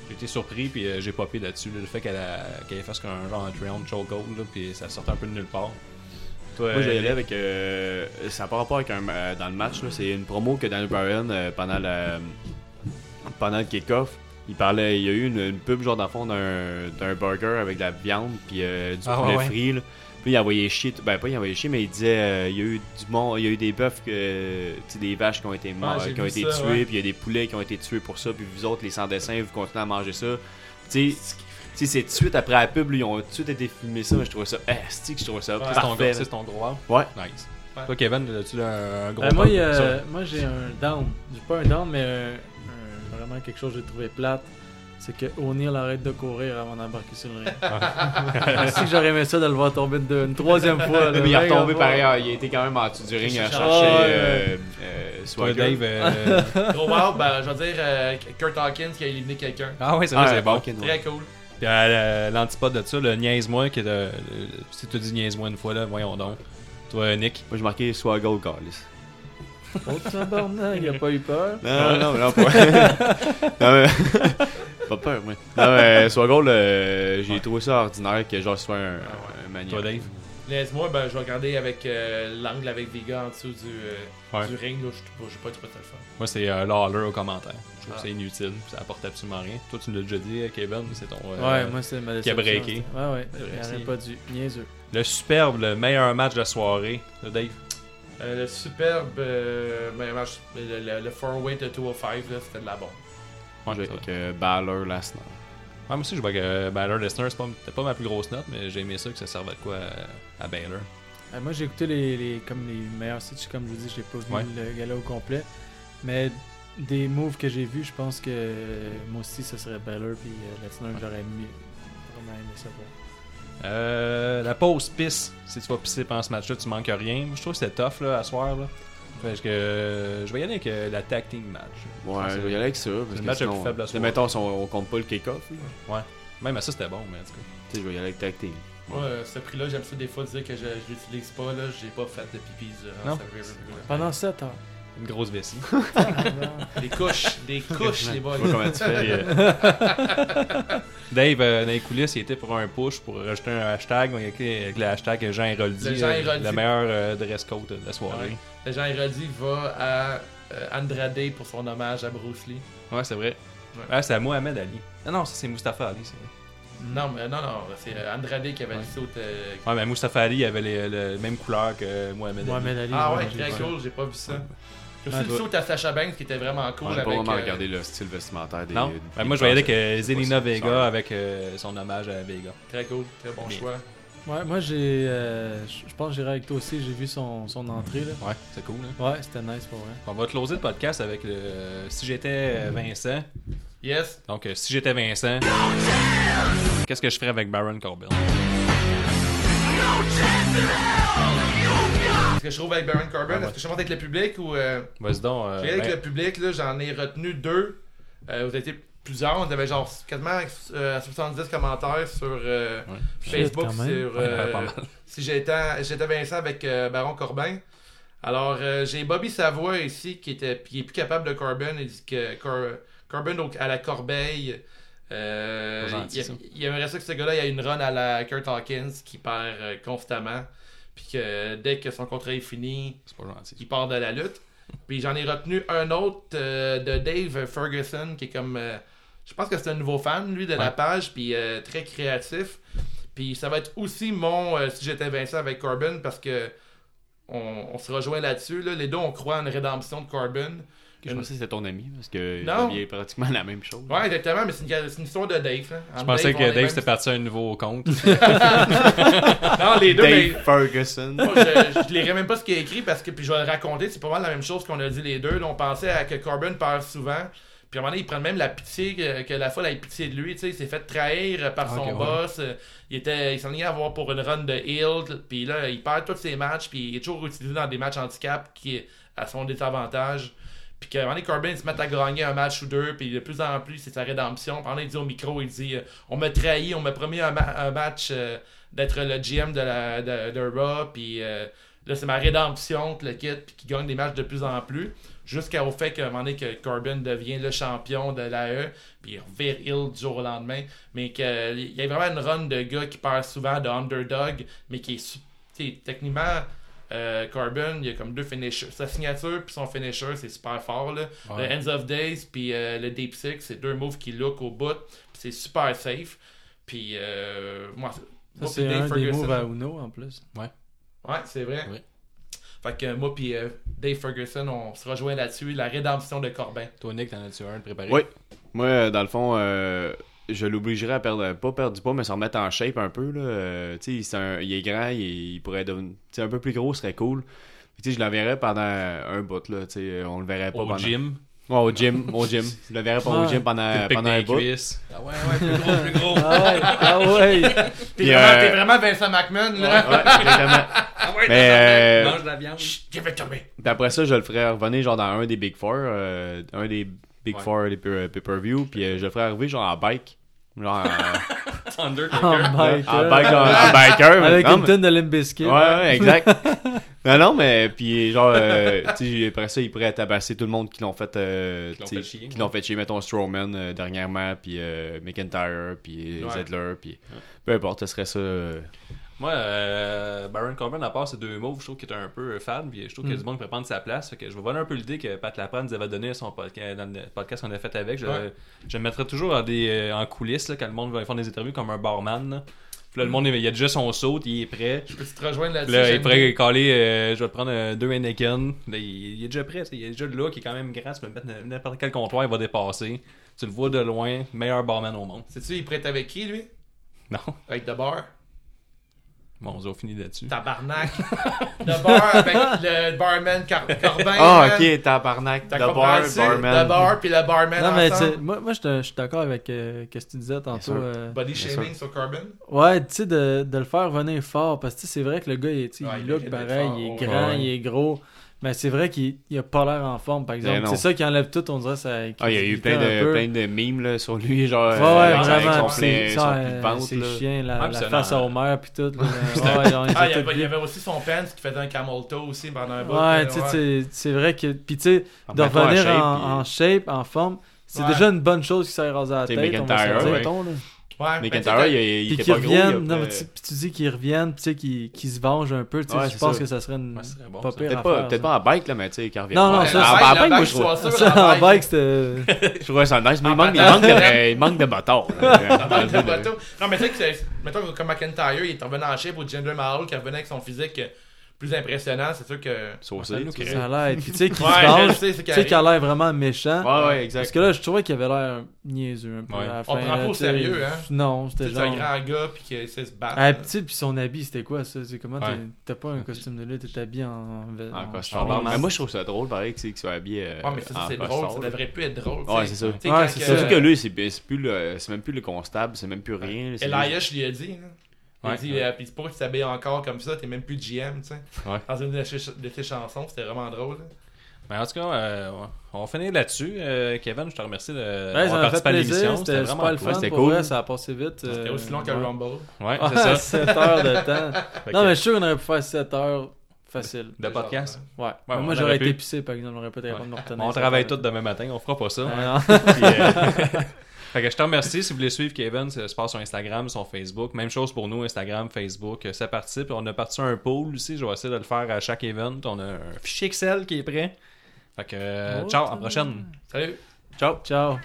S3: J'ai été surpris, puis euh, j'ai popé là-dessus. là, le fait qu'elle a- qu'elle ait fait comme un genre de triangle chokehold, là, puis ça sortait un peu de nulle part. Toi,
S4: Moi, j'ai
S3: euh,
S4: allé avec. euh, ça n'a pas rapport avec un, euh, dans le match. là, C'est une promo que Daniel Bryan, euh, pendant, la, pendant le kick-off, il parlait. Il y a eu une, une pub, genre, dans le fond, d'un d'un burger avec de la viande, puis euh, du
S3: Ah,
S4: poulet
S3: ouais.
S4: frit. là. Puis il envoyait chier. tout- Ben, pas il envoyait chier, mais il disait euh, il, y a eu du mon, il y a eu des bœufs, que, euh, tu sais, des vaches qui ont été, morts,
S6: Ah, j'ai
S4: qui ont
S6: vu
S4: été
S6: ça,
S4: tuées,
S6: ouais.
S4: puis il y a des poulets qui ont été tués pour ça, puis vous autres, les sans-dessins, vous continuez à manger ça. Tu sais, tu sais, c'est tout de suite après la pub, là, ils ont tout de suite été filmés ça, mais je trouvais ça. Asti que je trouvais ça.
S3: c'est ton,
S4: parfait,
S3: gros- c'est ton gros wow.
S4: Ouais.
S3: Nice.
S6: Ouais.
S3: Toi, Kevin, as-tu un, un gros
S5: Ben, moi,
S3: pop
S5: il y a-
S3: Ça,
S5: moi, j'ai un down. J'ai pas un down, mais un- un- vraiment quelque chose que j'ai trouvé plate. c'est que O'Neill arrête de courir avant d'embarquer sur le ring. si j'aurais aimé ça de le voir tomber de- une troisième fois. là,
S4: Mais il est
S5: vraiment.
S4: retombé par ailleurs, il était quand même en dessous du ring à
S6: Ah,
S4: chercher
S5: ouais.
S4: euh, euh,
S3: Toi,
S4: Swagger.
S3: Dave. euh,
S6: Gros wow, ben, je veux dire, euh, Kurt Hawkins qui a éliminé quelqu'un.
S3: Ah ouais, c'est vrai,
S4: Ah,
S3: c'est bon.
S4: fucking ouais.
S6: Très cool.
S3: Puis à la- l'antipode de ça, le niaise-moi, qui est euh, le- si tu dis niaise-moi une fois, là, voyons donc. Toi, Nick.
S4: Moi, j'ai marqué Swagger au Carlis.
S5: Oh, tabarnak, il a pas eu peur.
S4: Non, non, non, pas. Ah. non, mais... pas peur, moi. Non, mais Swagger, le- j'ai trouvé ça ordinaire que genre ce soit un, un maniaque.
S3: Toi, Dave.
S6: Laisse-moi, ben, je vais regarder avec euh, l'angle avec Vega en dessous du, euh,
S3: Ouais.
S6: du ring. là, Je sais pas, je sais pas trop le faire.
S3: Moi, c'est euh, Lawler au commentaire. Je trouve
S6: Ah.
S3: que c'est inutile. Ça apporte absolument rien. Toi, tu l'as déjà dit, euh, Kevin, c'est ton. euh,
S5: ouais, moi c'est ma
S3: qui a
S5: déception,
S3: breaké.
S5: c'était- Ouais, ouais,
S3: vrai,
S5: il
S3: si.
S5: aurait pas dû. Niaiseux.
S3: Le superbe, le meilleur match de la soirée. Là, Dave.
S6: Euh, le superbe, euh, ben, match- le, le, le four-way de 205, là, c'était de la bombe.
S3: Ouais,
S4: Je vais
S3: ça.
S4: avec euh, Balor Lesnar.
S3: Ouais, moi aussi, je vois que euh, Baylor Lesnar, c'est pas, c'était pas ma plus grosse note, mais j'ai aimé ça que ça servait de quoi euh, à Baylor.
S5: Euh, moi j'ai écouté les, les- comme les meilleurs sites, comme je vous dis, j'ai pas vu
S3: Ouais.
S5: le gala au complet. Mais des moves que j'ai vus, je pense que euh, moi aussi ce serait Balor puis euh, Lesnar, j'aurais mieux. Vraiment aimé ça pour.
S3: Euh, la pause pisse. Si tu vas pisser pendant ce match-là, tu manques rien. Moi, je trouve que c'était tough là, à soir. Là. Parce que euh, je vais y aller avec euh, la tag team match.
S4: Ouais, je vais y aller avec ça. Parce
S3: le
S4: que
S3: match le
S4: sinon,
S3: plus faible à
S4: euh,
S3: soir.
S4: Mettons, si on, on compte pas le kick-off. là.
S3: Même à ça, c'était bon, mais en tout cas.
S4: Tu sais, je vais y aller avec Tag Team.
S6: Moi, euh, ce prix-là, j'aime ça des fois dire que je, je l'utilise pas, là, j'ai pas fait de euh, pipi durant
S3: Non.
S6: cette review-là.
S5: Pendant 7 heures.
S3: Une grosse vessie.
S6: Des couches, des couches, les boys.
S4: Tu vois comment tu fais.
S3: Puis, euh, Dave, euh, dans les coulisses, il était pour un push pour rajouter un hashtag mais avec, avec le hashtag Jean Héroldi,
S6: Le Jean
S3: euh,
S6: Héroldi.
S3: le meilleur euh, dress code de la soirée.
S6: Le Jean Héroldi va à euh, Andrade pour son hommage à Bruce Lee.
S3: Ouais, c'est vrai.
S6: Ouais.
S3: Ah, c'est à Mohamed Ali. Non, non, ça c'est Mustafa Ali. c'est vrai.
S4: Mm.
S6: Non, mais non, non, c'est euh, Andrade qui avait
S3: Ouais.
S6: le saut. euh,
S3: Ouais, mais Mustafa Ali avait les, les mêmes couleurs que Mohamed Ali.
S5: Mohamed Ali.
S6: Ah ouais,
S5: j'ai
S6: très
S5: vu.
S6: cool, j'ai pas vu ça. J'ai
S5: Ah,
S6: aussi le
S5: toi-
S6: saut à Sacha Banks qui était vraiment cool
S4: On n'a
S6: avec.
S4: pas vraiment
S6: euh,
S4: regardé le style vestimentaire des.
S3: Non?
S4: des-
S3: Ben, moi, je vais y aller
S4: des-
S3: avec Zelina
S4: des-
S3: Vega
S4: Sorry.
S3: avec euh, son hommage à Vega.
S6: Très cool, très bon
S3: Bien.
S6: choix.
S5: Ouais, moi j'ai. euh, je je pense que j'irai avec toi aussi, j'ai vu son, son entrée là.
S3: Ouais, c'est cool. hein.
S5: Ouais, c'était nice pour vrai.
S3: On va closer le podcast avec le Si j'étais euh, Vincent.
S6: Yes,
S3: Donc, euh, si j'étais Vincent, qu'est-ce que je ferais avec Baron Corbin?
S6: ce que je trouve avec Baron
S4: Ah
S6: Corbin, est-ce que je monte avec le public ou. euh,
S3: Vas-y donc. euh,
S6: J'ai regardé
S3: Vin-
S6: avec le public, là, j'en ai retenu deux. Euh, vous avez été plusieurs, on avait genre quasiment euh, 70 commentaires sur euh,
S3: Ouais.
S6: Facebook,
S5: Shit,
S6: sur
S5: quand même.
S6: euh,
S3: Ouais, pas mal.
S6: si j'étais j'étais Vincent avec euh, Baron Corbin. Alors euh, j'ai Bobby Savoie ici qui était qui est plus capable de Corbin, il dit que Cor- Corbin au- à la corbeille. Euh,
S3: Pas gentil,
S6: il,
S3: ça.
S6: il aimerait ça que ce gars-là ait une run à la Kurt Hawkins qui perd euh, constamment. Puis que dès que son contrat est fini,
S3: C'est pas gentil.
S6: il part de la lutte. Puis j'en ai retenu un autre euh, de Dave Ferguson qui est comme. euh, je pense que c'est un nouveau fan, lui, de la
S3: Ouais.
S6: page, puis euh, très créatif. Puis ça va être aussi mon euh, si j'étais Vincent avec Corbin parce que on, on se rejoint là-dessus. là. Les deux, on croit en une rédemption de Corbin.
S4: Je pensais que c'était ton ami parce que il
S6: Non.
S4: habillait pratiquement la même chose.
S6: Ouais, exactement, mais c'est une, c'est une histoire de Dave. hein.
S3: Je
S6: Entre
S3: pensais
S6: on est
S3: que Dave
S6: même-
S3: s'était parti à un nouveau compte.
S6: Non, les deux, mais-
S4: Dave Ferguson.
S6: Moi, je, je lirai même pas ce qu'il a écrit parce que puis je vais le raconter, c'est pas mal la même chose qu'on a dit les deux. Là, on pensait à que Corbin perd souvent. Puis à un moment donné, il prend même la pitié que, que la folle a eu pitié de lui. tu sais, Il s'est fait trahir euh, par
S3: Ah,
S6: son
S3: ok, ouais.
S6: boss. euh, Il, était, il s'en allait avoir pour une run de Hill. Puis là, il perd tous ses matchs. Puis il est toujours utilisé dans des matchs handicap qui est à son désavantage. Puis qu'à un moment donné, Corbin il se met à gagner un match ou deux. Puis de plus en plus, c'est sa rédemption. Puis à un moment donné, il dit au micro il dit euh, On m'a trahi, on m'a promis un, ma- un match. euh, d'être le GM de, la, de, de Raw. Puis euh, là, c'est ma rédemption, que le kit, puis qui gagne des matchs de plus en plus. Jusqu'au fait qu'à un moment donné, que Corbin devient le champion de l'AE, puis il revire Hill du jour au lendemain. Mais que- il y a vraiment une run de gars qui perd souvent de underdog, mais qui est. su- tu sais, Techniquement, euh, Corbin, il y a comme deux finishers. Sa signature, puis son finisher, c'est super fort. Là.
S3: Ouais.
S6: Le Ends of Days, puis euh, le Deep Six, c'est deux moves qui look au bout, puis c'est super safe. Puis, euh, moi,
S5: Ça
S6: moi, puis
S5: c'est
S6: Dave
S5: un des
S6: Ferguson.
S5: moves à Uno en plus.
S6: Ouais, c'est vrai.
S3: Ouais.
S6: Fait que moi puis euh, Dave Ferguson, on se rejoint là-dessus, la rédemption de Corbin.
S3: Toi, Nick, t'en as-tu un de préparé?
S4: Oui. Moi, euh, dans le fond, euh, je l'obligerais à perdre, euh, pas perdre du poids, mais se remettre en shape un peu. Là. Euh, tu sais, c'est un- il est grand, il, il pourrait devenir tu sais, un peu plus gros, ce serait cool. Puis, tu sais, je l'enverrais pendant un bout. Là, tu sais, on le verrait pas
S3: Au
S4: pendant.
S3: gym.
S4: Ouais, au gym, au gym. Je le verrais pas au
S5: Ouais.
S4: gym pendant,
S3: pic
S4: Euh, pendant un
S3: des
S4: bout.
S3: cuisses.
S6: Ah ouais, ouais, plus gros, plus gros.
S5: Ah ouais, ah ouais.
S6: T'es
S4: Puis,
S6: vraiment,
S4: euh,
S6: t'es vraiment Vincent McMahon,
S4: Ouais,
S6: là.
S4: exactement.
S6: Ah ouais,
S4: Mais,
S6: t'as-
S4: euh,
S6: mange de la viande. Chut, je vais tomber.
S4: Puis après ça, je le ferais revenir genre dans un des Big Four, euh, un des Big
S3: Ouais.
S4: Four des pay- pay-per-view, puis euh, je le ferais arriver genre en bike. Genre euh,
S5: Oh
S3: Undertaker.
S4: en,
S5: my God.
S4: bike, en, en Ah, biker. mais
S5: Avec
S4: non,
S5: une
S4: mais-
S5: tonne de Limbiskit.
S4: Ouais, ouais, exact. non, non, mais puis genre, euh, tu sais, après ça, il pourrait tabasser tout le monde qui l'ont fait, euh,
S3: Qui l'ont
S4: tu
S3: fait
S4: sais,
S3: chier.
S4: qui l'ont fait chier, mettons Strowman euh, dernièrement, puis euh, McIntyre, puis
S3: Ouais.
S4: Zedler, puis peu importe, ce serait ça. euh,
S3: Moi, euh, Baron Corbin, à part ces deux mots, je trouve qu'il est un peu fan, puis je trouve
S4: Mm.
S3: qu'il y a du monde qui peut prendre sa place. Fait que je vais voler un peu l'idée que Pat Laprade nous avait donnée à son podcast, dans le podcast qu'on a fait avec. Je,
S6: Ouais.
S3: je le mettrais toujours en, des, euh, en coulisses, là, quand le monde va faire des interviews comme un barman. Là. Puis
S6: Mm.
S3: là, le monde, il y a déjà son saut, il est prêt.
S6: Je peux te rejoindre là-dessus.
S3: Puis là, il
S6: j'aime
S3: pourrait caler, euh, je vais te prendre euh, deux Heineken. Là, il, il est déjà prêt, tu sais, il est déjà là, qui est quand même grand. Tu peux le mettre n- n'importe quel comptoir, il va dépasser. Tu le vois de loin, meilleur barman au monde.
S6: Sais-tu, il prête avec qui, lui
S3: Non,
S6: Avec The Bar.
S3: bon, on a fini là-dessus.
S6: Tabarnak. The Bar avec le barman Cor- Corbin.
S4: Ah,
S6: man.
S3: euh,
S4: ok, tabarnak,
S6: T'as
S4: le bar,
S6: compris?
S4: barman.
S6: The Bar puis le barman.
S5: Non, mais tu sais,
S6: ensemble.
S5: moi, moi je te- je suis d'accord avec euh, que ce que tu disais
S4: sûr.
S5: tantôt. euh,
S6: Body
S4: Bien
S6: shaming sur Corbin.
S5: Ouais, tu sais, de, de le faire venir fort, parce que tu sais, c'est vrai que le gars, il, tu sais,
S6: Ouais,
S5: il
S6: il
S5: look
S6: mérite d'être
S5: pareil,
S6: fort,
S5: il est
S6: ouais.
S5: grand,
S4: Ouais.
S5: il est gros, mais c'est vrai qu'il il a pas l'air en forme, par exemple.
S4: Ben non.
S5: C'est ça qui enlève tout, on dirait ça.
S4: Ah, il y a eu
S5: crédibilité
S4: plein
S5: un
S4: de,
S5: peu.
S4: plein de mimes là, sur lui, genre.
S5: Ouais,
S4: euh,
S5: ouais,
S4: avec
S5: vraiment.
S4: Son
S5: puis
S4: plein,
S5: c'est-
S4: son
S5: ça,
S4: plus de
S5: euh,
S4: pente,
S5: C'est
S4: là.
S5: chiant, la,
S3: Ouais,
S5: la
S3: puis ça,
S5: face
S3: non,
S5: à
S3: euh,
S5: Homer, puis tout. là. Ouais, genre, ils
S6: Ah,
S5: ont
S6: il y,
S5: tout
S6: avait, il
S5: vu.
S6: y avait aussi son pants qui faisait un camel toe aussi pendant un bout.
S5: Ouais,
S6: là,
S5: tu sais, c'est- c'est vrai que. Puis tu sais, de
S4: Ah, Mettons en
S5: revenir
S4: shape,
S5: en,
S4: puis-
S5: en shape, en forme, c'est
S6: Ouais.
S5: déjà une bonne chose qui s'est rasé à la
S4: T'sais,
S5: tête. on va se
S4: McIntyre,
S5: le dire,
S4: ouais.
S5: mettons, là.
S3: Ah,
S6: Ouais,
S4: Mais
S6: ben,
S4: Kentaro,
S6: tu
S4: il,
S6: sais,
S4: il
S5: Puis
S4: était
S5: qu'ils
S4: pas gros. il a
S5: reviennent, non,
S4: fait-
S5: mais tu- puis tu dis qu'ils reviennent, puis tu sais, qu'ils qu'ils se vengent un peu, tu sais,
S4: Ouais,
S5: je
S4: c'est
S5: pense
S4: ça.
S5: que ça serait une
S3: Ouais, ce serait bon,
S5: pas
S3: ça.
S5: pire
S4: Peut-être
S5: affaire,
S4: pas,
S5: ça.
S4: peut-être pas en bike, là, mais tu sais, qu'il revienne.
S5: Non, non,
S4: Ouais,
S5: ça,
S4: en-
S5: c'est-
S4: en,
S6: la
S4: bike, moi,
S6: bike,
S4: je trouve,
S6: je suis sûr,
S5: Ça,
S6: en
S5: en bike,
S6: bike,
S5: c'était.
S4: je trouvais ça nice, mais il
S6: En
S4: manque, il
S6: patin.
S4: manque de, il manque de bâtard. Ah,
S6: ça
S4: ben,
S6: va être le bateau. Non, mais tu sais que c'est- mettons que comme McIntyre, il est revenu en shape au Jinder Mahal qui revenait avec son physique euh, plus impressionnant, c'est sûr que.
S4: Saucé, tu sais.
S5: Ça a l'air. Puis tu sais qu'il
S6: Ouais,
S5: se
S6: je
S5: venge,
S6: sais, c'est
S5: tu sais
S6: carré.
S5: qu'il a l'air vraiment méchant.
S4: Ouais, ouais,
S5: Parce
S4: exact.
S5: que là, je trouvais qu'il avait l'air niaiseux un peu.
S3: Ouais.
S5: à la
S6: On
S5: fin,
S6: prend
S5: là,
S6: pas au
S5: tu sais.
S6: sérieux, hein?
S5: Non,
S6: Tu
S5: c'était
S6: sais, C'est un
S5: genre.
S6: grand gars puis qu'il essaie de se battre.
S5: Ah, petit, puis son habit, c'était quoi ça C'est comment t'es-
S3: Ouais.
S5: T'as pas un costume de lutte, t'es habillé en.
S4: En
S5: en-
S4: costard. Mais moi, je trouve ça drôle, pareil, que tu sais, qu'il soit habillé. euh,
S6: Ouais, mais ça,
S4: en
S6: c'est
S4: costard,
S6: drôle, ça
S4: là.
S6: devrait plus être drôle.
S4: Ouais, c'est ça.
S6: Tu sais,
S5: Ouais,
S6: quand
S5: c'est ça.
S4: Surtout que lui, c'est c'est plus le- c'est même plus le constable, c'est même plus rien. là, c'est juste-
S6: Elias, je lui ai dit. hein. Il
S3: Ouais.
S6: dit, euh, puis c'est pas qu'il s'habille encore comme ça, t'es même plus GM, tu sais.
S3: Ouais.
S6: Dans une de ses- de ses chansons, c'était vraiment drôle. hein.
S3: Ben, en tout cas, euh, on va finir là-dessus. Euh, Kevin, je te remercie de
S5: Ouais, ça
S3: d'avoir
S5: m'a fait
S3: participé à
S5: plaisir,
S3: l'émission.
S5: c'était super le
S3: cool.
S5: fun.
S4: c'était
S5: Pour
S4: cool.
S5: vrai, ça a passé vite.
S6: C'était
S5: euh,
S6: aussi long que le
S5: ouais.
S6: Rumble.
S3: Ouais, c'est
S5: Ouais,
S3: ça.
S5: 7 heures de temps.
S3: Fait
S5: Non,
S3: que,
S5: mais je suis sûr qu'on aurait pu faire 7 heures facile.
S3: de podcast.
S5: Ouais. Mais
S3: on
S5: moi,
S3: aurait
S5: j'aurais
S3: pu.
S5: été pissé, par exemple, j'aurais peut-être pas de me retenir.
S3: On
S5: ça,
S3: travaille
S5: ça.
S3: tous demain matin, on fera pas ça.
S5: Ah, non.
S3: Puis, euh, fait que je te remercie. Si vous voulez suivre Kevin, ça se passe sur Instagram, sur Facebook. Même chose pour nous, Instagram, Facebook. Euh, Ça participe. On a parti un pool aussi. Je vais essayer de le faire à chaque event. On a un fichier Excel qui est prêt. Fait que, euh,
S5: Oh,
S3: ciao, à
S5: t'as-
S3: la prochaine.
S6: Salut!
S3: Ciao.
S5: Ciao.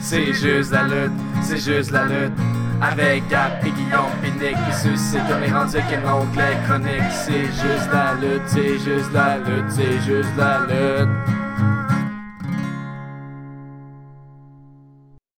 S7: C'est juste la lutte, c'est juste la lutte. Avec Gab et Guillaume Pinique qui suscite comme les rendus qu'un onglet chronique. C'est juste la lutte, c'est juste la lutte, c'est juste la lutte.